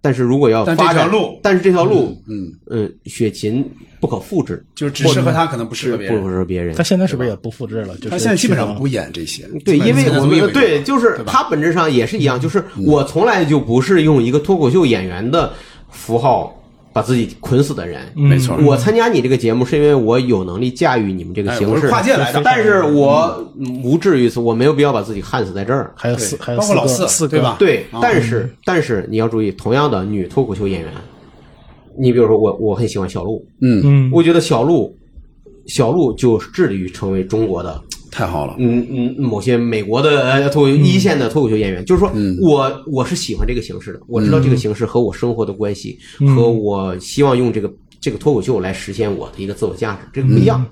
S1: 但是如果要
S4: 但
S1: 发
S4: 这
S1: 展
S4: 条路
S1: 但是这条路，
S5: 嗯，
S1: 嗯，雪琴不可复制，
S4: 就是只适合他，可能不适合别
S1: 不
S4: 人。
S1: 适合别人
S2: 他。现在是不是也不复制了？就是
S4: 他现在基本上不演这些，
S1: 对，
S4: 基
S1: 因
S4: 本
S1: 为
S4: 上
S1: 我
S4: 都没有
S1: 们对，
S4: 演
S1: 就是
S4: 对吧嗯
S1: 他本质上也是一样，就是我从来就不是用一个脱口秀演员的符号把自己捆死的人。
S3: 没
S4: 错
S1: 我参加你这个节目是因为我有能力驾驭你们这个
S4: 哎
S1: 形
S4: 我
S1: 式，
S4: 是跨界来的
S1: 但是我无至于此，我没有必要把自己焊死在这儿。
S2: 还有
S4: 对
S2: 四，还有
S4: 包括
S2: 四
S4: 老
S2: 个，
S4: 四
S2: 四个
S4: 对吧？
S1: 对
S4: 啊，
S1: 但是、但是你要注意，同样的女脱口秀演员，你比如说我，我很喜欢小鹿，
S3: 嗯，
S1: 我觉得小鹿，小鹿就致力于成为中国的，
S4: 太好了，
S1: 嗯嗯，某些美国的呃脱口秀一线的脱口秀演员，就是说我我是喜欢这个形式的，我知道这个形式和我生活的关系，和我希望用这个这个脱口秀来实现我的一个自我价值，这个不一样，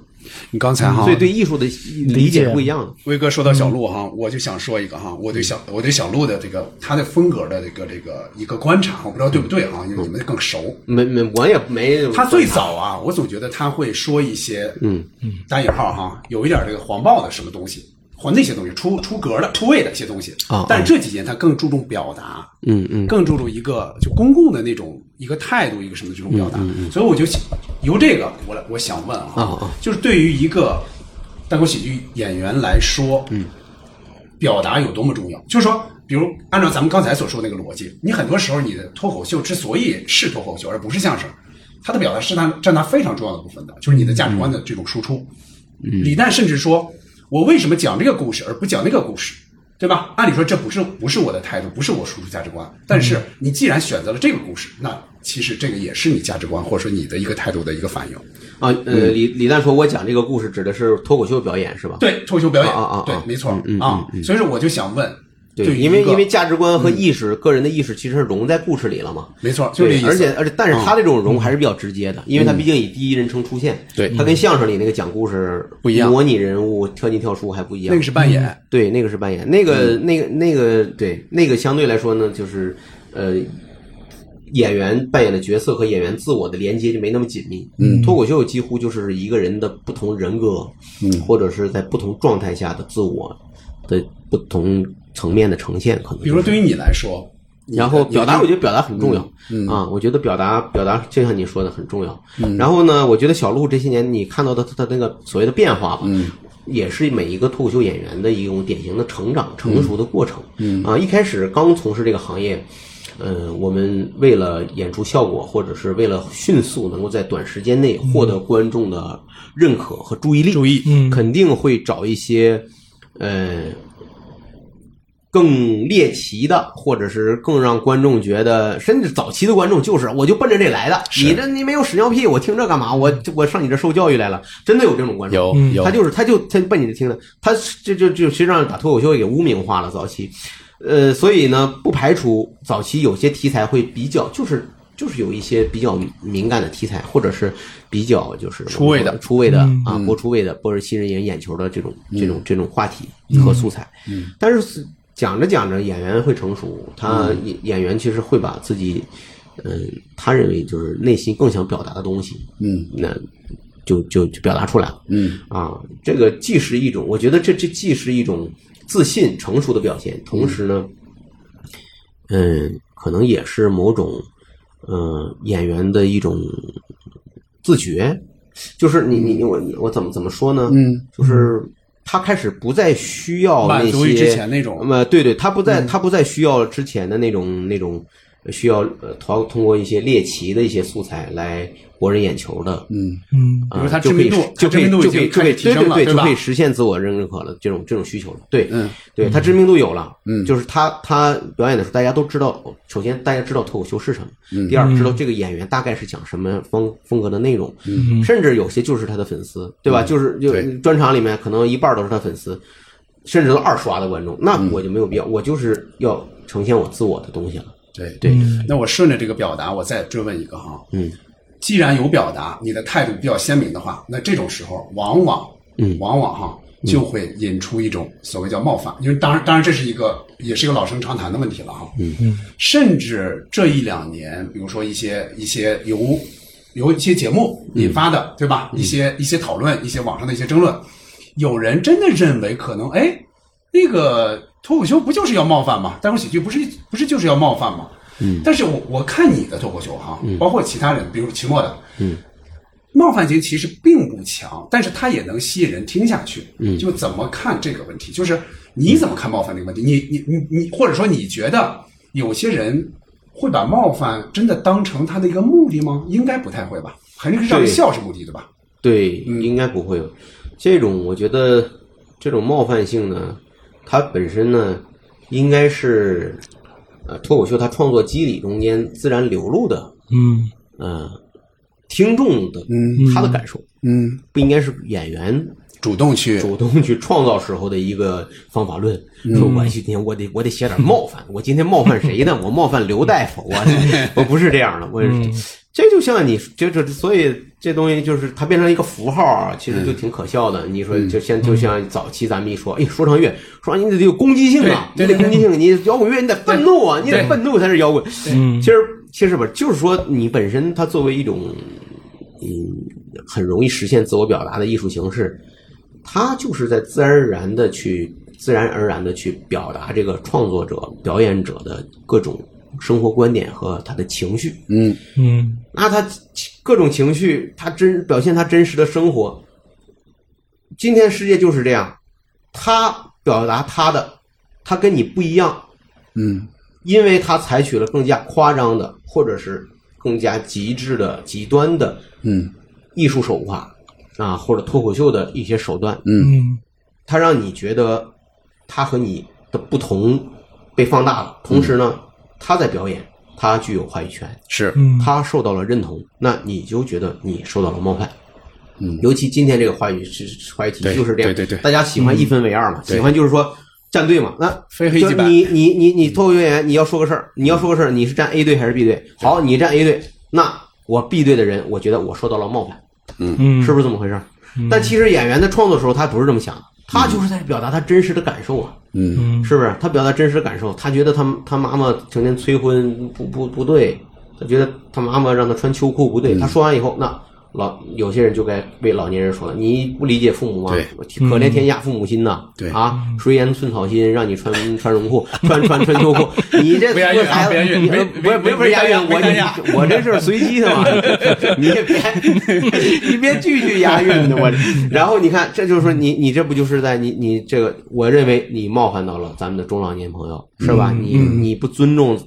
S4: 你刚才哈，
S1: 所以对艺术的嗯哦理解是不一样的。
S4: 威哥说到小鹿哈，我就想说一个哈，我对小我对小鹿的这个他的风格的这个这个一个观察，我不知道对不对啊，因为你们更熟。
S1: 没没，我也没
S4: 他最早啊，我总觉得他会说一些嗯嗯单引号哈，有一点这个黄暴的什么东西，或那些东西出出格的出位的一些东西
S1: 啊
S4: 但是这几年他更注重表达，
S1: 嗯嗯
S4: 更注重一个就公共的那种一个态度，一个什么的这种表达。所以我就想由这个我来我想问啊，
S1: 啊啊
S4: 就是对于一个单口喜剧演员来说，嗯，表达有多么重要？就是说，比如按照咱们刚才所说的那个逻辑，你很多时候你的脱口秀之所以是脱口秀而不是相声，它的表达是它占它非常重要的部分的，就是你的价值观的这种输出。李诞甚至说：“我为什么讲这个故事而不讲那个故事？”对吧？按理说这不是不是我的态度，不是我输出价值观。但是你既然选择了这个故事，那其实这个也是你价值观或者说你的一个态度的一个反应。
S1: 啊，呃，李李诞说，我讲这个故事指的是脱口秀表演是吧？
S4: 嗯对，脱口秀表演，
S1: 啊啊啊
S4: 对
S1: 啊，
S4: 没错、啊。所以说，我就想问，
S1: 对，
S4: 对于
S1: 因为
S4: 一个嗯
S1: 因为价值观和意识、个人的意识其实是融在故事里了嘛。
S4: 没错，就这
S1: 对
S4: 意，思。嗯
S1: 而且而且，但是他这种融还是比较直接的，因为他毕竟以第一人称出现，
S5: 对
S1: 他跟相声里那个讲故事
S4: 不一样
S1: 模拟人物跳进跳出还不一样。
S4: 那个是扮演，
S1: 对，那个是扮演，那个那个那个对，那个相对来说呢，就是呃，演员扮演的角色和演员自我的连接就没那么紧密。嗯，脱口秀几乎就是一个人的不同人格，嗯，或者是在不同状态下的自我的不同层面的呈现，可能就是。
S4: 比如说对于你来说，你的
S1: 然后表达，我觉
S4: 你的嗯
S1: 得表达很重要、啊，我觉得表达表达就像你说的很重要。然后呢，我觉得小鹿这些年你看到的他的那个所谓的变化吧，
S4: 嗯
S1: 也是每一个脱口秀演员的一种典型的成长、成熟的过程。
S4: 嗯
S1: 啊，一开始刚从事这个行业。呃，我们为了演出效果，或者是为了迅速能够在短时间内获
S4: 嗯
S1: 得观众的认可和注意力，注意，
S3: 嗯
S1: 肯定会找一些，呃，更猎奇的，或者是更让观众觉得，甚至早期的观众就是我就奔着这来的，你这你没有屎尿屁，我听这干嘛？我我上你这受教育来了，真的有这种观众，
S5: 有有
S1: 他，就是他就他就奔你这听的，他这就就实际上把脱口秀给污名化了早期，呃，所以呢，不排除早期有些题材会比较就是。就是有一些比较敏感的题材，或者是比较就是
S4: 出位的嗯
S1: 出位的啊，博出位的，博是吸引人眼球的这种这种这种话题和素材。
S4: 嗯
S1: 但是讲着讲着，演员会成熟，他
S4: 嗯
S1: 演演员其实会把自己，嗯，他认为就是内心更想表达的东西，
S5: 嗯，
S1: 那就就就表达出来了。
S5: 嗯
S1: 啊，这个既是一种，我觉得这这既是一种自信成熟的表现，同时呢，嗯，可能也是某种，呃，演员的一种自觉，就是你你我我怎么怎么说呢？嗯，就是他开始不再需要那
S4: 满
S1: 些
S4: 足于之前那种嗯
S1: 呃，对对，他不再他不再需要之前的那种那种。需要呃通通过一些猎奇的一些素材来博人眼球的，
S4: 嗯，
S3: 嗯
S4: 比
S1: 啊，
S4: 如它
S1: 就
S4: 知
S1: 可以
S4: 名度
S1: 就可以
S4: 它知名度
S1: 就
S4: 已
S1: 可以就可以
S4: 经开始提升了
S1: 对对
S4: 对
S1: 就
S4: 吧
S1: 可以实现自我认可了这种这种需求了。对，
S4: 嗯，
S1: 对他知名度有了，
S4: 嗯
S1: 就是他他表演的时候，大家都知道，首先大家知道脱口秀是什么，
S4: 嗯
S1: 第二知道这个演员大概是讲什么风风格的内容，甚至有些就是他的粉丝，对吧？就是就
S4: 嗯对
S1: 专场里面可能一半都是他粉丝，甚至都二刷的观众，那
S4: 嗯
S1: 我就没有必要，我就是要呈现我自我的东西了。嗯
S4: 对
S1: 对，
S4: 那我顺着这个表达，我再追问一个哈，嗯，既然有表达，你的态度比较鲜明的话，那这种时候往往，嗯，往往哈就会引出一种所谓叫冒犯，因为当然当然这是一个也是一个老生常谈的问题了哈，嗯嗯，甚至这一两年，比如说一些一些由由一些节目引发的，对吧？一些一些讨论，一些网上的一些争论，有人真的认为可能哎，那个脱口秀不就是要冒犯吗？单口喜剧不是不是就是要冒犯吗？嗯，但是我我看你的脱口秀哈，
S1: 嗯
S4: 包括其他人，比如秦墨的，嗯，冒犯性其实并不强，但是它也能吸引人听下去。嗯，就怎么看这个问题？就是你怎么看冒犯这个问题？你你你你，或者说你觉得有些人会把冒犯真的当成他的一个目的吗？应该不太会吧，肯定是让人
S1: 对
S4: 笑是目的的吧？
S1: 对，应该不会吧？这种我觉得这种冒犯性呢，它本身呢应该是呃脱口秀它创作机理中间自然流露的，
S3: 嗯
S1: 呃听众的
S4: 嗯
S1: 他的感受，
S4: 嗯，
S1: 不应该是演员
S4: 主动去
S1: 主动去创造时候的一个方法论。
S4: 嗯
S1: 说我今天我得我得写点冒犯，我今天冒犯谁
S4: [LAUGHS]
S1: 呢？我冒犯刘大夫，啊 [LAUGHS] 我我不是这样的，我
S4: 嗯
S1: 这就像你这这，所以这东西就是它变成一个符号啊，其
S4: 嗯
S1: 实就挺可笑的。你说就像就像早期咱们一说，哎，说唱乐，说唱你得有攻击性啊，你
S4: 对
S1: 得
S4: 对
S1: 攻击性，你摇滚乐你得愤怒啊，你得愤怒才是摇滚。
S3: 嗯
S1: 其实其实吧，就是说你本身它作为一种嗯很容易实现自我表达的艺术形式，它就是在自然而然的去自然而然的去表达这个创作者、表演者的各种生活观点和他的情绪。
S4: 嗯
S3: 嗯
S1: 那他各种情绪，他真表现他真实的生活。今天世界就是这样，他表达他的，他跟你不一样，
S4: 嗯
S1: 因为他采取了更加夸张的，或者是更加极致的、极端的
S4: 嗯
S1: 艺术手法啊，或者脱口秀的一些手段，
S3: 嗯
S1: 它让你觉得它和你的不同被放大了。同时
S4: 嗯
S1: 呢，他在表演，他具有话语权，
S4: 是
S3: 嗯，
S1: 他受到了认同，那你就觉得你受到了冒犯。
S4: 嗯
S1: 尤其今天这个话语是话语体系
S4: 对
S1: 就是这样，
S4: 对对对嗯
S1: 大家喜欢一分为二嘛，喜欢就是说站队嘛，那
S4: 非黑
S1: 就
S4: 即白
S1: 你你你你脱口秀演员，你要说个事儿，你要说个事儿，你是站 A 队还是 B 队？好，你站 A 队，那我 B 队的人，我觉得我受到了冒犯，
S3: 嗯
S1: 是不是这么回事儿？但其实演员在创作的时候，他不是这么想的，他就是在表达他真实的感受啊。
S4: 嗯
S3: 嗯
S1: 是不是？他表达真实感受，他觉得他他妈妈成天催婚不不不对，他觉得他妈妈让他穿秋裤不
S4: 嗯
S1: 对。他说完以后，那老有些人就该为老年人说了，你不理解父母吗啊
S4: 对？嗯
S1: 可怜天下父母心呐！
S4: 对
S1: 啊，谁言寸草心，让你穿穿绒裤，穿穿穿秋裤，
S4: [LAUGHS]
S1: 你这
S4: 不押韵啊
S1: 孩子
S4: 不押韵
S1: 你呃
S4: 没
S1: 不是
S4: 没
S1: 不是押韵，
S4: 没押韵
S1: 我我这是随机的嘛，你也别你别句句押韵的我。然后你看，这就是说你你这不就是在你你这个，我认为你冒犯到了咱们的中老年朋友，是吧？你你不尊重。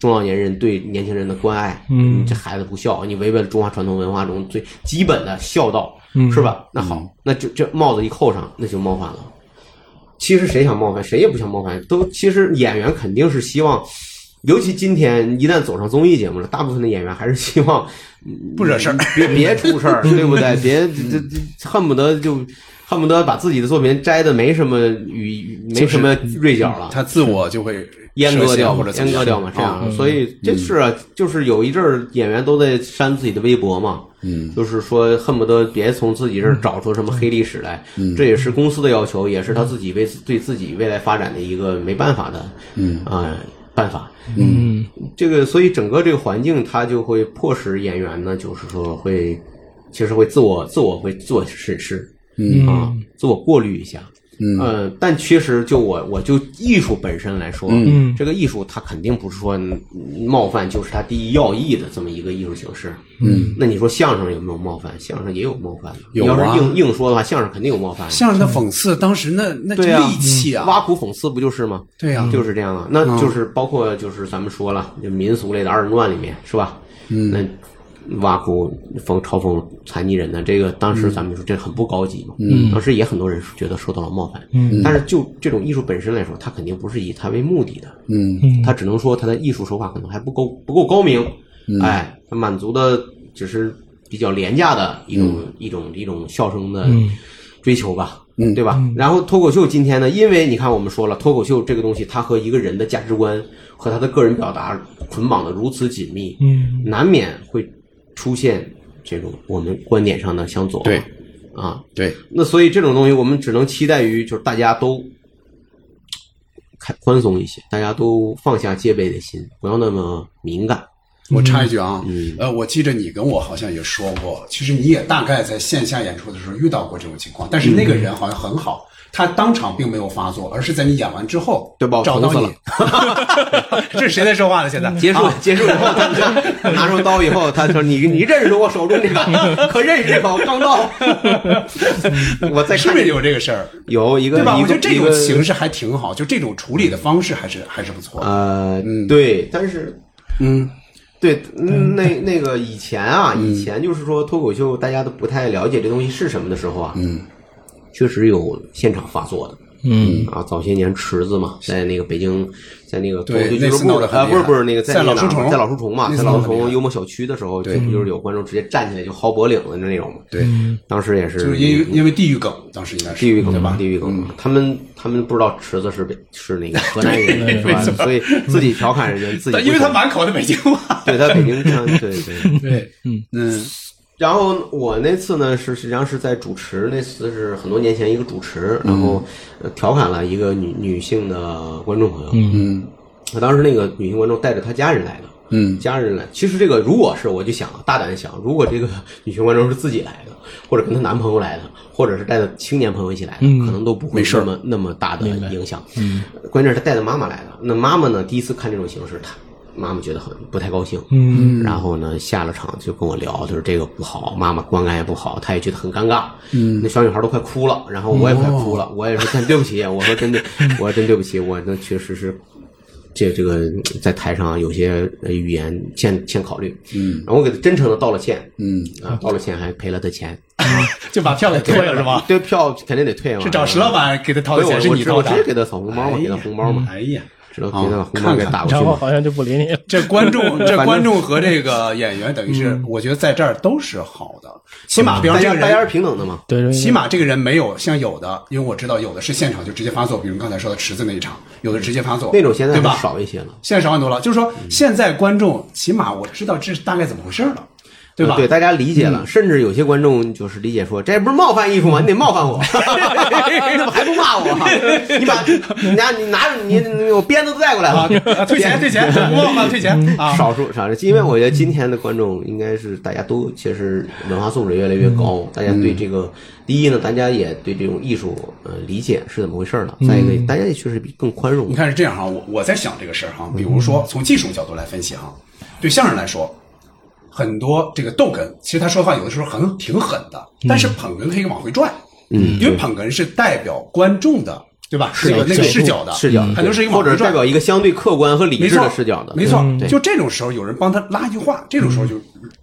S1: 中老年人对年轻人的关爱，
S3: 嗯
S1: 你这孩子不孝，你违背了中华传统文化中最基本的孝道，是吧？那好，那就这帽子一扣上，那就冒犯了。其实谁想冒犯，谁也不想冒犯，都其实演员肯定是希望，尤其今天一旦走上综艺节目了，大部分的演员还是希望
S4: 不惹事儿，
S1: 别别出事儿，对不对？别这这恨不得就恨不得把自己的作品摘的没什么语没什么锐角了，
S4: 他自我就会
S1: 阉割掉
S4: 设限
S1: 嘛
S4: 或者，怎么
S1: 阉割
S4: 样
S1: 掉嘛，这样
S4: 啊
S1: 的。所以这是啊，就是有一阵儿演员都在删自己的微博嘛，嗯，就是说恨不得别从自己这儿找出什么黑历史来，这也是公司的要求，也是他自己为对自己未来发展的一个没办法的，嗯啊办法，
S3: 嗯
S1: 这个，所以整个这个环境，它就会迫使演员呢，就是说会，其实会自我自我会自我审视，
S3: 嗯
S1: 啊，自我过滤一下。嗯、呃，但其实就我我就艺术本身来说，嗯，这个艺术它肯定不是说冒犯就是它第一要义的这么一个艺术形式。嗯，那你说相声有没有冒犯？相声也有冒犯的。
S4: 有
S1: 你
S4: 啊
S1: 要是硬硬说的话，相声肯定有冒犯的。
S4: 相声的讽刺，当时那那
S1: 对呀、
S4: 力气啊，
S1: 挖苦讽刺不就是吗？
S4: 对呀
S1: 就是这样啊。那就是包括就是咱们说了，就民俗类的二人转里面是吧？嗯，那挖苦讽嘲讽残疾人的这个，当时咱们说这很不高级嘛。嗯，当时也很多人觉得受到了冒犯。嗯，但是就这种艺术本身来说，它肯定不是以它为目的的。嗯，它只能说它的艺术手法可能还不够不够高明。哎，它满足的只是比较廉价的一种、一种一种笑声的追求吧。嗯，对吧？然后脱口秀今天呢，因为你看我们说了，脱口秀这个东西，它和一个人的价值观和他的个人表达捆绑的如此紧密，嗯，难免会出现这种我们观点上的相左，
S4: 对，
S1: 啊，
S4: 对，
S1: 那所以这种东西，我们只能期待于就是大家都开宽松一些，大家都放下戒备的心，不要那么敏感，
S4: 我插一句啊，
S1: 嗯
S4: 呃，我记着你跟我好像也说过，其实你也大概在线下演出的时候遇到过这种情况，但是那个人好像很好，他当场并没有发作，而是在你演完之后，
S1: 对把我
S4: 找到
S1: 捅死
S4: 你。这 [LAUGHS] 是谁在说话呢？现在
S1: 结束
S4: 啊
S1: 结束以后，他
S4: [LAUGHS]
S1: 他拿出刀以后，他说：“你你认识我手中这个？可认识这把我钢
S4: [LAUGHS]
S1: 刀？我再
S4: 是
S1: 看
S4: 不是有这个事儿？
S1: 有一个
S4: 对吧？
S1: 一
S4: 我
S1: 个
S4: 觉得这
S1: 一
S4: 种
S1: 个
S4: 形式还挺好，就这种处理的方式还是
S1: 嗯
S4: 还是不错的。
S1: 呃，对，但是
S4: 嗯，
S1: 对，嗯那那个以前啊，以前就是说脱口秀大家都不太了解这东西是什么的时候啊，嗯，确实有现场发作的。嗯啊，早些年池子嘛，在那个北京，在那个脱口秀
S4: 对
S1: 俱
S4: 那
S1: 乐
S4: 次
S1: 部
S4: 闹得很
S1: 啊，不是
S4: 厉害
S1: 不是那个在
S4: 在
S1: 那
S4: 老
S1: 个
S4: 树
S1: 哪儿
S4: 丛
S1: 在老树丛嘛，在
S4: 那次
S1: 老树
S4: 闹得很厉
S1: 丛
S4: 害
S1: 幽默小区的时候，就不就是有观众直接站起来就薅脖领子的那种嘛？
S4: 对，
S1: 当时也是
S4: 嗯就是因为因为地域梗，当时应该是
S1: 地域梗
S4: 对吧？
S1: 地域梗，他们他们不知道池子是北是那个河南
S4: [LAUGHS]
S1: 人，是吧？所以自己调侃人家自己不
S4: 但
S1: 懂，
S4: 因为他满口的北京话，
S1: 对他北
S4: [LAUGHS]
S1: 京腔，对对。
S4: 对，嗯嗯，
S1: 然后我那次呢是实际上是在主持，那次是很多年前一个主持，然后呃调侃了一个女女性的观众朋友，嗯，当时那个女性观众带着她家人来的。嗯，家人来。其实这个，如果是我就想大胆地想，如果这个女性观众是自己来的，或者跟她男朋友来的，或者是带着青年朋友一起来的，可能都不会那么那么大的影响。嗯，关键是她带着妈妈来的。那妈妈呢，第一次看这种形式，她妈妈觉得很不太高兴。嗯，嗯，然后呢，下了场就跟我聊，就是这个不好，妈妈观感也不好，她也觉得很尴尬。嗯，那小女孩都快哭了，然后我也快哭了，我也说真对不起，我说真的，我说真对不起，我那确实是这这个在台上有些呃语言欠欠考虑。嗯，然后我给她真诚的道了歉。嗯，啊，道了歉还赔了她钱，
S4: 就把票给退了是吧？
S1: 对票肯定得退嘛。
S4: 是找石老板给他掏
S1: 所
S4: 的
S1: 以我
S4: 钱，是
S1: 我
S4: 你
S1: 知道
S4: 掏
S1: 我
S4: 的
S1: 直接。给她扫红包嘛，
S4: 哎
S1: 给她
S4: 呀
S1: 红包嘛，
S4: 哎呀，
S1: 知道给她把红包
S4: 看
S1: 给
S4: 看
S1: 打过
S2: 然
S1: 去
S2: 后
S1: 嘛。
S2: 好像就不理你了。
S4: 这
S1: [LAUGHS]
S4: 观众，这观众和这个演员，等于是，我觉得在这儿都是好的。起码，比
S1: 嗯大
S4: 方这
S1: 家
S4: 个
S1: 大家是
S4: 啊人，
S1: 平等的嘛。
S2: [LAUGHS] 对，对
S4: 起码这个人没有像有的，因为我知道有的是现场就直接发作，比如刚才说的池子那一场，有的直接发作，
S1: 那种现在
S4: 对
S1: 还
S4: 吧？
S1: 少一嗯些了。
S4: 现在少很多了。就是说，现在观众起码我知道这是大概怎么回事了，对吧？
S1: 呃
S4: 嗯
S1: 对，大家理解了，甚至有些观众就是理解说，这不是冒犯艺术吗？你得冒犯
S4: [LAUGHS]
S1: 我，你怎么还不骂我？你把你拿你拿着你你我鞭子都带过来
S4: 啊
S1: 了，
S4: 啊，退
S1: [LAUGHS]
S4: 钱，退钱，不忘了退钱啊！
S1: 少数少数，因为我觉得今天的观众应该是大家都其实文化素质越来越高，大家对这个第一呢，大家也对这种艺术呃理解是怎么回事了，再一个大家也确实比更宽容
S4: 你
S1: 了。
S4: 看是这样哈，我我在想这个事儿哈，比如
S1: 嗯
S4: 说从技术角度来分析哈，对相声来说，很多这个逗哏，其实他说话有的时候很挺狠的，
S1: 嗯
S4: 但是捧哏可以往回拽，嗯，因为捧哏是代表观众的，对吧？这个那个视角的，
S1: 视角
S4: 很多是一个往
S1: 或
S4: 回
S1: 者
S4: 拽
S1: 代。表一个相对客观和理
S4: 没
S1: 智
S4: 错
S1: 的视角的，嗯
S4: 没错
S1: 对。
S4: 就这种时候，有人帮他拉一句话，这种时候就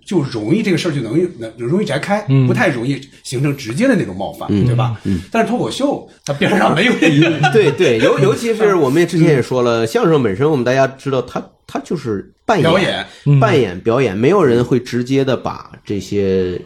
S4: 就容易这个事儿就能能容易摘开，
S1: 嗯
S4: 不太容易形成直接的那种冒犯，对吧？但是脱口秀，
S1: [LAUGHS]
S4: 它 [LAUGHS] 边上没有这个，
S1: 对对，尤尤其是我们也之前也说了，相声本身我们大家知道它，它就是扮演、
S4: 表演
S1: 扮演、表演，没有人会直接的把这些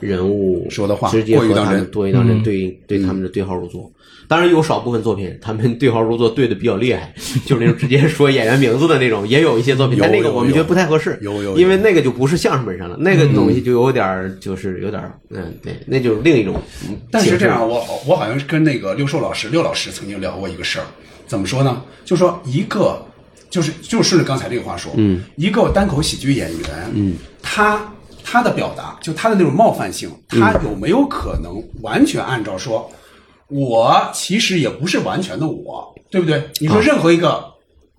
S1: 人物
S4: 说的话
S1: 直接
S4: 过于
S1: 和
S4: 当
S1: 他们
S4: 真
S1: 过于当真，对对他们的对号入座。当然有少部分作品，他们对号入座对的比较厉害，就是那种直接说演员名字的那种，也有一些作品，
S4: 有
S1: 但那个
S4: 有
S1: 我们觉得
S4: 有
S1: 不太合适，
S4: 有有有
S1: 因为那个就不是相声本身了，那个东西就有点儿就是有点儿嗯，对，那就是另一种形式。
S4: 但是这样，我我好像是跟那个六寿老师、六老师曾经聊过一个事儿，怎么说呢？就说一个，就是就顺着刚才这个话说，嗯，一个单口喜剧演员，嗯，他嗯他的表达，就他的那种冒犯性，他有没有可能完全按照说？我其实也不是完全的我，对不对？你说任何一个、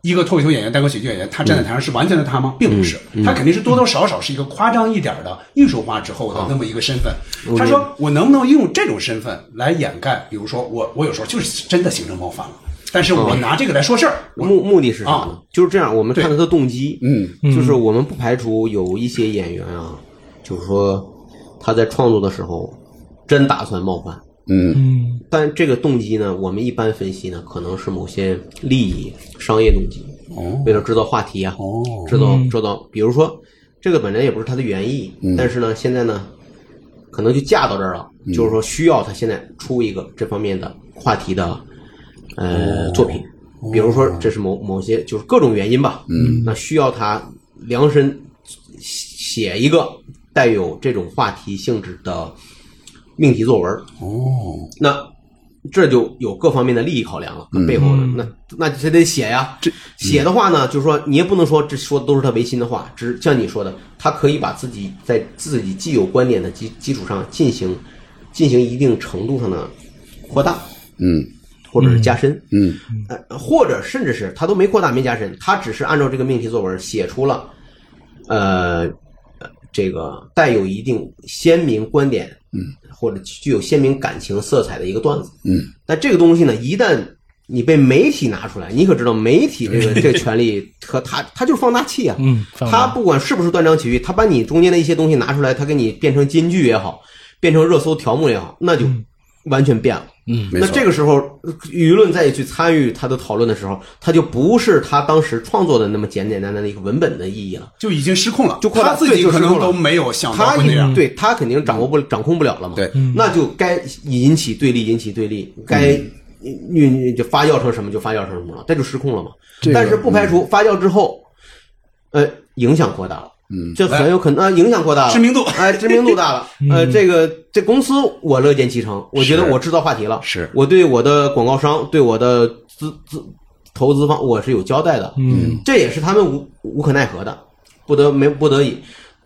S4: 一个脱口秀演员、单口喜剧演员，他站在台上是完全的他吗？并不是，他肯定是多多少少是一个夸张一点的艺术化之后的那么一个身份。他说我能不能用这种身份来掩盖？比如说我我有时候就是真的行政冒犯了，但是我拿这个来说事儿，我
S1: 目目的是什么呢？就是这样，我们看他的动机，
S4: 啊嗯，
S1: 就是我们不排除有一些演员啊，就是说他在创作的时候真打算冒犯，
S4: 嗯
S3: 嗯
S1: 但这个动机呢，我们一般分析呢，可能是某些利益、商业动机，
S4: 哦
S1: 为了制造话题啊，
S4: 哦
S1: 制造制造，比如说这个本来也不是他的原意，但是呢，现在呢，可能就架到这儿了，就是说需要他现在出一个这方面的话题的呃作品，比如说这是某某些就是各种原因吧，嗯，那需要他量身写一个带有这种话题性质的命题作文，
S4: 哦，
S1: 那这就有各方面的利益考量了，背后呢，那那这得写呀。嗯这写的话呢，就是说你也不能说这说的都是他违心的话，只像你说的，他可以把自己在自己既有观点的基基础上进行进行一定程度上的扩大
S4: 嗯
S1: 或者是加深，
S4: 嗯
S1: 呃，或者甚至是他都没扩大没加深，他只是按照这个命题作文写出了，呃，呃这个带有一定鲜明观点，嗯，或者具有鲜明感情色彩的一个段子，
S4: 嗯，
S1: 但这个东西呢，一旦你被媒体拿出来，你可知道媒体这个这个权利和他他就是放大器啊，
S2: 嗯放
S1: 他
S2: 大
S1: 不管是不是断章取义，他把你中间的一些东西拿出来，他给你变成金句也好，变成热搜条目也好，那就
S2: 嗯
S1: 完全变了。
S4: 没
S1: 那
S4: 错
S1: 这个时候，舆论再去参与他的讨论的时候，他就不是他当时创作的那么简简单单的一个文本的意义了。
S4: 就已经失控了，
S1: 就扩大
S4: 他自
S1: 对
S4: 己
S1: 就失
S4: 可
S1: 控
S4: 能
S1: 了
S4: 都没有想到
S1: 他
S4: 会那样嗯
S1: 一，对他肯定掌握不了、掌控不了了嘛。
S4: 对，
S3: 嗯
S1: 那就该引起对立，引起对立，该
S4: 嗯
S1: 运就发酵成什么就发酵成什么了，这就失控了嘛。
S3: 这个
S1: 但是不排除发酵之后，呃，影响扩大了。
S4: 嗯
S1: 这很有可能啊，影响扩大了，
S4: 知名度
S1: 哎，知名度大
S4: [LAUGHS]
S1: 了，呃，
S3: 嗯
S1: 这个这公司我乐见其成，我觉得
S4: 是
S1: 我制造话题了，
S4: 是
S1: 我对我的广告商，对我的资资投资方，我是有交代的，
S3: 嗯，
S1: 这也是他们无无可奈何的，不得没不得已。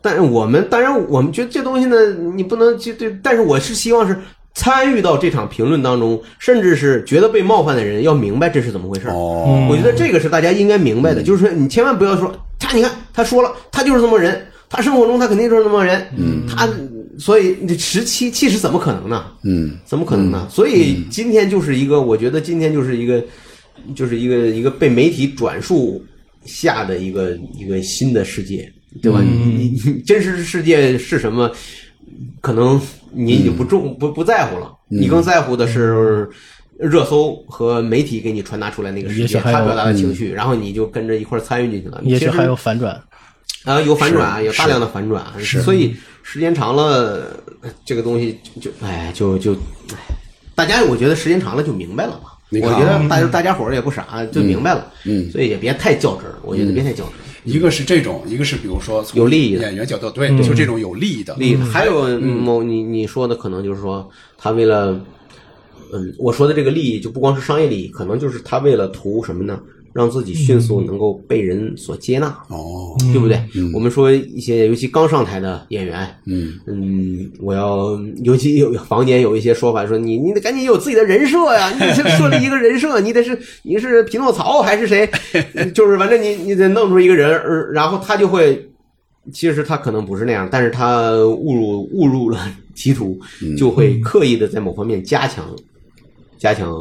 S1: 但是我们当然，我们觉得这东西呢，你不能就对，但是我是希望是参与到这场评论当中，甚至是觉得被冒犯的人要明白这是怎么回事儿。
S4: 哦，
S1: 我觉得这个是大家应该明白的，就是说你千万不要说他，你看他说了，他就是这么人，他生活中他肯定就是这么人，嗯，他所以你十七七十怎么可能呢？
S4: 嗯，
S1: 怎么可能呢？所以今天就是一个，我觉得今天就是一个，就是一个一个被媒体转述下的一个一个新的世界，对吧？
S2: 嗯
S1: 你你你真实世界是什么？可能你已经不重不不在乎了，
S2: 嗯
S1: 你更在乎的是热搜和媒体给你传达出来那个世
S2: 也许
S1: 界，
S2: 还有嗯
S1: 他表达的情绪，然后你就跟着一块儿参与进去了。
S2: 也
S1: 其实
S2: 许还有反转。
S1: 啊，有反转，有大量的反转，啊所以时间长了，呃这个东西就就哎，就就哎，大家我觉得时间长了就明白了嘛。
S4: 你
S1: 我
S4: 看啊
S1: 觉得大家大家伙儿也不傻，就明白了，嗯，所以也别太较真儿，我觉得别太较真儿。
S4: 一个是这种，一个是比如说从
S1: 有利益的
S4: 演员角度，对，就这种有利益的，
S1: 例子还
S4: 嗯
S1: 有某你你说的可能就是说，他为了，嗯，我说的这个利益就不光是商业利益，可能就是他为了图什么呢？让自己迅
S4: 嗯
S1: 速能够被人所接纳，
S4: 哦，
S1: 对不对？我们说一些，尤其刚上台的演员，嗯我要，尤其有房间有一些说法说你，你得赶紧有自己的人设呀，你得先设立一个人设，你得是你是匹诺曹还是谁？就是反正你你得弄出一个人，呃然后他就会，其实他可能不是那样，但是他误入误入了 [LAUGHS] 歧途，就会刻意的在某方面加强。加强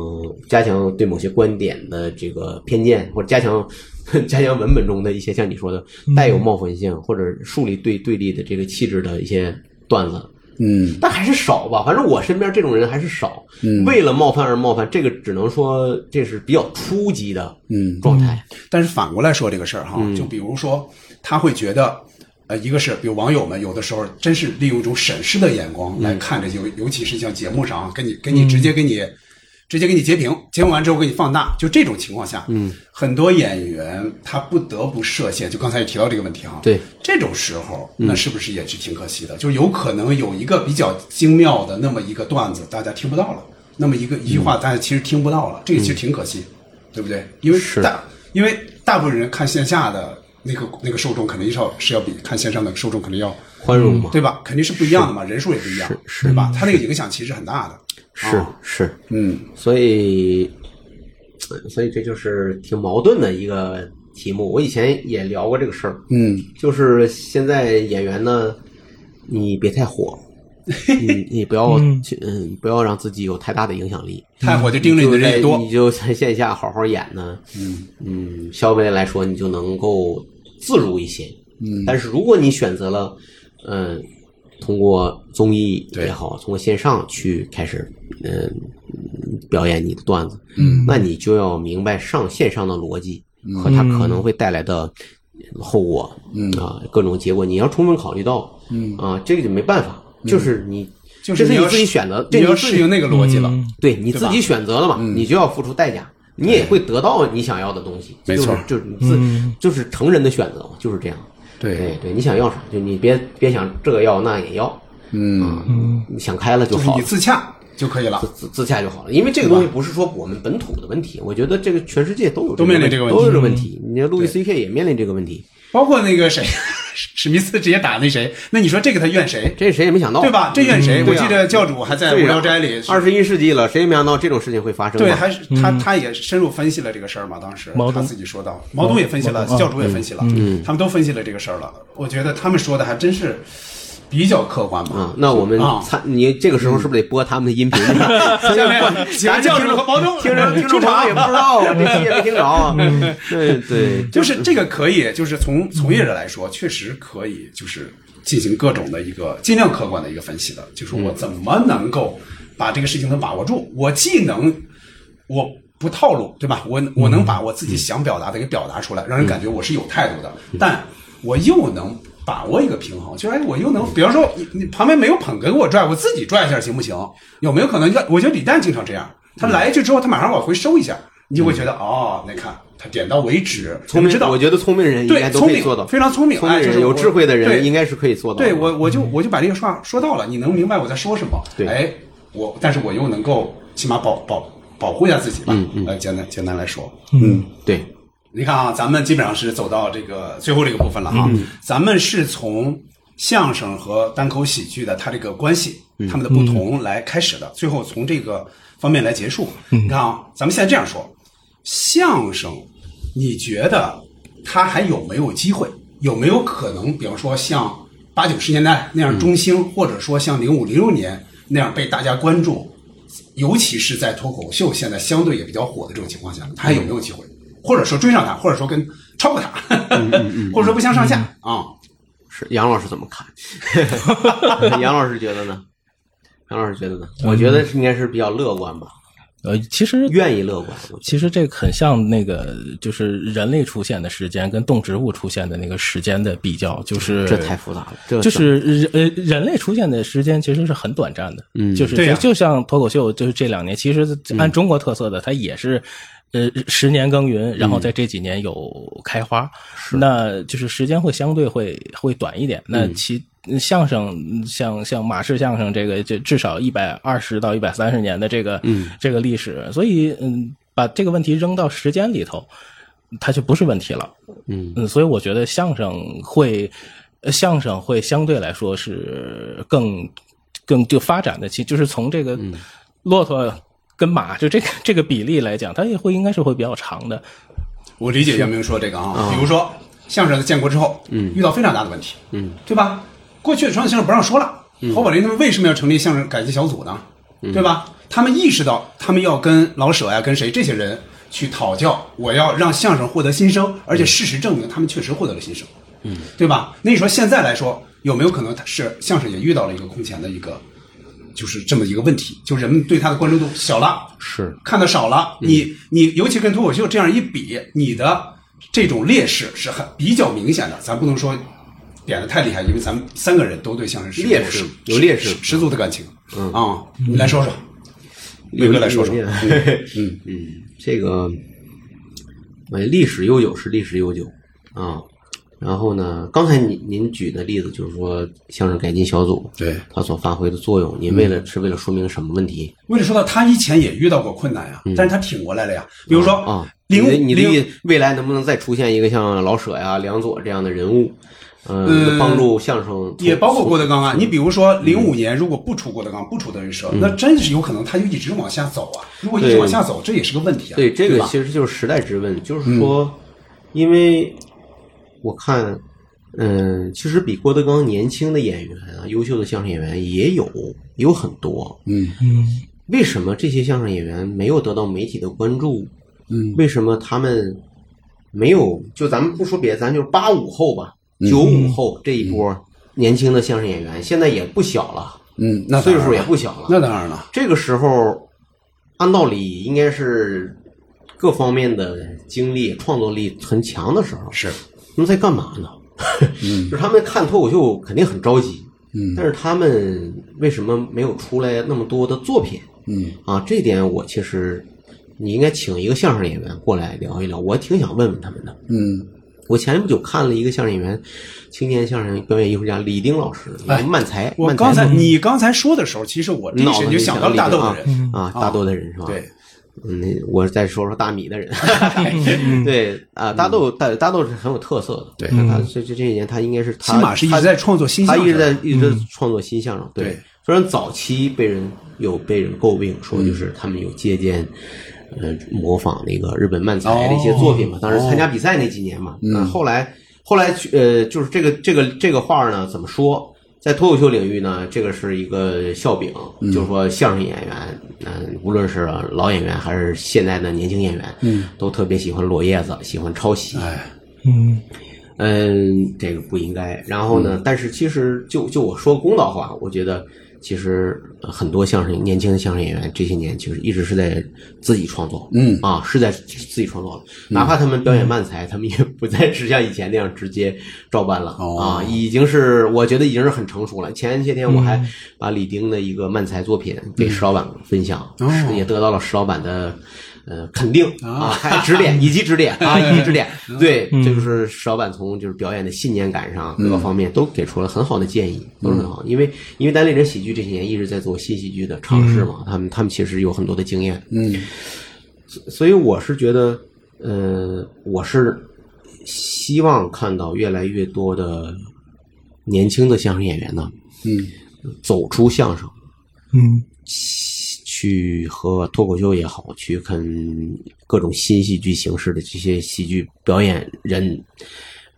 S1: 加强对某些观点的这个偏见，或者加强 [LAUGHS] 加强文本中的一些像你说的带有冒犯性或者树立对对立的这个气质的一些段子，
S4: 嗯，
S1: 但还是少吧。反正我身边这种人还是少。为了冒犯而冒犯，这个只能说这是比较初级的
S4: 嗯
S1: 状态。
S4: 但是反过来说这个事儿哈，就比如说他会觉得，呃，一个是比如网友们有的时候真是利用一种审视的眼光来看这些，尤、尤其是像节目上啊跟你跟你直接给你、直接给你截屏，截屏完之后给你放大，就这种情况下，嗯，很多演员他不得不设限，就刚才也提到这个问题哈，
S1: 对，
S4: 这种时候那是不是也是挺可惜的？就有可能有一个比较精妙的那么一个段子，大家听不到了。那么一个一句
S1: 嗯
S4: 话，大家其实听不到了，这个其实挺可惜。对不对？因为大，因为大部分人看线下的那个那个受众，肯定是要是要比看线上的受众肯定要，
S1: 宽容嘛，
S4: 嗯对吧？肯定是不一样的嘛，人数也不一样，对吧？他那个影响其实很大的。
S1: 是是，
S4: 嗯，
S1: 啊所以所以这就是挺矛盾的一个题目。我以前也聊过这个事儿，
S4: 嗯，
S1: 就是现在演员呢，你别太火，你你不要
S3: 嗯
S1: 去嗯，不要让自己有太大的影响力。
S4: 太火就盯着你
S1: 就
S4: 的
S1: 是
S4: 人
S1: 在
S4: 也多
S1: 嗯你，就在线下好好演呢，
S4: 嗯
S1: 嗯，消费来说你就能够自如一些。
S4: 嗯
S1: 但是如果你选择了，嗯、通过综艺
S4: 对
S1: 也好，通过线上去开始，嗯、表演你的段子，嗯，那你就要明白上线上的逻辑
S4: 嗯
S1: 和它可能会带来的后果，嗯啊、各种结果，你要充分考虑到，嗯啊、这个就没办法，就是你，
S4: 嗯就是
S1: 这是
S4: 你要
S1: 你自己选择，
S4: 你
S1: 这
S4: 要
S1: 你自己
S4: 适应那个逻辑了，
S1: 对你自
S4: 吧嗯
S1: 己选择了嘛，你就要付出代价，你也会得到你想要的东西。
S4: 没错
S1: 就是就是你自、就是成人的选择嘛，就是这样。
S4: 对
S1: 对对，你想要啥就你别别想这个要那也要，
S4: 嗯，
S1: 嗯，你想开了就
S4: 就是
S1: 好
S4: 你
S1: 了。
S4: 自洽就可以了
S1: 自。自自洽就好了，因为这个东西不是说我们本土的问题，我觉得这个全世界都有
S4: 都面临这个问题嗯
S1: 都有这个问题。你看路易 C K 也面临这个问题，
S4: 包括那个谁， [LAUGHS] 史密斯直接打那谁，那你说这个他怨谁？
S1: 这谁也没想到，
S4: 对吧？这怨谁？
S1: 嗯
S4: 我
S1: 对啊
S4: 记得教主还在无聊斋里，
S1: 二十一世纪了，谁也没想到这种事情会发生嘛。
S4: 对，还啊是他他也深入分析了这个事儿嘛。当时
S2: 毛
S4: 他
S2: 东
S4: 自己说到，毛东也分析了，教主也分析了，
S1: 嗯
S4: 他们都分析了这个事儿了。我觉得他们说的还真是比较客观吧。
S1: 啊，那我们
S4: 啊嗯
S1: 参，你这个时候是不是得播他们的音频？ [LAUGHS] 下
S4: 下面请教主和毛东嗯
S1: 听着听着
S4: 出场嗯
S1: 我也不知道，我这期也没听着啊。对对，
S4: 就是这个可以，就是从从业者来说，确实可以，就是进行各种的一个尽量客观的一个分析的，就是我怎么能够把这个事情能把握住，我既能我不套路，对吧？我
S1: 嗯
S4: 我能把我自己想表达的给表达出来，让人感觉我是有态度的，
S1: 嗯
S4: 但我又能。把握一个平衡，就是哎，我又能，比方说你你旁边没有捧哏给我拽，我自己拽一下行不行？有没有可能？我觉得李诞经常这样，他来一句之后，他马上往回收一下，你就会觉得哦，那看他点到为止，
S1: 嗯聪
S4: 你
S1: 明
S4: 知道，
S1: 我觉得聪明人应该
S4: 对
S1: 都
S4: 聪
S1: 可以
S4: 明
S1: 做到，
S4: 非常聪明，
S1: 聪明
S4: 哎就是
S1: 人有
S4: 我
S1: 智慧的人
S4: 对
S1: 应该是可以做到的。嗯
S4: 对我我就我就把这个话说到了，你能明白我在说什么？
S1: 对
S4: 哎，我但是我又能够起码保保保护一下自己吧。
S1: 嗯
S4: 呃，简单简单来说，嗯，
S1: 对，
S4: 你看啊，咱们基本上是走到这个最后这个部分了啊，咱们是从相声和单口喜剧的它这个关系，它们的不同来开始的，最后从这个方面来结束。你看啊，咱们现在这样说，相声，你觉得它还有没有机会？有没有可能，比方说像八九十年代那样中兴，或者说像零五零六年那样被大家关注？尤其是在脱口秀现在相对也比较火的这种情况下，他还有没有机会？或者说追上他，或者说跟超过他， [LAUGHS] 或者说不相上下啊？
S1: 是杨老师怎么看？ [LAUGHS] 杨老师觉得呢？杨老师觉得呢？我觉得应该是比较乐观吧，
S2: 呃，其实
S1: 愿意乐观。我觉
S2: 其实这个很像那个，就是人类出现的时间跟动植物出现的那个时间的比较，就是
S1: 得这太复杂了，这
S2: 就是人呃人类出现的时间其实是很短暂的，嗯，就是
S4: 对
S2: 就
S4: 呀
S2: 就像脱口秀，就是这两年，其实按中国特色的，它也是。呃，十年耕耘，然后在这几年有开花，那嗯就是嗯时间会相对会会短一点。那其相声像像马氏相声这个，就至少一百二十到一百三十年的这个、这个历史，所以嗯，把这个问题扔到时间里头，它就不是问题了。嗯，所以我觉得相声会，呃相声会相对来说是更更就发展的，其就是从这个骆驼跟马就这个这个比例来讲，它也会应该是会比较长的。
S4: 我理解袁明说这个啊，比如说相声在建国之后，嗯，遇到非常大的问题，嗯，对吧？过去传统相声不让说了，侯宝林他们为什么要成立相声改革小组呢？对吧？他们意识到他们要跟老舍呀、跟谁这些人去讨教，我要让相声获得新生，而且事实证明他们确实获得了新生，嗯，对吧？那你说现在来说，有没有可能他是相声也遇到了一个空前的一个？就是这么一个问题，就人们对他的关注度小了，
S1: 是
S4: 看的少了，
S1: 嗯
S4: 你你尤其跟脱口秀这样一比，你的这种劣势是很比较明显的。咱不能说点的太厉害，因为咱们三个人都对相声是
S1: 劣势有劣势
S4: 十足的感情。嗯啊，你来说说，
S1: 有
S4: 刘哥来说说 [LAUGHS]
S1: 有。 [LAUGHS]
S4: 嗯
S1: 嗯，这个，哎，历史悠久是历史悠久啊，然后呢，刚才您您举的例子就是说相声改进小组
S4: 对
S1: 它所发挥的作用，您为了、
S4: 嗯
S1: 是为了说明什么问题？
S4: 为了说到他以前也遇到过困难呀、但是他挺过来了呀。比如说
S1: 嗯啊，
S4: 零
S1: 你的你的
S4: 零
S1: 意未来能不能再出现一个像老舍呀、梁左这样的人物，
S4: 呃
S1: 嗯，帮助相声
S4: 也包括郭德纲啊。你比如说，
S1: 嗯
S4: 零五年如果不出郭德纲，不出德云社，那真是有可能他就一直往下走啊。如果一直
S1: 对
S4: 往下走，这也是个问题啊。
S1: 对，这个
S4: 吧嗯
S1: 其实就是时代之问，就是说，因为我看，嗯，其实比郭德纲年轻的演员啊，优秀的相声演员也有，也有很多。
S4: 嗯
S1: 为什么这些相声演员没有得到媒体的关注？
S4: 嗯，
S1: 为什么他们没有？就咱们不说别的，咱就是八五后吧，
S4: 嗯
S1: 九五后这一波年轻的相声演员，现在也不小了，
S4: 嗯，那
S1: 岁数也
S4: 当然了
S1: 不小了。
S4: 那当然了。
S1: 这个时候，按道理应该是各方面的精力、创作力很强的时候，
S4: 是，
S1: 他们在干嘛
S4: [LAUGHS]
S1: 呢？嗯就是他们看脱口秀肯定很着急，
S4: 嗯
S1: 但是他们为什么没有出来那么多的作品
S4: 嗯
S1: 啊？这点我其实你应该请一个相声演员过来聊一聊，我挺想问问他们的。
S4: 嗯，
S1: 我前不久看了一个相声演员，青年相声表演艺术家李丁老师，
S4: 哎
S1: 漫才，
S4: 我
S1: 漫才
S4: 刚才你刚才说的时候，其实我第一
S1: 脑
S4: 时
S1: 子
S4: 间
S1: 里
S4: 就想到了大
S1: 李丁
S4: 豆的
S1: 啊
S4: 人，嗯
S1: 啊，大豆的人是吧？
S4: 对，
S1: 嗯，我再说说大米的人，对啊、大豆大大豆是很有特色的，
S4: 对
S1: 他这这这几年他应该是
S4: 起
S1: 他
S4: 码是一直在创作新
S1: 他
S4: 相
S1: 一直
S4: 声
S1: 在一直在创作新相声，
S4: 对
S1: 虽然早期被人有被人诟病说就是他们有借鉴。呃，模仿那个日本漫才的一些作品嘛，当时参加比赛那几年嘛，那、后来后来去呃，就是这个这个这个话呢，怎么说？在脱口秀领域呢，这个是一个笑柄，就是说相声演员，嗯、无论是老演员还是现在的年轻演员，嗯，都特别喜欢裸叶子，喜欢抄袭，
S4: 哎，
S3: 嗯
S1: 嗯，这个不应该。然后
S4: 嗯
S1: 呢，但是其实就就我说公道话，我觉得其实呃很多相声年轻的相声演员这些年其实一直是在自己创作，
S4: 嗯
S1: 啊，是在自己创作了。哪怕他们表演慢才，他们也不再是像以前那样直接照搬了、
S4: 哦
S1: 啊，已经是我觉得已经是很成熟了。前些天我
S4: 嗯
S1: 还把李丁的一个慢才作品给石老板分享，
S4: 哦
S1: 是也得到了石老板的。呃，肯定啊，还指点以及指
S4: [LAUGHS]
S1: 点啊，以及指点，
S4: 哎
S1: 对，这就是石老板从就是表演的信念感上
S4: 嗯
S1: 各个方面都给出了很好的建议，都是很好。因为因为单立人喜剧这些年一直在做新喜剧的尝试嘛，他们他们其实有很多的经验，
S4: 嗯
S1: 所以我是觉得，呃，我是希望看到越来越多的年轻的相声演员呢，
S4: 嗯
S1: 走出相声，
S3: 嗯
S1: 去和脱口秀也好，去跟各种新戏剧形式的这些喜剧表演人、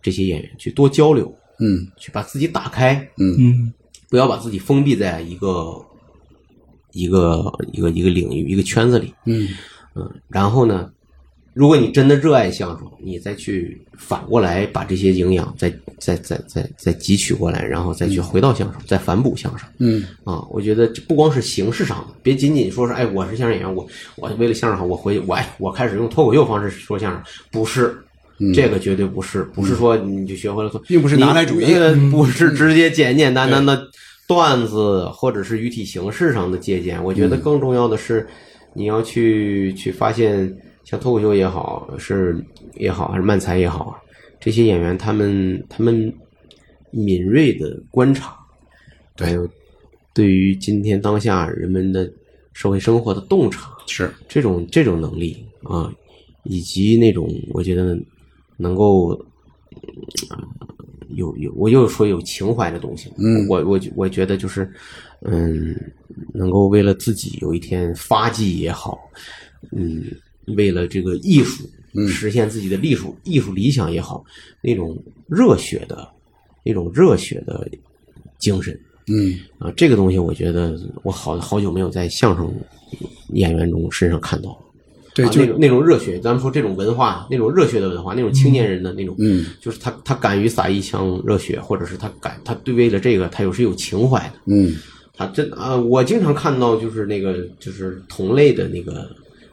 S1: 这些演员去多交流，
S4: 嗯
S1: 去把自己打开，
S3: 嗯
S1: 不要把自己封闭在一个一个一个一个领域、一个圈子里。
S4: 嗯
S1: 嗯，然后呢，如果你真的热爱相声，你再去反过来把这些营养再再再再再汲取过来，然后再去回到相声，再反哺相声。
S4: 嗯
S1: 啊，我觉得这不光是形式上的，别仅仅说是哎，我是相声演员，我我为了相声好，我回我哎，我开始用脱口秀方式说相声，不是。这个绝对不是，不是说你就学会了做，
S4: 嗯并不是
S1: 你
S4: 拿来主义嗯
S1: 呃不是直接简简单单的段子或者是语体形式上的借鉴。我觉
S4: 嗯
S1: 得更重要的是，你要去去发现，像脱口秀也好，是也好，还是漫才也好，啊这些演员他们他们敏锐的观察，
S4: 对
S1: 还有对于今天当下人们的社会生活的洞察，
S4: 是
S1: 这种这种能力啊，以及那种我觉得能够嗯有有，我又说有情怀的东西。嗯，我我我觉得就是，嗯，能够为了自己有一天发迹也好，嗯，为了这个艺术实现自己的艺术艺术理想也好，那种热血的那种热血的精神，
S4: 嗯
S1: 啊，这个东西我觉得我好好久没有在相声演员中身上看到了。
S4: 对，
S1: 啊
S4: 就
S1: 那种那种热血，咱们说这种文化，那种热血的文化，那种青年人的那种，
S4: 嗯，
S1: 就是他他敢于撒一腔热血，或者是他敢他对为了这个他有是有情怀的。
S4: 嗯
S1: 他真啊、我经常看到就是那个就是同类的那个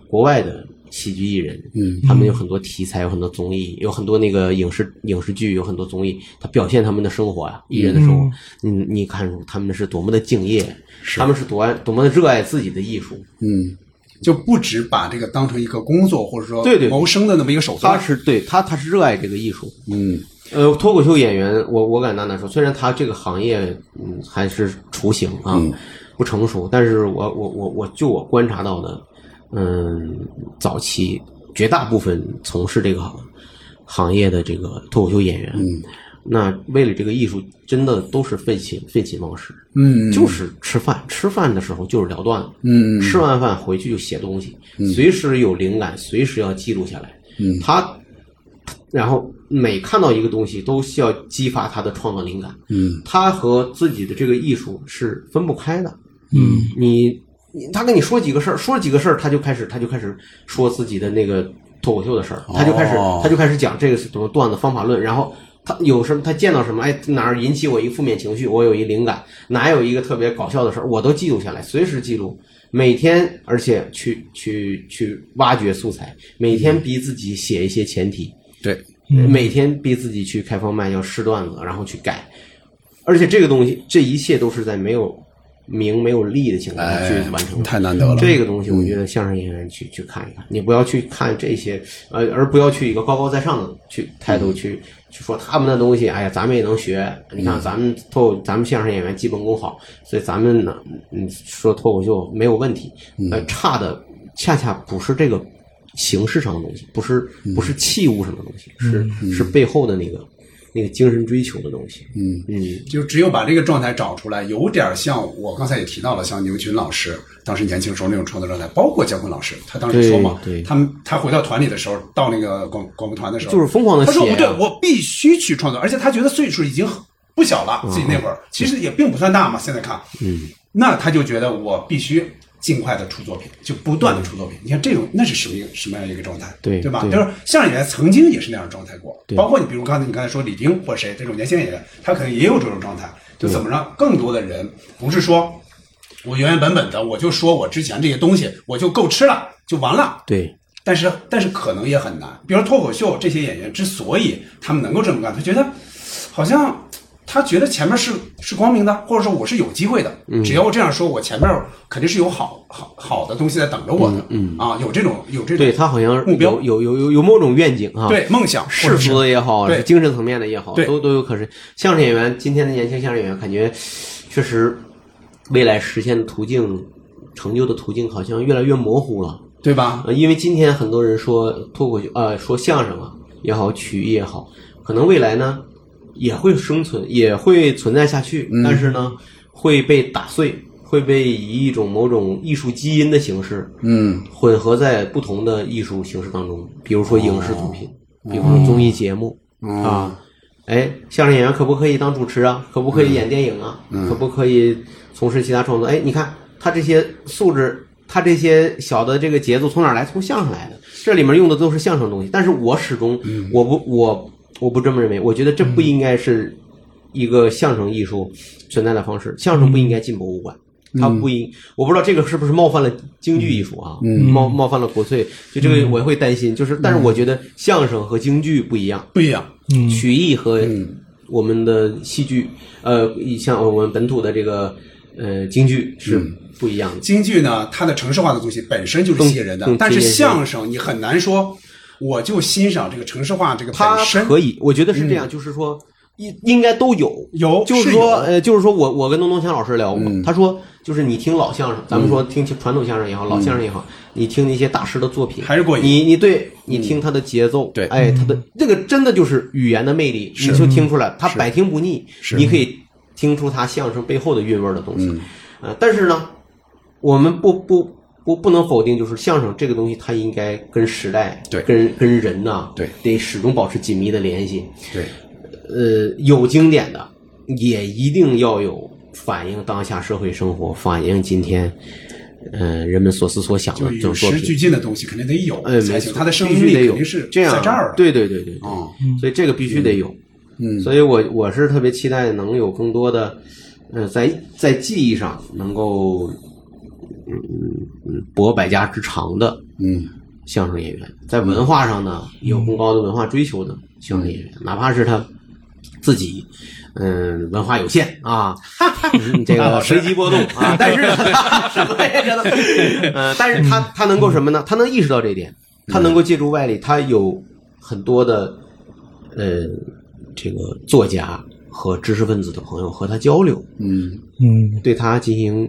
S1: 国外的喜剧艺人，
S4: 嗯，
S1: 他们有很多题材，有很多综艺，有很多那个影视影视剧，有很多综艺，他表现他们的生活呀、啊艺人的生活，你你看出他们是多么的敬业，他们是多爱多么的热爱自己的艺术，
S4: 嗯就不只把这个当成一个工作，或者说
S1: 对对
S4: 谋生的那么一个手
S1: 他
S4: 段。
S1: 是对他他是热爱这个艺术，
S4: 嗯，
S1: 呃，脱口秀演员，我我敢大胆说，虽然他这个行业嗯还是雏形啊，
S4: 嗯
S1: 不成熟，但是我我我我就我观察到的，嗯，早期绝大部分从事这个行行业的这个脱口秀演员，嗯，那为了这个艺术，真的都是废寝废寝忘食，
S4: 嗯，
S1: 就是吃饭，吃饭的时候就是聊段子，
S4: 嗯
S1: 吃完饭回去就写东西，随时有灵感，随时要记录下来。嗯，他，然后每看到一个东西，都需要激发他的创作灵感。
S4: 嗯，
S1: 他和自己的这个艺术是分不开的。嗯，你你他跟你说几个事儿，说几个事儿，他就开始他就开始说自己的那个脱口秀的事儿，他就开始、
S4: 哦
S1: 他就开始讲这个什么段子方法论，然后。他有什么？他见到什么？哎，哪儿引起我一负面情绪？我有一灵感，哪有一个特别搞笑的事儿，我都记录下来，随时记录，每天，而且去去去挖掘素材，每天逼自己写一些前提，
S4: 对，
S1: 每天逼自己去开放麦，要试段子，然后去改。而且这个东西，这一切都是在没有名、没有利的情况下去完成的。
S4: 太难得了。
S1: 这个东西，我觉得相声演员去去看一看，你不要去看这些，呃，而不要去一个高高在上的去态度去去说他们的东西。哎呀，咱们也能学。你看，咱们脱咱们相声演员基本功好，所以咱们呢，嗯，说脱口秀没有问题。呃，差的恰恰不是这个形式上的东西，不是不是器物上的东西，是是背后的那个那个精神追求的东西。嗯嗯
S4: 就只有把这个状态找出来，有点像我刚才也提到了，像牛群老师当时年轻时候那种创作状态，包括姜昆老师，他当时说嘛
S1: 对对，
S4: 他们他回到团里的时候，到那个广广播团的时候，
S1: 就是疯狂地
S4: 他说
S1: 写啊呀
S4: 不对，我必须去创作，而且他觉得岁数已经很不小了，自己那会儿其实也并不算大嘛，现在看，嗯，那他就觉得我必须。尽快的出作品，就不断的出作品。你看这种，那是什么一个什么样一个状态？
S1: 对
S4: 嗯对吧？
S1: 对
S4: 就是相声演员曾经也是那样的状态过，包括你比如刚才你刚才说李丁或谁这种年轻演员，他可能也有这种状态，就怎么让更多的人不是说我原原本本的我就说我之前这些东西我就够吃了就完了，
S1: 对，
S4: 但是但是可能也很难。比如脱口秀这些演员之所以他们能够这么干，他觉得好像他觉得前面是是光明的，或者说我是有机会的，
S1: 嗯
S4: 只要我这样说，我前面肯定是有好好好的东西在等着我的，啊，有这种有这种
S1: 嗯对他好像
S4: 目标
S1: 有有有有有某种愿景啊。
S4: 对梦想或
S1: 世
S4: 者是
S1: 俗的也好，
S4: 对
S1: 精神层面的也好，
S4: 对
S1: 都都有可是相声演员，今天的年轻相声演员，感觉确实未来实现的途径、成就的途径好像越来越模糊了。
S4: 对吧？
S1: 呃，因为今天很多人说脱口秀，呃，说相声啊也好，曲艺也好，可能未来呢也会生存，也会存在下去，
S4: 嗯
S1: 但是呢会被打碎，会被以一种某种艺术基因的形式，
S4: 嗯，
S1: 混合在不同的艺术形式当中，比如说影视作品，比如说综艺节目、
S4: 哦
S1: 啊，哎，相声演员可不可以当主持啊？可不可以演电影啊？可不可以从事其他创作？哎，你看他这些素质，他这些小的这个节奏从哪儿来？从相声来的，这里面用的都是相声东西。但是我始终，我不，我我不这么认为，我觉得这不应该是一个相声艺术存在的方式，相声不应该进博物馆。它不应，我不知道这个是不是冒犯了京剧艺术啊，冒冒犯了国粹，就这个我会担心。就是，但是我觉得相声和京剧不一样，
S4: 不一样，
S1: 曲艺和我们的戏剧，呃，像我们本土的这个呃京剧是不一样的。
S4: 京剧呢，它的城市化的东西本身就是吸引人的
S1: 更更，
S4: 但是
S1: 贴近
S4: 相声你很难说，我就欣赏这个城市化这个
S1: 它
S4: 本身。
S1: 可以，我觉得是这样，就是说应应该都有，
S4: 有
S1: 就是
S4: 是
S1: 说
S4: 有
S1: 呃，就是说我我跟东东强老师聊过，
S4: 嗯
S1: 他说就是你听老相声，咱们说听传统相声也好，老相声也好，你听那些大师的作品
S4: 嗯还是过瘾嗯
S1: 你你对你听他的节奏，
S4: 对
S1: 哎，他的这个真的就是语言的魅力，你就
S4: 嗯
S1: 听出来，他百听不腻，你可以听出他相声背后的韵味儿的东
S4: 嗯
S1: 西，呃，但是呢，我们不不。不，不能否定，就是相声这个东西，它应该跟时代、
S4: 对
S1: 跟跟人呐、
S4: 对
S1: 得始终保持紧密的联系。
S4: 对，
S1: 呃，有经典的，也一定要有反映当下社会生活，反映今天，呃，人们所思所想的
S4: 就
S1: 这
S4: 与
S1: 种作
S4: 时
S1: 品
S4: 俱。进的东西肯定得有
S1: 呃，没
S4: 才
S1: 错
S4: 行，，它的生
S1: 必
S4: 命
S1: 须
S4: 力
S1: 得有
S4: 肯定是
S1: 这样啊
S4: 在这儿的。
S1: 对对对对对。
S4: 啊，
S1: 所以这个必须得有。嗯，所以我我是特别期待能有更多的，呃，在在技艺上能够，嗯嗯，博百家之长的，
S4: 嗯，
S1: 相声演员，在文化上呢有更高的文化追求的相声演员，哪怕是他自己，嗯，文化有限啊，嗯这个随机波动啊，但是什么也可能，呃，但是他他能够什么呢？他能意识到这一点，他能够借助外力，他有很多的，呃，这个作家和知识分子的朋友和他交流，
S4: 嗯
S3: 嗯
S1: 对他进行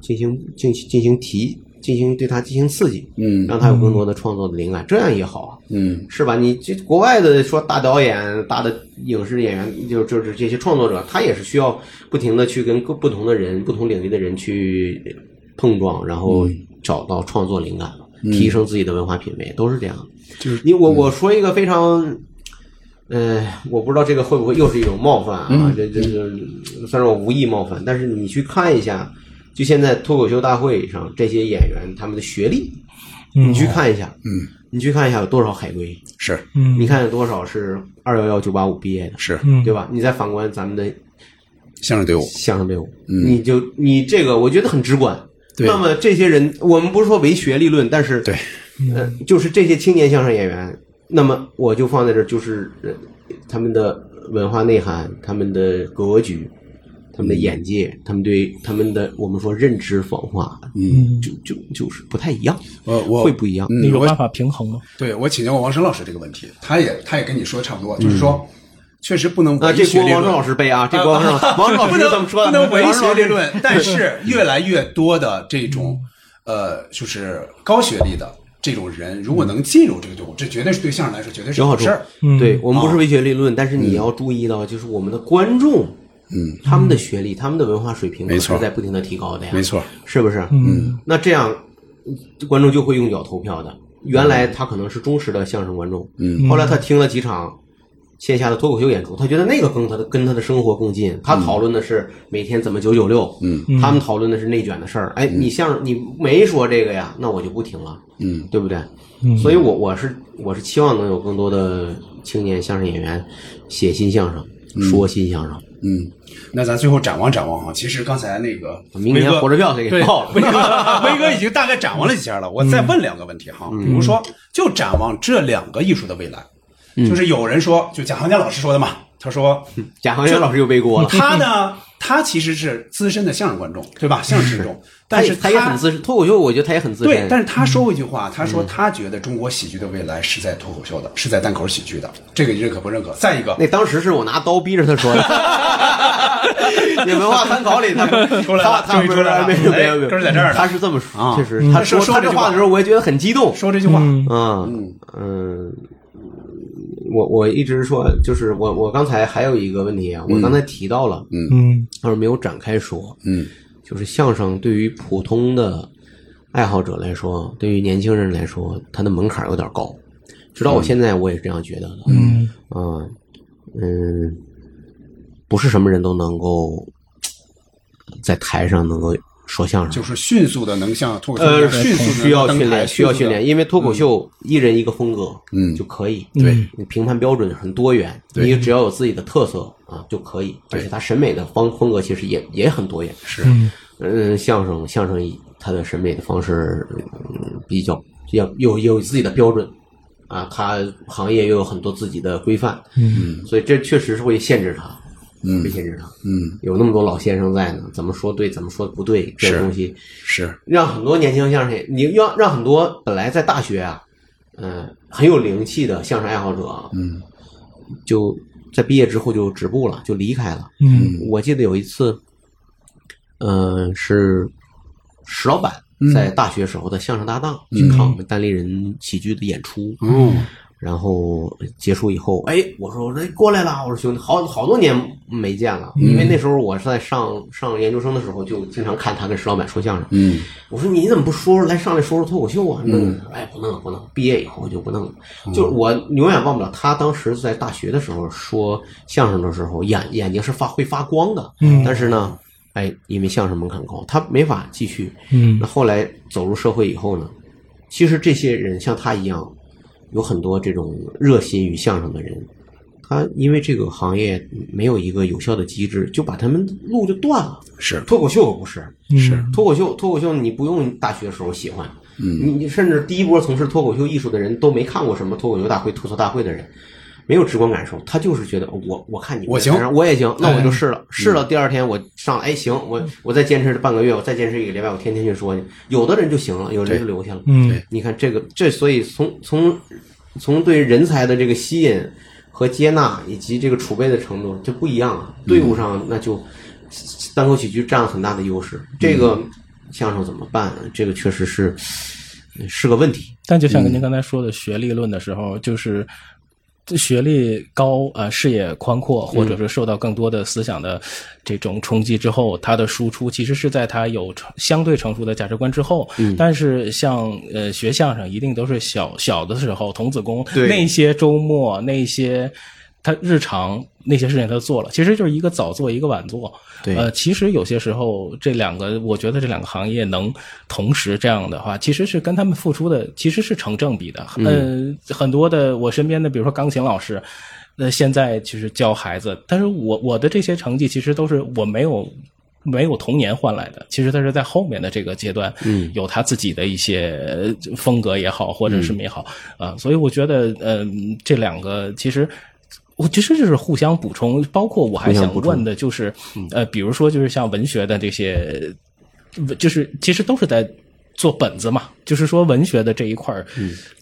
S1: 进行进行进行提进行对他进行刺激，
S4: 嗯
S1: 让他有更多的创作的灵感，这样也好啊。
S4: 嗯
S1: 是吧？你这国外的说大导演、大的影视演员，就就是这些创作者，他也是需要不停的去跟各不同的人、不同领域的人去碰撞，然后
S4: 嗯
S1: 找到创作灵感嘛，提升自己的文化品味，都是这样的。
S4: 就是嗯
S1: 你我我说一个非常。呃，我不知道这个会不会又是一种冒犯啊？
S4: 嗯
S1: 这这这，虽然我无意冒犯，但是你去看一下，就现在脱口秀大会上这些演员他们的学历，你去看一下，
S4: 嗯，
S1: 你去看一下有多少海归，
S4: 是
S3: 嗯
S1: 你看有多少是二幺幺九八五毕业的，
S4: 是
S3: 嗯，
S1: 对吧？你再反观咱们的
S4: 相声队伍，
S1: 相声队伍，你就你这个，我觉得很直观。
S4: 嗯对
S1: 那么这些人，我们不是说唯学历论，但是
S4: 对，
S1: 呃，就是这些青年相声演员，那么我就放在这儿，就是呃他们的文化内涵、他们的格局、他们的眼界、他们对他们的我们说认知防化，嗯，就就就是不太一样，
S4: 我我
S1: 会不一样。
S4: 嗯
S2: 你有
S4: 我
S2: 办法平衡吗？
S4: 对我请教过王声老师这个问题，他也他也跟你说的差不多，就是说，确实不能
S1: 那嗯
S4: 唯
S1: 啊这
S4: 学
S1: 锅
S4: 历
S1: 王
S4: 论哦
S1: 正老师背啊，这锅王正老王正老
S4: 不
S1: 师
S4: 能
S1: 是这么说的，啊
S4: 不能唯
S1: 王正
S4: 学
S1: 老
S4: 历
S1: 师
S4: 论，但是越来越多的这种呃，就是高学历的这种人，如果能进入这个队伍，这绝对是对相声来说绝对是
S1: 有好
S4: 好
S1: 处
S4: 事儿。。哦嗯
S1: 对我们不是唯学历论，但是你要注意到，就是我们的观众，嗯，他们的学历、他们的文化水平，
S4: 没错
S1: 是在不停的提高的呀，
S4: 没错，
S1: 是不是？
S3: 嗯，
S1: 那这样观众就会用脚投票的。原来他可能是忠实的相声观众，嗯，后来他听了几场。线下的脱口秀演出，他觉得那个更他的跟他的生活更近。他讨论的是每天怎么九九六，嗯，他们讨论的是内卷的事儿。哎，你像你没说这个呀，那我就不听了，
S4: 嗯，
S1: 对不对？所以我我是我是期望能有更多的青年相声演员写新相声，说新相声。
S4: 嗯，那咱最后展望展望哈，其实刚才那个
S1: 啊明年
S4: 威哥
S1: 火车
S4: [LAUGHS]
S1: 票得给
S4: 对
S1: 报了
S4: 威哥威哥已经大概展望了几下了，我再问两个问题哈，
S1: 嗯
S4: 比如说就展望这两个艺术的未来，
S1: 嗯
S4: 就是有人说，就贾行家老师说的嘛，他说
S1: 贾行员老师又背
S4: [LAUGHS]
S1: 锅了，
S4: 他呢，他其实是资深的相声观众，对吧？相声听众， [LAUGHS] 但是
S1: 他也他也很资深，脱口秀我觉得他也很资深。嗯
S4: 对，但是他说过一句话，他说他觉得中国喜剧的未来是在脱口秀的，是在单口喜剧的，这个你认可不认可？再一个，
S1: 那当时是我拿刀逼着他说 [LAUGHS] 的。你文化参考里他
S4: [LAUGHS] 出来
S1: 他
S4: 了
S1: 他
S4: 终于出来了
S1: 没有没有没有，
S4: 哎根儿在这儿呢
S1: 他是这么说，
S4: 啊
S1: 确实，他
S4: 他说
S1: 说
S4: 说
S1: 他
S4: 这
S1: 这
S4: 句
S1: 话
S4: 话
S1: 的时候，我也觉得很激动。
S4: 说这句话，
S1: 啊，嗯我我我一直说，就是我我刚才还有一个问题啊，我刚才提到了，嗯，
S3: 嗯
S1: 但是没有展开说，
S4: 嗯，
S1: 就是相声对于普通的爱好者来说，对于年轻人来说，它的门槛有点高。直到我现在，我也是这样觉得的。嗯啊，嗯，不是什么人都能够在台上能够说相声，
S4: 就是迅速的能像脱口秀一
S1: 呃，
S4: 样迅速地
S1: 需要
S4: 登
S1: 训
S4: 台
S1: 练，需要
S4: 迅速
S1: 训
S4: 地
S1: 练，因为脱口秀一人一个风格，
S4: 嗯
S1: 就可以。
S3: 对
S1: 你评判标准很多元，
S4: 对
S1: 你只要有自己的特色啊就可以，而且他审美的方风格其实也也很多元。是，嗯，相声相声以他的审美的方式嗯比较要有有自己的标准啊，他行业又有很多自己的规范，嗯，所以这确实是会限制他。嗯，会限制他。
S4: 嗯，
S1: 有那么多老先生在呢，怎么说对，怎么说不对，这
S4: 是
S1: 个东西
S4: 是
S1: 让很多年轻相声演，你要让很多本来在大学啊，嗯、很有灵气的相声爱好者，嗯，就在毕业之后就止步了，就离开了。
S3: 嗯
S1: 我记得有一次，嗯，是石老板在大学时候的相声搭档、去看我们单立人喜剧的演出，
S4: 哦，
S1: 然后结束以后，哎，我说哎过来了，我说兄弟，好好多年没见了，因为那时候我是在上上研究生的时候就经常看他跟石老板说相声，
S4: 嗯
S1: 我说你怎么不说说来上来说说脱口秀啊？弄、哎不弄了不弄了，毕业以后我就不弄了。就是我永远忘不了他当时在大学的时候说相声的时候，眼眼睛是发会发光的，
S3: 嗯
S1: 但是呢，哎，因为相声门槛高，他没法继续。
S3: 嗯
S1: 那后来走入社会以后呢，其实这些人像他一样，有很多这种热心于相声的人，他因为这个行业没有一个有效的机制，就把他们路就断了。
S4: 是
S1: 脱口秀不是，
S2: 嗯
S3: 是
S1: 脱口秀，脱口秀你不用大学时候喜欢，嗯，你甚至第一波从事脱口秀艺术的人都没看过什么脱口秀大会、吐槽大会的人，没有直观感受，他就是觉得我我看你们
S4: 我行哎嗯
S1: 反正我也行，那我就试了，试了第二天我上了，哎行，我我再坚持半个月，我再坚持一个礼拜，我天天去说去，有的人就行了，有人就留下了，
S2: 嗯，
S1: 你看这个这所以从从从对人才的这个吸引和接纳以及这个储备的程度就不一样
S2: 嗯
S1: 了，队伍上那就单口喜剧占了很大的优势，这个
S2: 嗯
S1: 相声怎么办？啊这个确实是是个问题，
S2: 但就像您刚才说的学历论的时候，就是这学历高啊、呃视野宽阔，或者是受到更多的思想的这种冲击之后，他的输出其实是在他有成相对成熟的价值观之后。但是像呃学相声，一定都是小小的时候童子功
S1: 对
S2: 那些周末那些。他日常那些事情他做了，其实就是一个早做一个晚做。
S1: 对
S2: 呃，其实有些时候这两个，我觉得这两个行业能同时这样的话，其实是跟他们付出的其实是成正比的。嗯、呃，很多的我身边的，比如说钢琴老师。那现在其实教孩子，但是我我的这些成绩其实都是我没有没有童年换来的，其实他是在后面的这个阶段，嗯，有他自己的一些呃风格也好，或者什么也好，啊、所以我觉得，呃，这两个其实。我其实就是互相补充，包括我还
S1: 互相
S2: 想
S1: 补充
S2: 问的就是，
S1: 嗯
S2: 呃，比如说就是像文学的这些，呃就是其实都是在做本子嘛，就是说文学的这一块儿，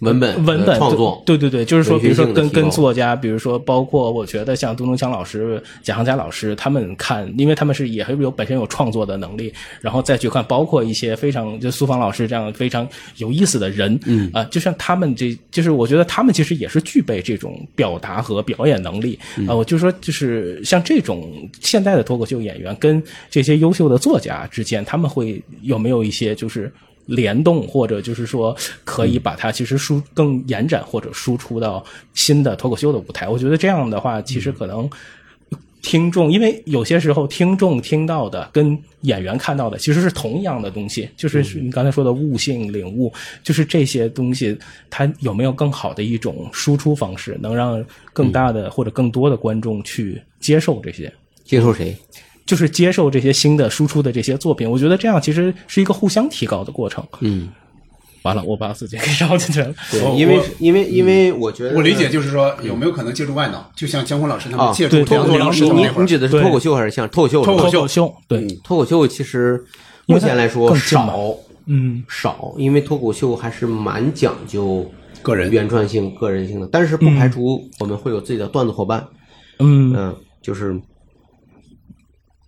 S1: 文本
S2: 文本
S1: 嗯呃创作
S2: 对对对，就是说，
S1: 文
S2: 比
S1: 学
S2: 如说
S1: 性的
S2: 跟
S1: 提高
S2: 跟作家，比如说包括我觉得像杜东强老师、贾行家老师他们看，因为他们是也是有本身有创作的能力，然后再去看，包括一些非常就苏芳老师这样非常有意思的人，嗯啊、就像他们这，就是我觉得他们其实也是具备这种表达和表演能力啊、我就说就是像这种现代的脱口秀演员跟这些优秀的作家之间，他们会有没有一些就是。联动，或者就是说可以把它其实输更延展或者输出到新的脱口秀的舞台。我觉得这样的话，其实可能听众，因为有些时候听众听到的跟演员看到的其实是同样的东西，就是是你刚才说的悟性、领悟，就是这些东西，它有没有更好的一种输出方式，能让更大的或者更多的观众去接受这些？
S1: 接受谁？
S2: 就是接受这些新的输出的这些作品，我觉得这样其实是一个互相提高的过程。
S1: 嗯，
S2: 完了，我把自己给绕进去了。
S1: 对，
S4: 我
S1: 因为
S4: 我
S1: 因为因为我觉得
S4: 我理解就是说，有没有可能借助外脑，就像姜昆老师他
S1: 啊
S4: 们，借助
S2: 对
S1: 脱
S4: 梁左
S1: 口
S4: 老师
S1: 秀，
S4: 他
S1: 你
S4: 们
S1: 你
S4: 那会
S1: 你
S4: 儿，
S1: 指的是
S2: 对
S1: 脱口秀还是像脱口秀是吧？
S4: 脱
S2: 脱
S4: 口秀
S2: 口秀，对，
S1: 脱口秀其实目
S2: 因为它
S1: 前来说
S2: 更近嘛
S1: 少
S2: 嗯
S1: 少，因为脱口秀还是蛮讲究
S4: 个人
S1: 原创性、个人性的，但是不排除我们会有自己的段子伙伴，
S2: 嗯，
S1: 嗯，就是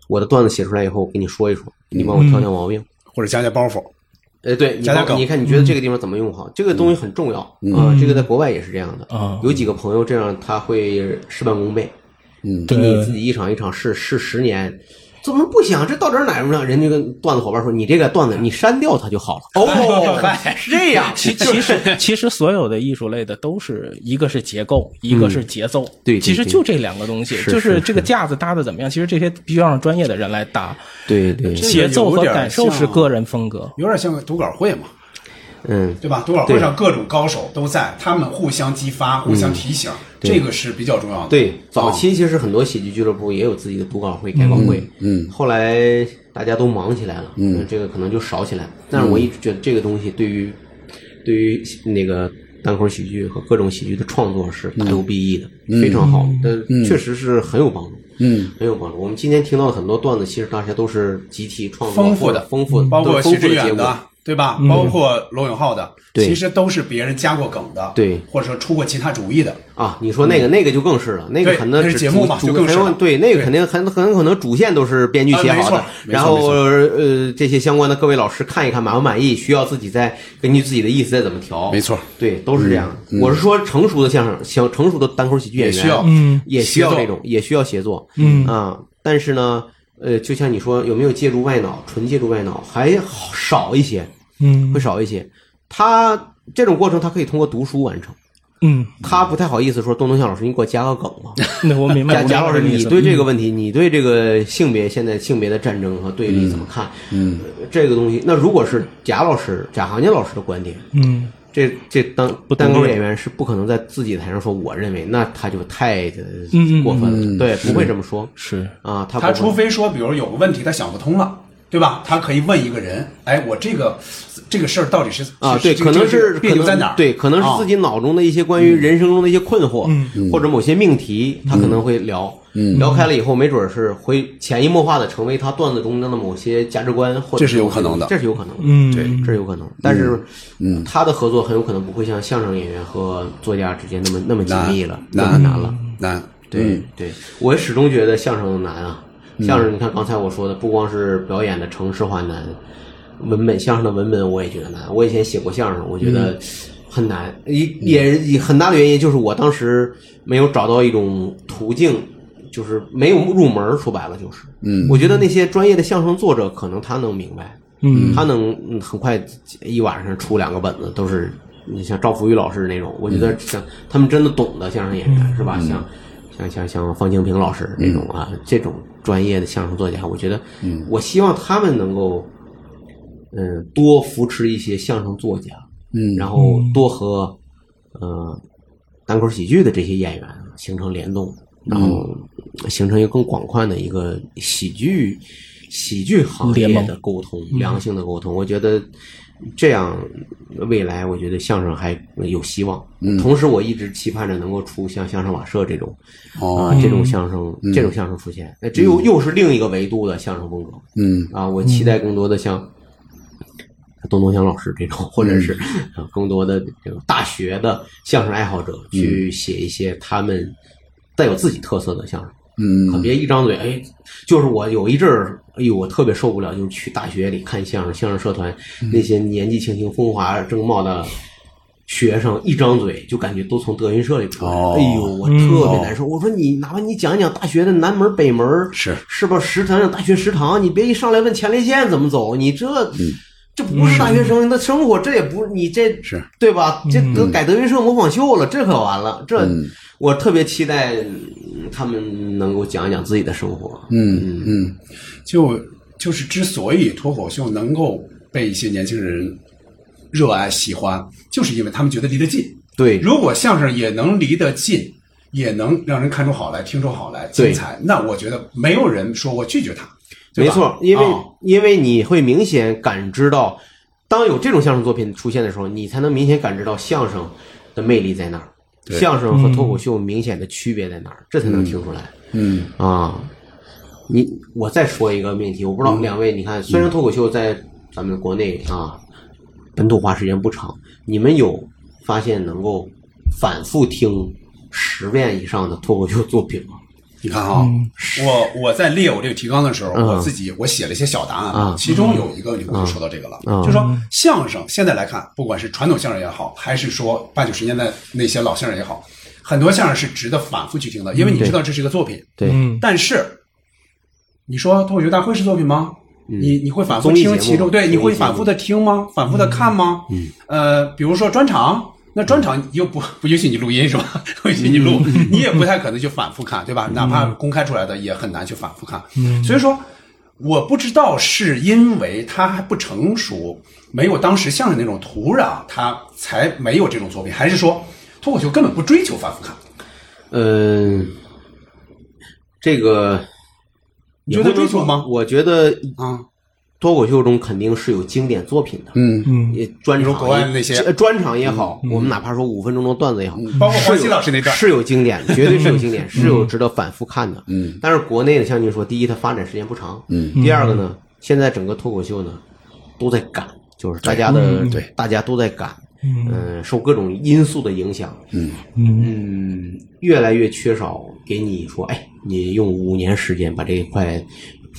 S1: 我的段子写出来以后，我跟你说一说，你帮我挑挑毛病。
S4: 或者加加包袱，
S1: 呃，对，你
S4: 加加
S1: 帮
S4: 梗
S1: 你看，你觉得这个地方怎么用好？这个东西很重要啊，这个在国外也是这样的
S2: 啊
S1: 有几个朋友这样，他会事半功倍。
S4: 嗯，
S2: 对
S1: 你自己一场一场试试十年，怎么不想这到底儿哪儿不了？人家跟段子伙伴说，你这个段子你删掉它就好了。哦，是这样，
S2: 其其实其实所有的艺术类的都是一个是结构，一个是节奏，
S1: 嗯对对
S2: 其实
S1: 对
S2: 就这两个东西，
S1: 是
S2: 就是这个架子搭的怎么样，其实这些必须要让专业的人来搭，
S1: 对对，
S2: 节奏和感受是
S4: 像
S2: 个人风格，
S4: 有点像个读稿会嘛，
S1: 嗯，
S4: 对吧？读稿会上各种高手都在，他们互相激发、互相提醒，
S1: 嗯对
S4: 这个是比较重要的。
S1: 对，早
S4: 啊
S1: 期其实很多喜剧俱乐部也有自己的读稿会、改稿会，
S4: 嗯
S1: 后来大家都忙起来了，嗯，这个可能就少起来。
S4: 嗯
S1: 但是我一直觉得这个东西对于对于那个单口喜剧和各种喜剧的创作是大有裨益的，非常好，但确实是很有帮助。
S4: 嗯，
S1: 很有帮助。我们今天听到的很多段子，其实大家都是集体创作
S4: 丰富
S1: 或者
S4: 的嗯
S1: 丰富的，
S4: 包
S1: 都
S4: 括
S1: 是丰
S4: 许
S1: 富
S4: 志
S1: 的结
S4: 远
S1: 果嗯
S4: 的。，对吧？包括罗永浩的，
S1: 对
S4: 其实都是别人加过梗的，
S1: 对
S4: 或者说出过其他主意的，
S1: 啊，你说那个那个就更是了，那个
S4: 嗯对
S1: 可能
S4: 那是
S1: 只
S4: 节目
S1: 主
S4: 嘛
S1: 主
S4: 就更是
S1: 很有
S4: 了
S1: 对，那个
S4: 对
S1: 肯定很很可能主线都是编剧
S4: 啊
S1: 写
S4: 没
S1: 好
S4: 错
S1: 的，
S4: 没错
S1: 然后
S4: 没错
S1: 呃这些相关的各位老师看一看满不满意，需要自己再根据自己的意思再怎么调。
S4: 没错，嗯
S1: 对，都是这样的。我是说成熟的相声，相成熟的单口喜剧演员
S4: 也需要
S2: 嗯
S1: 也需要
S4: 协作
S1: 这种，也需要协作。嗯啊，但是呢，呃，就像你说，有没有借助外脑，纯借助外脑还好少一些，
S2: 嗯
S1: 会少一些。他这种过程，他可以通过读书完成。
S2: 嗯，
S1: 他不太好意思说东东向老师，你给我加个梗吧。
S2: [LAUGHS] 那我明
S1: 贾
S2: 白我
S1: 贾
S2: 明白
S1: 老师，
S2: 这个意
S1: 你
S2: 思嗯
S1: 对这个问题，你对这个性别现在性别的战争和对立怎么看？嗯，这个东西，那如果是贾老师、贾行家老师的观点，
S2: 嗯
S1: 这这当
S2: 不
S1: 单
S2: 同
S1: 口
S2: 意
S1: 演员是不可能在自己台上说我认为，那他就太呃
S2: 嗯嗯
S1: 过分了，对，不会这么说
S2: 是
S1: 啊，他
S4: 他
S1: 不会
S4: 除非说，比如有个问题他想不通了，对吧？他可以问一个人，哎，我这个这个事儿到底是
S1: 啊，对，
S4: 这个
S1: 可能
S4: 这个
S1: 是
S4: 别
S1: 可
S4: 扭在哪
S1: 能
S4: 儿？
S1: 对，可能是
S4: 啊嗯
S1: 自己脑中的一些关于人生中的一些困惑，或者某些命题，他可能会聊，
S4: 嗯
S1: 聊开了以后，没准是会潜移默化的成为他段子中的某些价值观，或者
S4: 这是有可能的
S1: 这是有可能的，
S3: 嗯
S1: 对，这是有可能。但是，嗯，他的合作很有可能不会像相声演员和作家之间那么那么紧密了，那么
S4: 难
S1: 难了。
S4: 难，
S1: 对嗯对，我始终觉得相声难啊。相声，你看刚才我说的，不光是表演的程式化难，文本相声的文本我也觉得难。我以前写过相声，我觉得很难，也也也很大的原因就是我当时没有找到一种途径，就是没有入门儿。说白了就是，嗯，我觉得那些专业的相声作者可能他能明白，嗯，他能嗯很快一晚上出两个本子，都是你像赵福玉老师那种，我觉得像他们真的懂的相声演员是吧？像像像像方清平老师那种啊，这种专业的相声作家，我觉得，我希望他们能够，嗯，多扶持一些相声作家，
S4: 嗯
S1: 然后多和，呃，单口喜剧的这些演员形成联动，然后
S2: 嗯
S1: 形成一个更广泛的一个喜剧喜剧行业
S2: 联盟
S1: 的沟通，良性的沟通。我觉得这样未来，我觉得相声还有希望。
S2: 嗯
S1: 同时，我一直期盼着能够出像相声瓦舍这种
S4: 哦
S1: 啊
S2: 嗯
S1: 这种相声这种相声出现，那只有又是另一个维度的相声风格
S4: 嗯
S1: 啊！我期待更多的像。东东强老师这种，或者是
S4: 嗯
S1: 呃 [LAUGHS] 更多的这种大学的相声爱好者
S4: 嗯
S1: 去写一些他们带有自己特色的相声，可
S4: 嗯
S1: 别一张嘴，哎，就是我有一阵儿，哎呦，我特别受不了，就是去大学里看相声，相声社团
S4: 嗯
S1: 那些年纪轻轻、风华正茂的学生，一张嘴就感觉都从德云社里出来了，
S4: 哦
S1: 哎呦，我特别难受。我说你，哪怕你讲一讲大学的南门、北门，
S4: 是
S1: 是吧？食堂、大学食堂，你别一上来问前列腺怎么走，你这。
S4: 嗯
S1: 这不是大学生的生活，这也不你这
S4: 是
S1: 对吧？这
S4: 嗯
S1: 德改德云社模仿秀了，这可完了。这我特别期待嗯他们能够讲一讲自己的生活。
S4: 嗯嗯，就就是之所以脱口秀能够被一些年轻人热爱喜欢，就是因为他们觉得离得近。
S1: 对，
S4: 如果相声也能离得近，也能让人看出好来、听出好来、
S1: 对
S4: 精彩，那我觉得没有人说我拒绝他。对
S1: 没
S4: 吧
S1: 错，因为、
S4: 啊
S1: 因为你会明显感知到，当有这种相声作品出现的时候，你才能明显感知到相声的魅力在哪儿，
S4: 对
S1: 相声和脱口秀明显的区别在哪儿，这才能听出来。
S4: 嗯
S1: 啊，你我再说一个命题，我不知道两位，你看，虽然脱口秀在咱们国内啊本土化时间不长，你们有发现能够反复听十遍以上的脱口秀作品吗？
S4: 你看哈、我我在列我这个提纲的时候，
S1: 嗯
S4: 我自己我写了一些小答案，啊
S1: 嗯
S4: 其中有一个你们就说到这个了，
S1: 嗯
S4: 就说相声现在来看，不管是传统相声也好，还是说八九十年代那些老相声也好，很多相声是值得反复去听的，因
S1: 嗯
S4: 为你知道这是一个作品。
S1: 对，
S3: 嗯
S4: 但是你说脱口秀大会是作品吗？你你会反复
S1: 嗯综艺节
S4: 听
S1: 目
S4: 其中，对，
S1: 综艺
S4: 你会
S1: 节目
S4: 反复的听吗？反复的看吗？嗯，呃，比如说专场，那专场又不 [LAUGHS] 不允许你录音是吧？ [LAUGHS] 不允许你录，
S1: 嗯
S4: 你也不太可能就反复看，对吧？哪怕公开出来的也很难去反复看。
S1: 嗯
S4: 所以说，我不知道是因为它还不成熟，没有当时相声那种土壤，它才没有这种作品，还是说脱口秀根本不追求反复看？
S1: 嗯、这个
S4: 你觉得
S1: 也不能
S4: 追求吗
S1: 说我觉得
S4: 啊，
S1: 脱口秀中肯定是有经典作品的，
S4: 嗯
S3: 嗯
S1: 也专
S4: 比
S1: 场
S4: 如国外那些
S1: 呃专场也好，我们哪怕说五分钟的段子也好，
S4: 包括黄西老师那段
S1: 是有经典，绝对是有经典，是有值得反复看的。
S4: 嗯，
S1: 但是国内的像您说，第一它发展时间不长，
S4: 嗯，
S1: 第二个呢，现在整个脱口秀呢都在赶，就是大家的
S4: 对
S1: 大家都在赶，
S3: 嗯
S1: 嗯，受各种因素的影响，
S3: 嗯
S1: 嗯，越来越缺少给你说，哎，你用五年时间把这一块，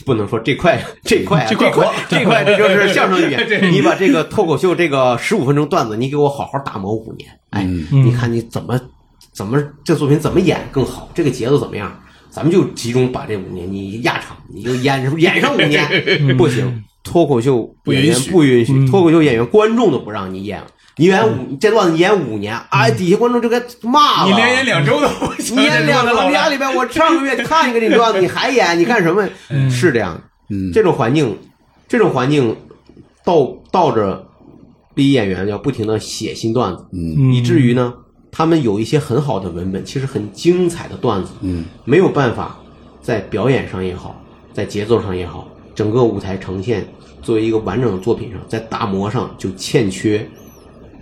S1: 不能说这块
S4: [LAUGHS]
S1: 这块啊
S4: 这
S1: 这
S4: 块
S1: 块
S4: [LAUGHS] 活
S1: 这块，这就是相声语
S4: [LAUGHS]
S1: 言。你把这个脱口秀这个十五分钟段子，你给我好好打磨五年，哎，
S4: 嗯
S1: 你看你怎么怎么这作品怎么演更好，这个节奏怎么样？咱们就集中把这五年你压场，你就演演上五
S4: [LAUGHS]
S1: 年，不行，脱口秀
S4: 嗯不允
S1: 演员
S4: 许
S1: 不允许，脱口秀演员观众都不让你演了。你演五这段子演五年，哎，底下观众就该骂了。
S4: 你连演两周都不
S1: [LAUGHS]
S4: 行，
S1: 你演嗯两个俩
S4: 压
S1: 礼拜，我上个月看一个这段子，你还演，你干什么？是这样，
S4: 嗯
S1: 这种环境，这种环境，倒倒着逼演员要不停的写新段子，
S3: 嗯
S1: 以至于呢，他们有一些很好的文本，其实很精彩的段子，
S4: 嗯，
S1: 没有办法在表演上也好，在节奏上也好，整个舞台呈现作为一个完整的作品上，在打磨上就欠缺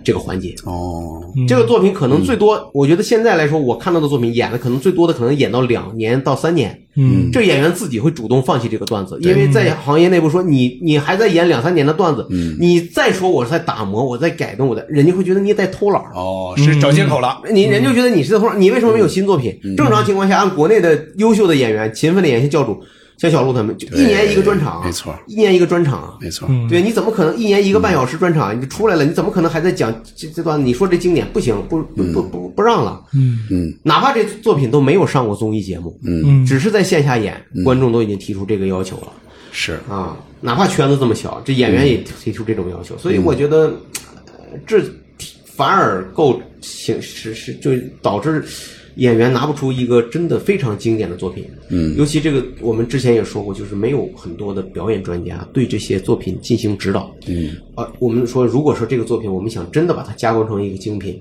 S1: 这个环节。
S4: 哦，
S1: 这个作品可能最多，我觉得现在来说，我看到的作品演的可能最多的，可能演到两年到三年。
S3: 嗯，
S1: 这个演员自己会主动放弃这个段子，因为在行业内部说你你还在演两三年的段子，
S4: 嗯
S1: 你再说我是在打磨，我在改动，我在人家会觉得你在偷懒儿。
S4: 哦，是找借口了。
S1: 你人就觉得你是在偷懒儿，你为什么没有新作品？
S4: 嗯
S1: 正常情况下，按国内的优秀的演员、勤奋的演戏教主，像小鹿他们，就一年一个专场，啊
S4: 没错
S1: 一年一个专场啊。
S4: 嗯没错，
S1: 对，你怎么可能一年一个半小时专场你就出来了？你怎么可能还在讲这这段？你说这经典不行，不不不不不让了。嗯
S4: 嗯，
S1: 哪怕这作品都没有上过综艺节目，
S3: 嗯
S1: 只是在线下演，观众都已经提出这个要求了
S4: 是
S1: 啊！哪怕圈子这么小，这演员也提出这种要求，所以我觉得，呃这反而够形是是就导致演员拿不出一个真的非常经典的作品。嗯，尤其这个我们之前也说过，就是没有很多的表演专家对这些作品进行指导。嗯，啊，我们说，如果说这个作品我们想真的把它加工成一个精品，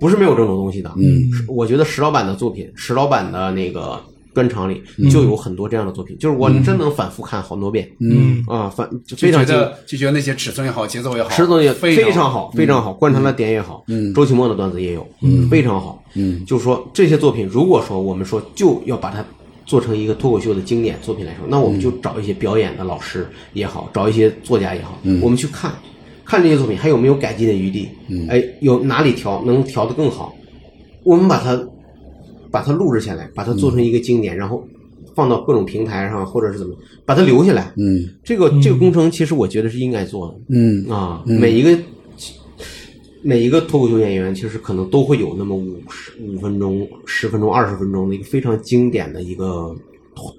S1: 不是没有这种东西的。嗯，我觉得石老板的作品，石老板的那个专场里就有很多这样的作品，就是我真能反复看好多遍。嗯啊，反就
S4: 就
S1: 非
S4: 觉
S1: 常精。
S4: 得就觉得那些尺寸也好，节奏也好，
S1: 石总也
S4: 非
S1: 非常好，非常好，观察的点也好，嗯，周奇墨的段子也有，嗯，非常好，嗯，就说这些作品，如果说我们说就要把它做成一个脱口秀的经典作品来说，那我们就找一些表演的老师也好，找一些作家也好，我们去看看这些作品还有没有改进的余地，嗯，哎，有哪里调能调得更好，我们把它把它录制下来，把它做成一个经典，然后放到各种平台上或者是怎么，把它留下来，
S4: 嗯
S1: 这个这个工程其实我觉得是应该做的，
S4: 嗯
S1: 啊，每一个每一个脱口秀演员，其实可能都会有那么五十五分钟、十分钟、二十分钟的一个非常经典的一个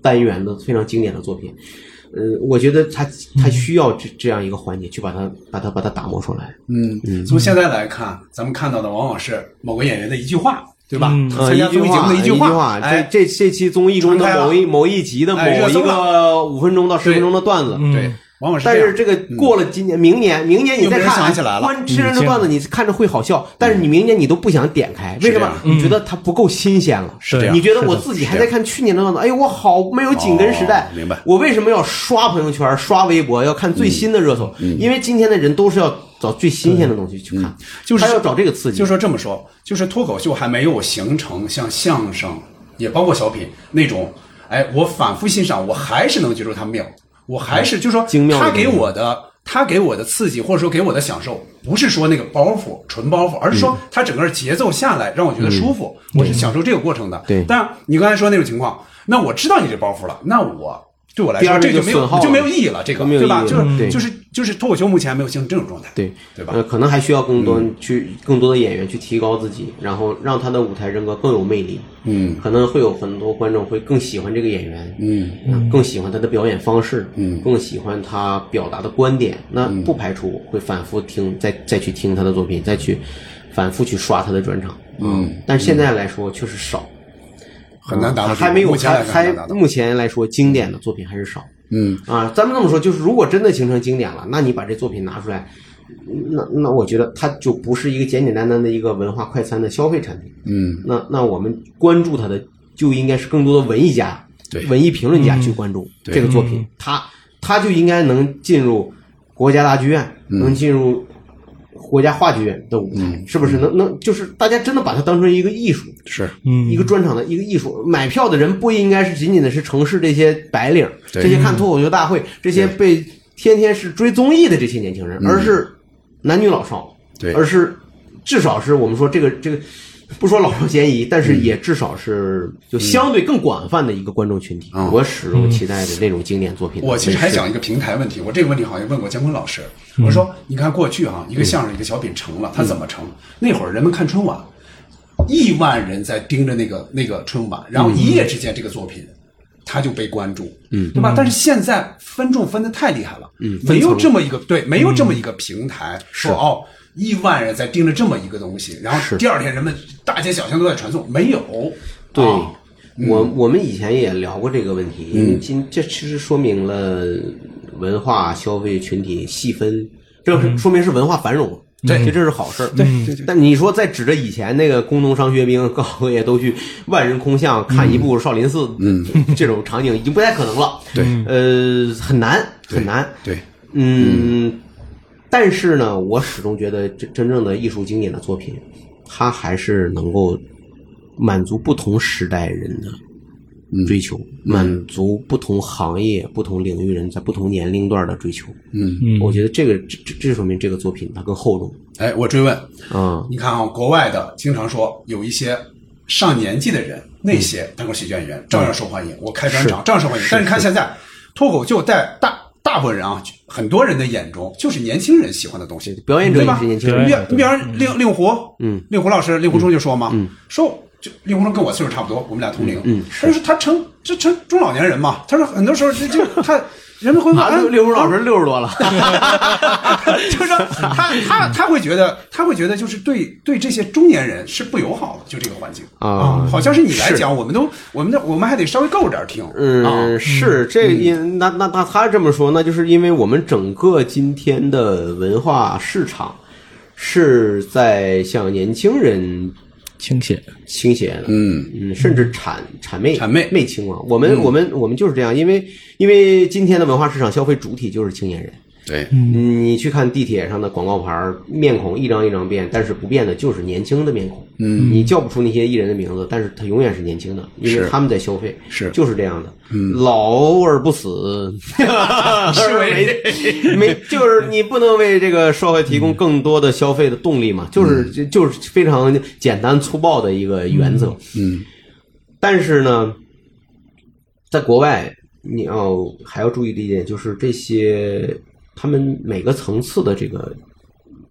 S1: 单元的非常经典的作品。呃，我觉得他他需要这这样一个环节去把它把它把它打磨出来。
S4: 嗯，从现在来看，咱们看到的往往是某个演员的一句话，对吧？
S1: 呃
S4: 参加综艺节目的
S1: 一
S4: 嗯句
S1: 话，
S4: 哎，啊
S1: 这这这期综艺中的某一某一集的
S4: 哎
S1: 某
S4: 热
S1: 一
S4: 搜
S1: 个五分钟到十分钟的段子，
S4: 对，往往是这
S1: 但
S4: 样。嗯
S1: 是这个过了今年、明年、明年你再
S4: 又没人
S1: 看，
S4: 想起来了嗯
S1: 关吃人的段子你看着会好笑，但是你明年你都不想点开，为什么？你觉得它不够新鲜了？
S4: 是这样
S1: 你觉得我自己还在看去年的段子，哎呦，我好没有紧跟时代。
S4: 哦明白嗯
S1: 我为什么要刷朋友圈、刷微博，要看最新的热搜？因为今天的人都是要找最新鲜的东西去看，
S4: 嗯就是
S1: 他要找这个刺激。
S4: 就说这么说，就是脱口秀还没有形成像相声，也包括小品那种，哎，我反复欣赏，我还是能觉出它妙，我还是、就是说
S1: 嗯精妙的
S4: 他
S1: 地
S4: 给
S1: 方
S4: 我的。他给我的刺激，或者说给我的享受，不是说那个包袱纯包袱，而是
S1: 嗯
S4: 说他整个节奏下来让我觉得舒服，我是享受这个过程的。
S1: 对
S4: 但你刚才说那种情况，那我知道你这包袱了，那我对我来
S1: 第
S4: 说
S1: 二
S4: 这
S1: 个
S4: 就
S1: 就
S4: 没有
S1: 损耗
S4: 就没有
S1: 了
S4: 意义了，这个
S1: 就没有
S4: 对吧？
S1: 意义
S4: 就是、
S1: 了对
S4: 就是就是脱口秀目前没有形成这种状态，
S1: 对
S4: 对吧嗯
S1: 呃，可能还需要更多去更多的演员去提高自己，然后让他的舞台人格更有魅力。
S4: 嗯，
S1: 可能会有很多观众会更喜欢这个演员，
S4: 嗯
S1: 嗯，更喜欢他的表演方式，
S4: 嗯
S1: 更喜欢他表达的观点。那不排除会反复听，再再去听他的作品，再去反复去刷他的专场。嗯，但是现在来说确实少，
S4: 很难达到这种
S1: 还没有
S4: 目前
S1: 还
S4: 来看很
S1: 还
S4: 难达到
S1: 目前来说经典的作品还是少。
S4: 嗯，
S1: 啊，咱们这么说，就是如果真的形成经典了，那你把这作品拿出来，嗯那那我觉得它就不是一个简简单单的一个文化快餐的消费产品。
S4: 嗯，
S1: 那那我们关注它的就应该是更多的文艺家、
S4: 对嗯
S1: 文艺评论家去关注
S4: 对
S1: 这个作品，它它就应该能进入国家大剧院，
S4: 嗯
S1: 能进入。国家话剧院的舞台、是不是
S4: 嗯
S1: 能能就是大家真的把它当成一个艺术，
S4: 是
S1: 一
S4: 嗯
S1: 个专场的一个艺术。买票的人不应该是仅仅的是城市这些白领儿，
S4: 对
S1: 这些看脱口秀大会，这些被天天是追综艺的这些年轻人，而是男女老少，
S4: 嗯对
S1: 而是至少是我们说这个这个。不说老少咸宜，但
S4: 嗯
S1: 是也至少是就相对更广泛的一个观众群体。我始终期待着那种经典作品。
S4: 嗯我其实还想一个平台问题，我这个问题好像问过姜昆老师。我说，你看过去哈、一个相声一个小品成了，它怎么成？那会儿人们看春晚，亿万人在盯着那个那个春晚，然后一夜之间这个作品。它就被关注，嗯，对吧？但是现在分众分的太厉害了，嗯，没有这么一个对，没有这么一个平台说哦，亿万人在盯着这么一个东西，然后第二天人们大街小巷都在传颂，没有，
S1: 对
S4: 啊，
S1: 我我们以前也聊过这个问题，因为今这其实说明了文化消费群体细分，这是说明是文化繁荣，
S4: 对
S1: 其实这是好事儿。
S4: 嗯
S1: 嗯
S4: 对对对
S1: 但你说再指着以前那个工农商学兵各行各业都去万人空巷看一部少林寺，嗯，这种场景已经不太可能了。
S4: 对，
S1: 呃，很难很难。
S4: 对，
S1: 嗯，但是呢，我始终觉得真真正的艺术经典的作品，它还是能够满足不同时代人的追求，满足不同行业、不同领域人在不同年龄段的追求。
S4: 嗯，
S2: 嗯
S1: 我觉得这个这这这说明这个作品它更厚重
S4: 哎，我追问，
S1: 啊。
S4: 你看啊，国外的经常说有一些上年纪的人，那些单口喜剧演员照样受欢迎，我开专场照样受欢迎。嗯但是看现在，脱口秀在大大部分人啊，很多人的眼中就是年轻人喜欢的东西，
S1: 表演者
S4: 对
S1: 也
S4: 吧
S1: 是？年轻人
S4: 你比
S2: 对
S4: 你比方令令狐，
S1: 嗯，
S4: 令狐老师，令狐冲就说嘛，说就令狐冲跟我岁数差不多，我们俩同龄，嗯，但是他成这成中老年人嘛，他说很多时候这就他人们会问，
S1: 啊，
S4: 哎
S1: 六六叔老师六十多了，
S4: 啊 [LAUGHS] 就是说他他他会觉得他会觉得就是对对这些中年人是不友好的，就这个环境
S1: 啊
S4: 好像是你来讲，我们都我们的我们还得稍微够着点听，
S1: 嗯，是这个因那那那他这么说，那就是因为我们整个今天的文化市场是在向年轻人
S2: 倾斜，
S1: 倾斜的，
S4: 嗯
S1: 嗯，甚至谄谄媚
S4: 谄媚
S1: 媚青啊。我们、我们我们就是这样，因为因为今天的文化市场消费主体就是青年人。
S4: 对，
S1: 嗯你去看地铁上的广告牌儿，面孔一张一张变，但是不变的就是年轻的面孔。嗯，你叫不出那些艺人的名字，但是他永远是年轻的，因为他们在消费，
S4: 是
S1: 就是这样的。嗯，老而不死，
S4: [LAUGHS] 是为
S1: 为 [LAUGHS] 没就是你不能为这个社会提供更多的消费的动力嘛，
S4: 嗯
S1: 就是就就是非常简单粗暴的一个原则。
S4: 嗯，
S1: 但是呢，在国外，你要还要注意的一点就是，这些他们每个层次的这个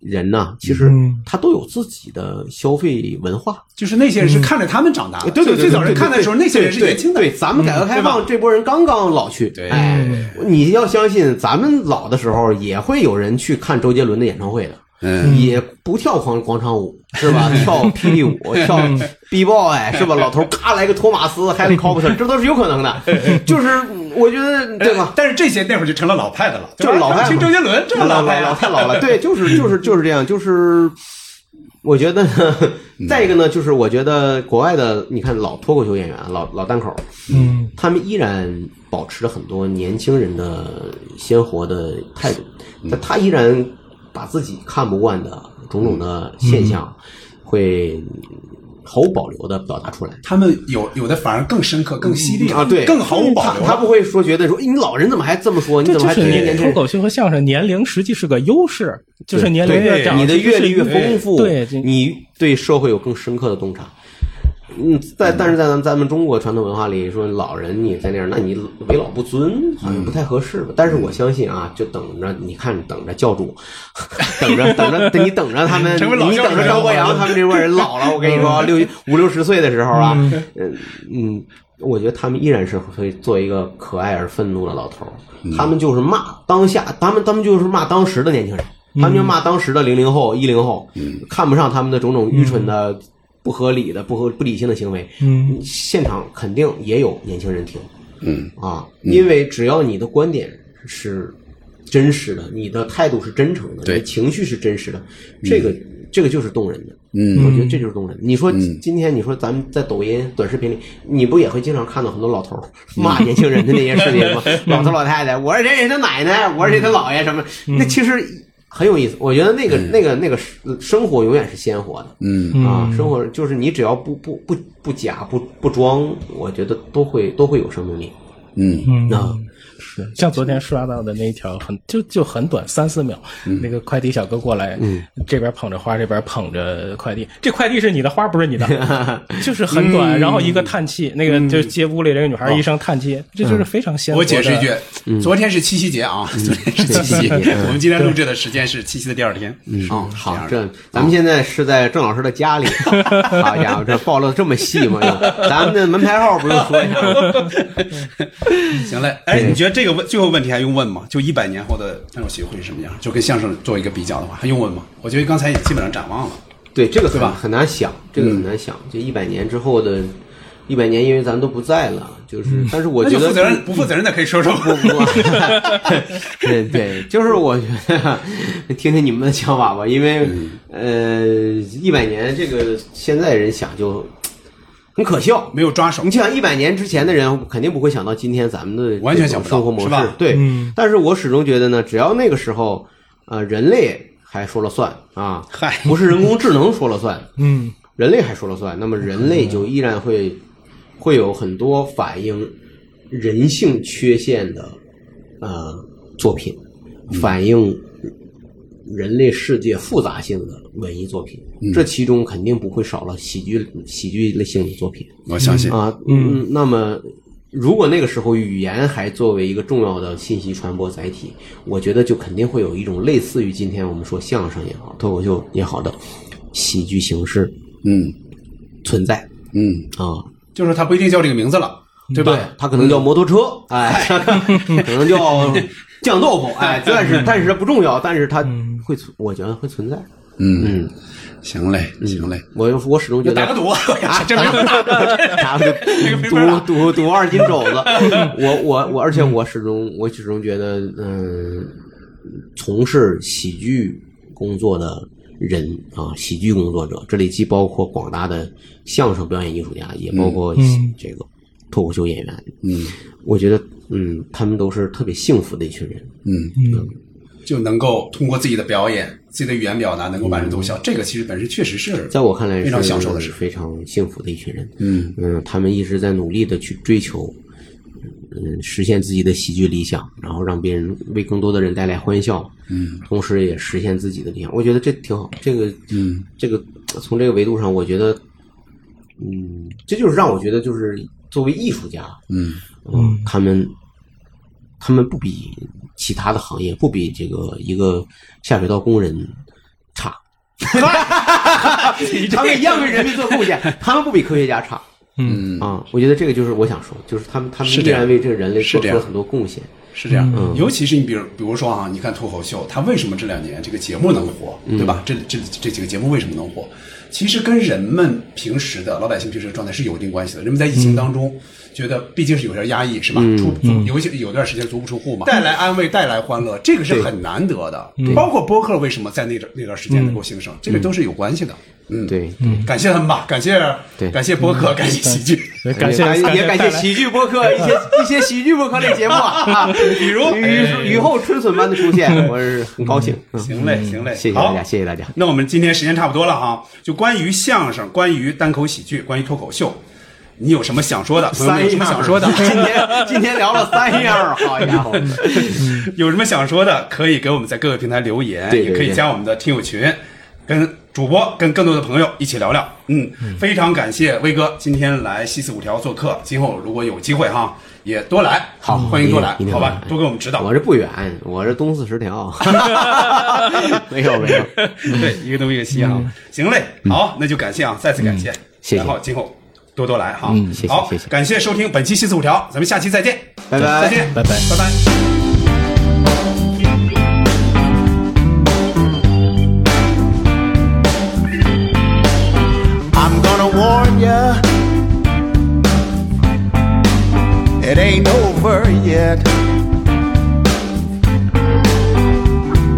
S1: 人呢、其实
S2: 嗯
S1: 他都有自己的消费文化。
S4: 就是那些人是看着他们长大的，
S1: 嗯对对，
S4: 最早人
S1: 对
S4: 看的时候，那些人是
S1: 对
S4: 年轻的，嗯
S1: 对，咱们改革开放这波人刚刚老去，
S4: 对
S1: 哎，你要相信，咱们老的时候也会有人去看周杰伦的演唱会的。
S4: 嗯，
S1: 也不跳广广场舞是吧？跳霹
S4: [LAUGHS]
S1: 雳舞，跳
S4: 嗯
S1: B boy 是吧？老头咔来个托马斯 helicopter，这都是有可能
S4: [LAUGHS]
S1: 的。就是嗯我觉得对吧？
S4: 但是这些那会儿就成了老派的了，
S1: 就是老派嘛
S4: 听周杰伦这么
S1: 老
S4: 派
S1: 老
S4: 啊，
S1: 太老了，对，就是就是就是这样，就是。我觉得， [LAUGHS] 再一个呢，就是我觉得国外的，你看老脱口秀演员、老老单口，
S2: 嗯
S1: 他们依然保持着很多年轻人的鲜活的态度，但他依然把自己看不惯的种种的现象，会毫无保留的表达出来。
S4: [LAUGHS] 他们有有的反而更深刻、更犀利
S1: 啊，对，
S4: 更毫无保留
S1: 他，他
S4: 了。
S1: 不会说觉得说，哎你老人怎么还这么说？你
S2: 这
S1: 怎么
S2: 就
S1: 还
S2: 是
S1: 天天
S2: 年
S1: 年轻人？
S2: 脱口秀和相声年龄实际是个优势，就是年龄
S1: 对
S2: 越长，
S1: 你的阅历越丰富，
S2: 对，这
S1: 你对社会有更深刻的洞察。嗯，在但是在咱咱们中国传统文化里，说老人你在那儿，那你为老不尊，好像不太合适吧？但是我相信啊，就等着你看，等着教主， [LAUGHS] 等着等着，你等着他们，
S4: [LAUGHS] 成为老
S1: 你
S4: 教主
S1: 等着张博洋他们这波人老了，我跟你说，六五六十岁的时候啊，嗯嗯，我觉得他们依然是会做一个可爱而愤怒的老头儿，他们就是骂当下，他们他们就是骂当时的年轻人，他们就骂当时的零零后、一零后，看不上他们的种种愚蠢的、不合理的、不合不理性的行为。
S2: 嗯，
S1: 现场肯定也有年轻人听，嗯啊，因为只要你的观点是真实的，你的态度是真诚的，
S4: 对
S1: 你的情绪是真实的，这个这个就是动人的。
S4: 嗯
S1: 我觉得这就是动人。你说今天你说咱们在抖音短视频里，你不也会经常看到很多老头儿
S4: 嗯
S1: 骂年轻人的那些视
S4: [LAUGHS]
S1: 频吗？老头老太太，我是谁谁他奶奶，我是谁他姥爷什么？
S4: 嗯
S1: 那其实很有意思。我觉得那个那个那个生活永远是鲜活的。
S4: 嗯
S1: 啊，生活就是你只要不不不不假不不装，我觉得都会都会有生命力。
S4: 嗯
S2: 嗯
S1: 啊
S2: 是像昨天刷到的那一条，很就就很短，三四秒。那个快递小哥过来，这边捧着花，这边捧着快递。这快递是你的，花不是你的，就是很短。然后一个叹气，那个就接屋里这个女孩一声叹气，这就是非常鲜活。
S4: 我解释一，
S1: 嗯
S4: 句，昨天是七夕节啊，昨天是七
S1: [LAUGHS]
S4: 夕节，
S1: 对
S4: 我们今天录制的时间是七夕的第二天。嗯，
S1: 哦好，
S4: 这样嗯
S1: 这咱们现在是在郑老师的
S4: [LAUGHS]
S1: 家里，好家伙，这暴露的这么细吗？又咱们的门牌号不用说一下吗，
S4: 的行嘞。哎，你觉得这个问最后问题还用问吗？就一百年后的单口喜剧会是什么样？就跟相声做一个比较的话，还用问吗？我觉得刚才也基本上展望了。
S1: 对这个很
S4: 对吧嗯
S1: 很难想，这个很难想。就一百年之后的一百年，因为咱们都不在了，就是，但是我
S4: 嗯那
S1: 觉
S4: 就
S1: 得
S4: 负责任不负责任的可以说说。
S1: 不不，对对，就是我觉得听听你们的想法吧，因为
S4: 嗯
S1: 呃，一百年这个现在人想就很可笑。
S4: 没有抓手
S1: 你，想一百年之前的人肯定不会想到今天咱们的
S4: 完全
S1: 这种
S4: 想不到
S1: 生活模
S4: 是
S1: 式
S4: 吧，
S1: 对。但是我始终觉得呢，只要那个时候，呃，人类还说了算啊，
S4: 嗨
S1: 不是人工智能说了算，
S3: 嗯
S1: 人类还说了算，那么人类就依然会会有很多反映人性缺陷的呃作品，
S4: 嗯
S1: 反映人类世界复杂性的文艺作品，
S4: 嗯
S1: 这其中肯定不会少了喜剧喜剧类型的作品
S4: 我相信
S1: 啊。嗯，那么。如果那个时候语言还作为一个重要的信息传播载体，我觉得就肯定会有一种类似于今天我们说相声也好、脱口秀也好的喜剧形式，
S4: 嗯
S1: 存在
S4: 嗯，
S1: 啊。
S4: 就是他不一定叫这个名字了，嗯对吧？
S1: 它可能叫摩托车，哎，可能叫酱豆腐，
S4: [LAUGHS]
S1: 哎，但是但是它不重要，但是它会存，我觉得会存在。
S4: 嗯，
S1: 嗯，
S4: 行嘞，行嘞，
S1: 我我始终觉
S4: 那
S1: 得
S4: 打个赌， [LAUGHS] 啊，这没有打
S1: [LAUGHS] 打个赌赌赌二斤肘子。我我我，而且我始终我始终觉得，嗯，从事喜剧工作的人啊，喜剧工作者，这里既包括广大的相声表演艺术家，也包括
S3: 嗯
S1: 这个脱口秀演员。
S4: 嗯
S1: 我觉得，嗯，他们都是特别幸福的一群人。
S4: 嗯，
S3: 嗯
S4: 就能够通过自己的表演、自己的语言表达，能够把人逗笑，这个其实本身确实是，
S1: 在我看来是
S4: 非常享受的事。
S1: 非常幸福的一群人。
S4: 嗯
S1: 嗯，他们一直在努力的去追求，嗯，实现自己的喜剧理想，然后让别人为更多的人带来欢笑，
S4: 嗯，
S1: 同时也实现自己的理想。我觉得这挺好，这个，
S4: 嗯，
S1: 这个从这个维度上，我觉得，嗯，这就是让我觉得，就是作为艺术家，
S4: 嗯
S1: 嗯，他们他们不比其他的行业，不比这个一个下水道工人
S3: [LAUGHS]
S1: 差。他们一样为人民做贡献，他们不比科学家差
S3: 嗯
S4: 嗯，
S1: 啊！我觉得这个就是我想说，就是他们他们
S4: 是
S1: 依
S4: 这样
S1: 然为这个人类
S4: 是
S1: 做
S4: 这
S1: 出
S4: 样
S1: 了很多贡献。
S4: 是这样。
S1: 嗯
S4: 尤其是你比如比如说啊，你看脱口秀，它为什么这两年这个节目能火，
S1: 嗯
S4: 对吧？这这这几个节目为什么能火？其实跟人们平时的老百姓平时的状态是有一定关系的。人们在疫情当
S1: 嗯
S4: 中，觉得毕竟是有点压抑，是吧？出足有一些有段时间足不出户嘛，带来安慰，带来欢乐，这个是很难得的。
S1: 嗯
S4: 包括播客为什么在那段那段时间能够兴盛，这个都是有关系的。嗯，
S1: 对，
S4: 感谢他们吧，感谢
S1: 对嗯
S4: 感谢播客，感谢喜剧。
S3: 对感谢
S1: 也也感谢
S3: 带来
S1: 喜剧播客一
S4: [LAUGHS]
S1: 些一些喜剧播客类节目啊，比
S4: 哎
S1: 如雨雨后春笋般的出现，我是很高兴。嗯
S4: 行嘞，行嘞，
S1: 谢谢
S4: 好
S1: 大家，谢谢大家。
S4: 那我们今天时间差不多了哈，就关于相声、关于单口喜剧、关于脱口秀，你有什么想说的？朋友们有什么想说
S1: [LAUGHS]
S4: 的？[LAUGHS]
S1: 今天今天聊了三样，好家 [LAUGHS] 伙！
S4: 有什么想说的，可以给我们在各个平台留言，
S1: 对对
S4: 也可以
S1: 对
S4: 加我们的听友群，跟主播、跟更多的朋友一起聊聊。嗯，非常感谢威哥今天来西四五条做客，今后如果有机会哈，也多来，
S1: 好，
S4: 欢迎多来
S1: 一定，一定
S4: 好吧
S1: 来，
S4: 多给我们指导
S1: 我。这不远，我这东四十 [LAUGHS] 条，没有没有，
S4: [LAUGHS] 对，一个东一个西啊。行嘞，好，那就感谢啊，再次感谢，
S1: 嗯谢谢嗯
S4: 然后今后多多来哈。
S1: 谢谢
S4: 好，
S1: 谢谢
S4: 感谢收听本期西四五条，咱们下期再见，
S1: 拜拜
S4: 再见，
S2: 拜拜
S4: 拜拜。
S5: I'm gonna warn ya. It ain't over yet.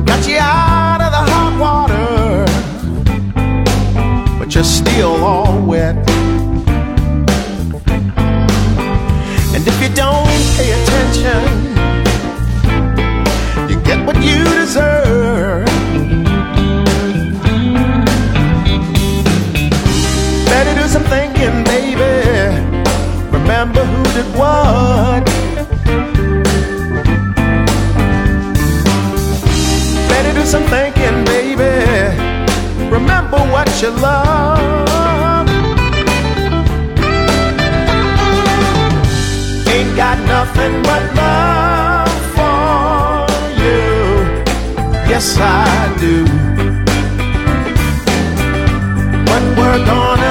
S5: Got you out of the hot water, but you're still all wet. And if you don't pay attention, you get what you deserve. Better do some thinking, baby. Remember who did what. Better do some thinking, baby. Remember what you love. Ain't got nothing but love for you. Yes, I do. But we're gonna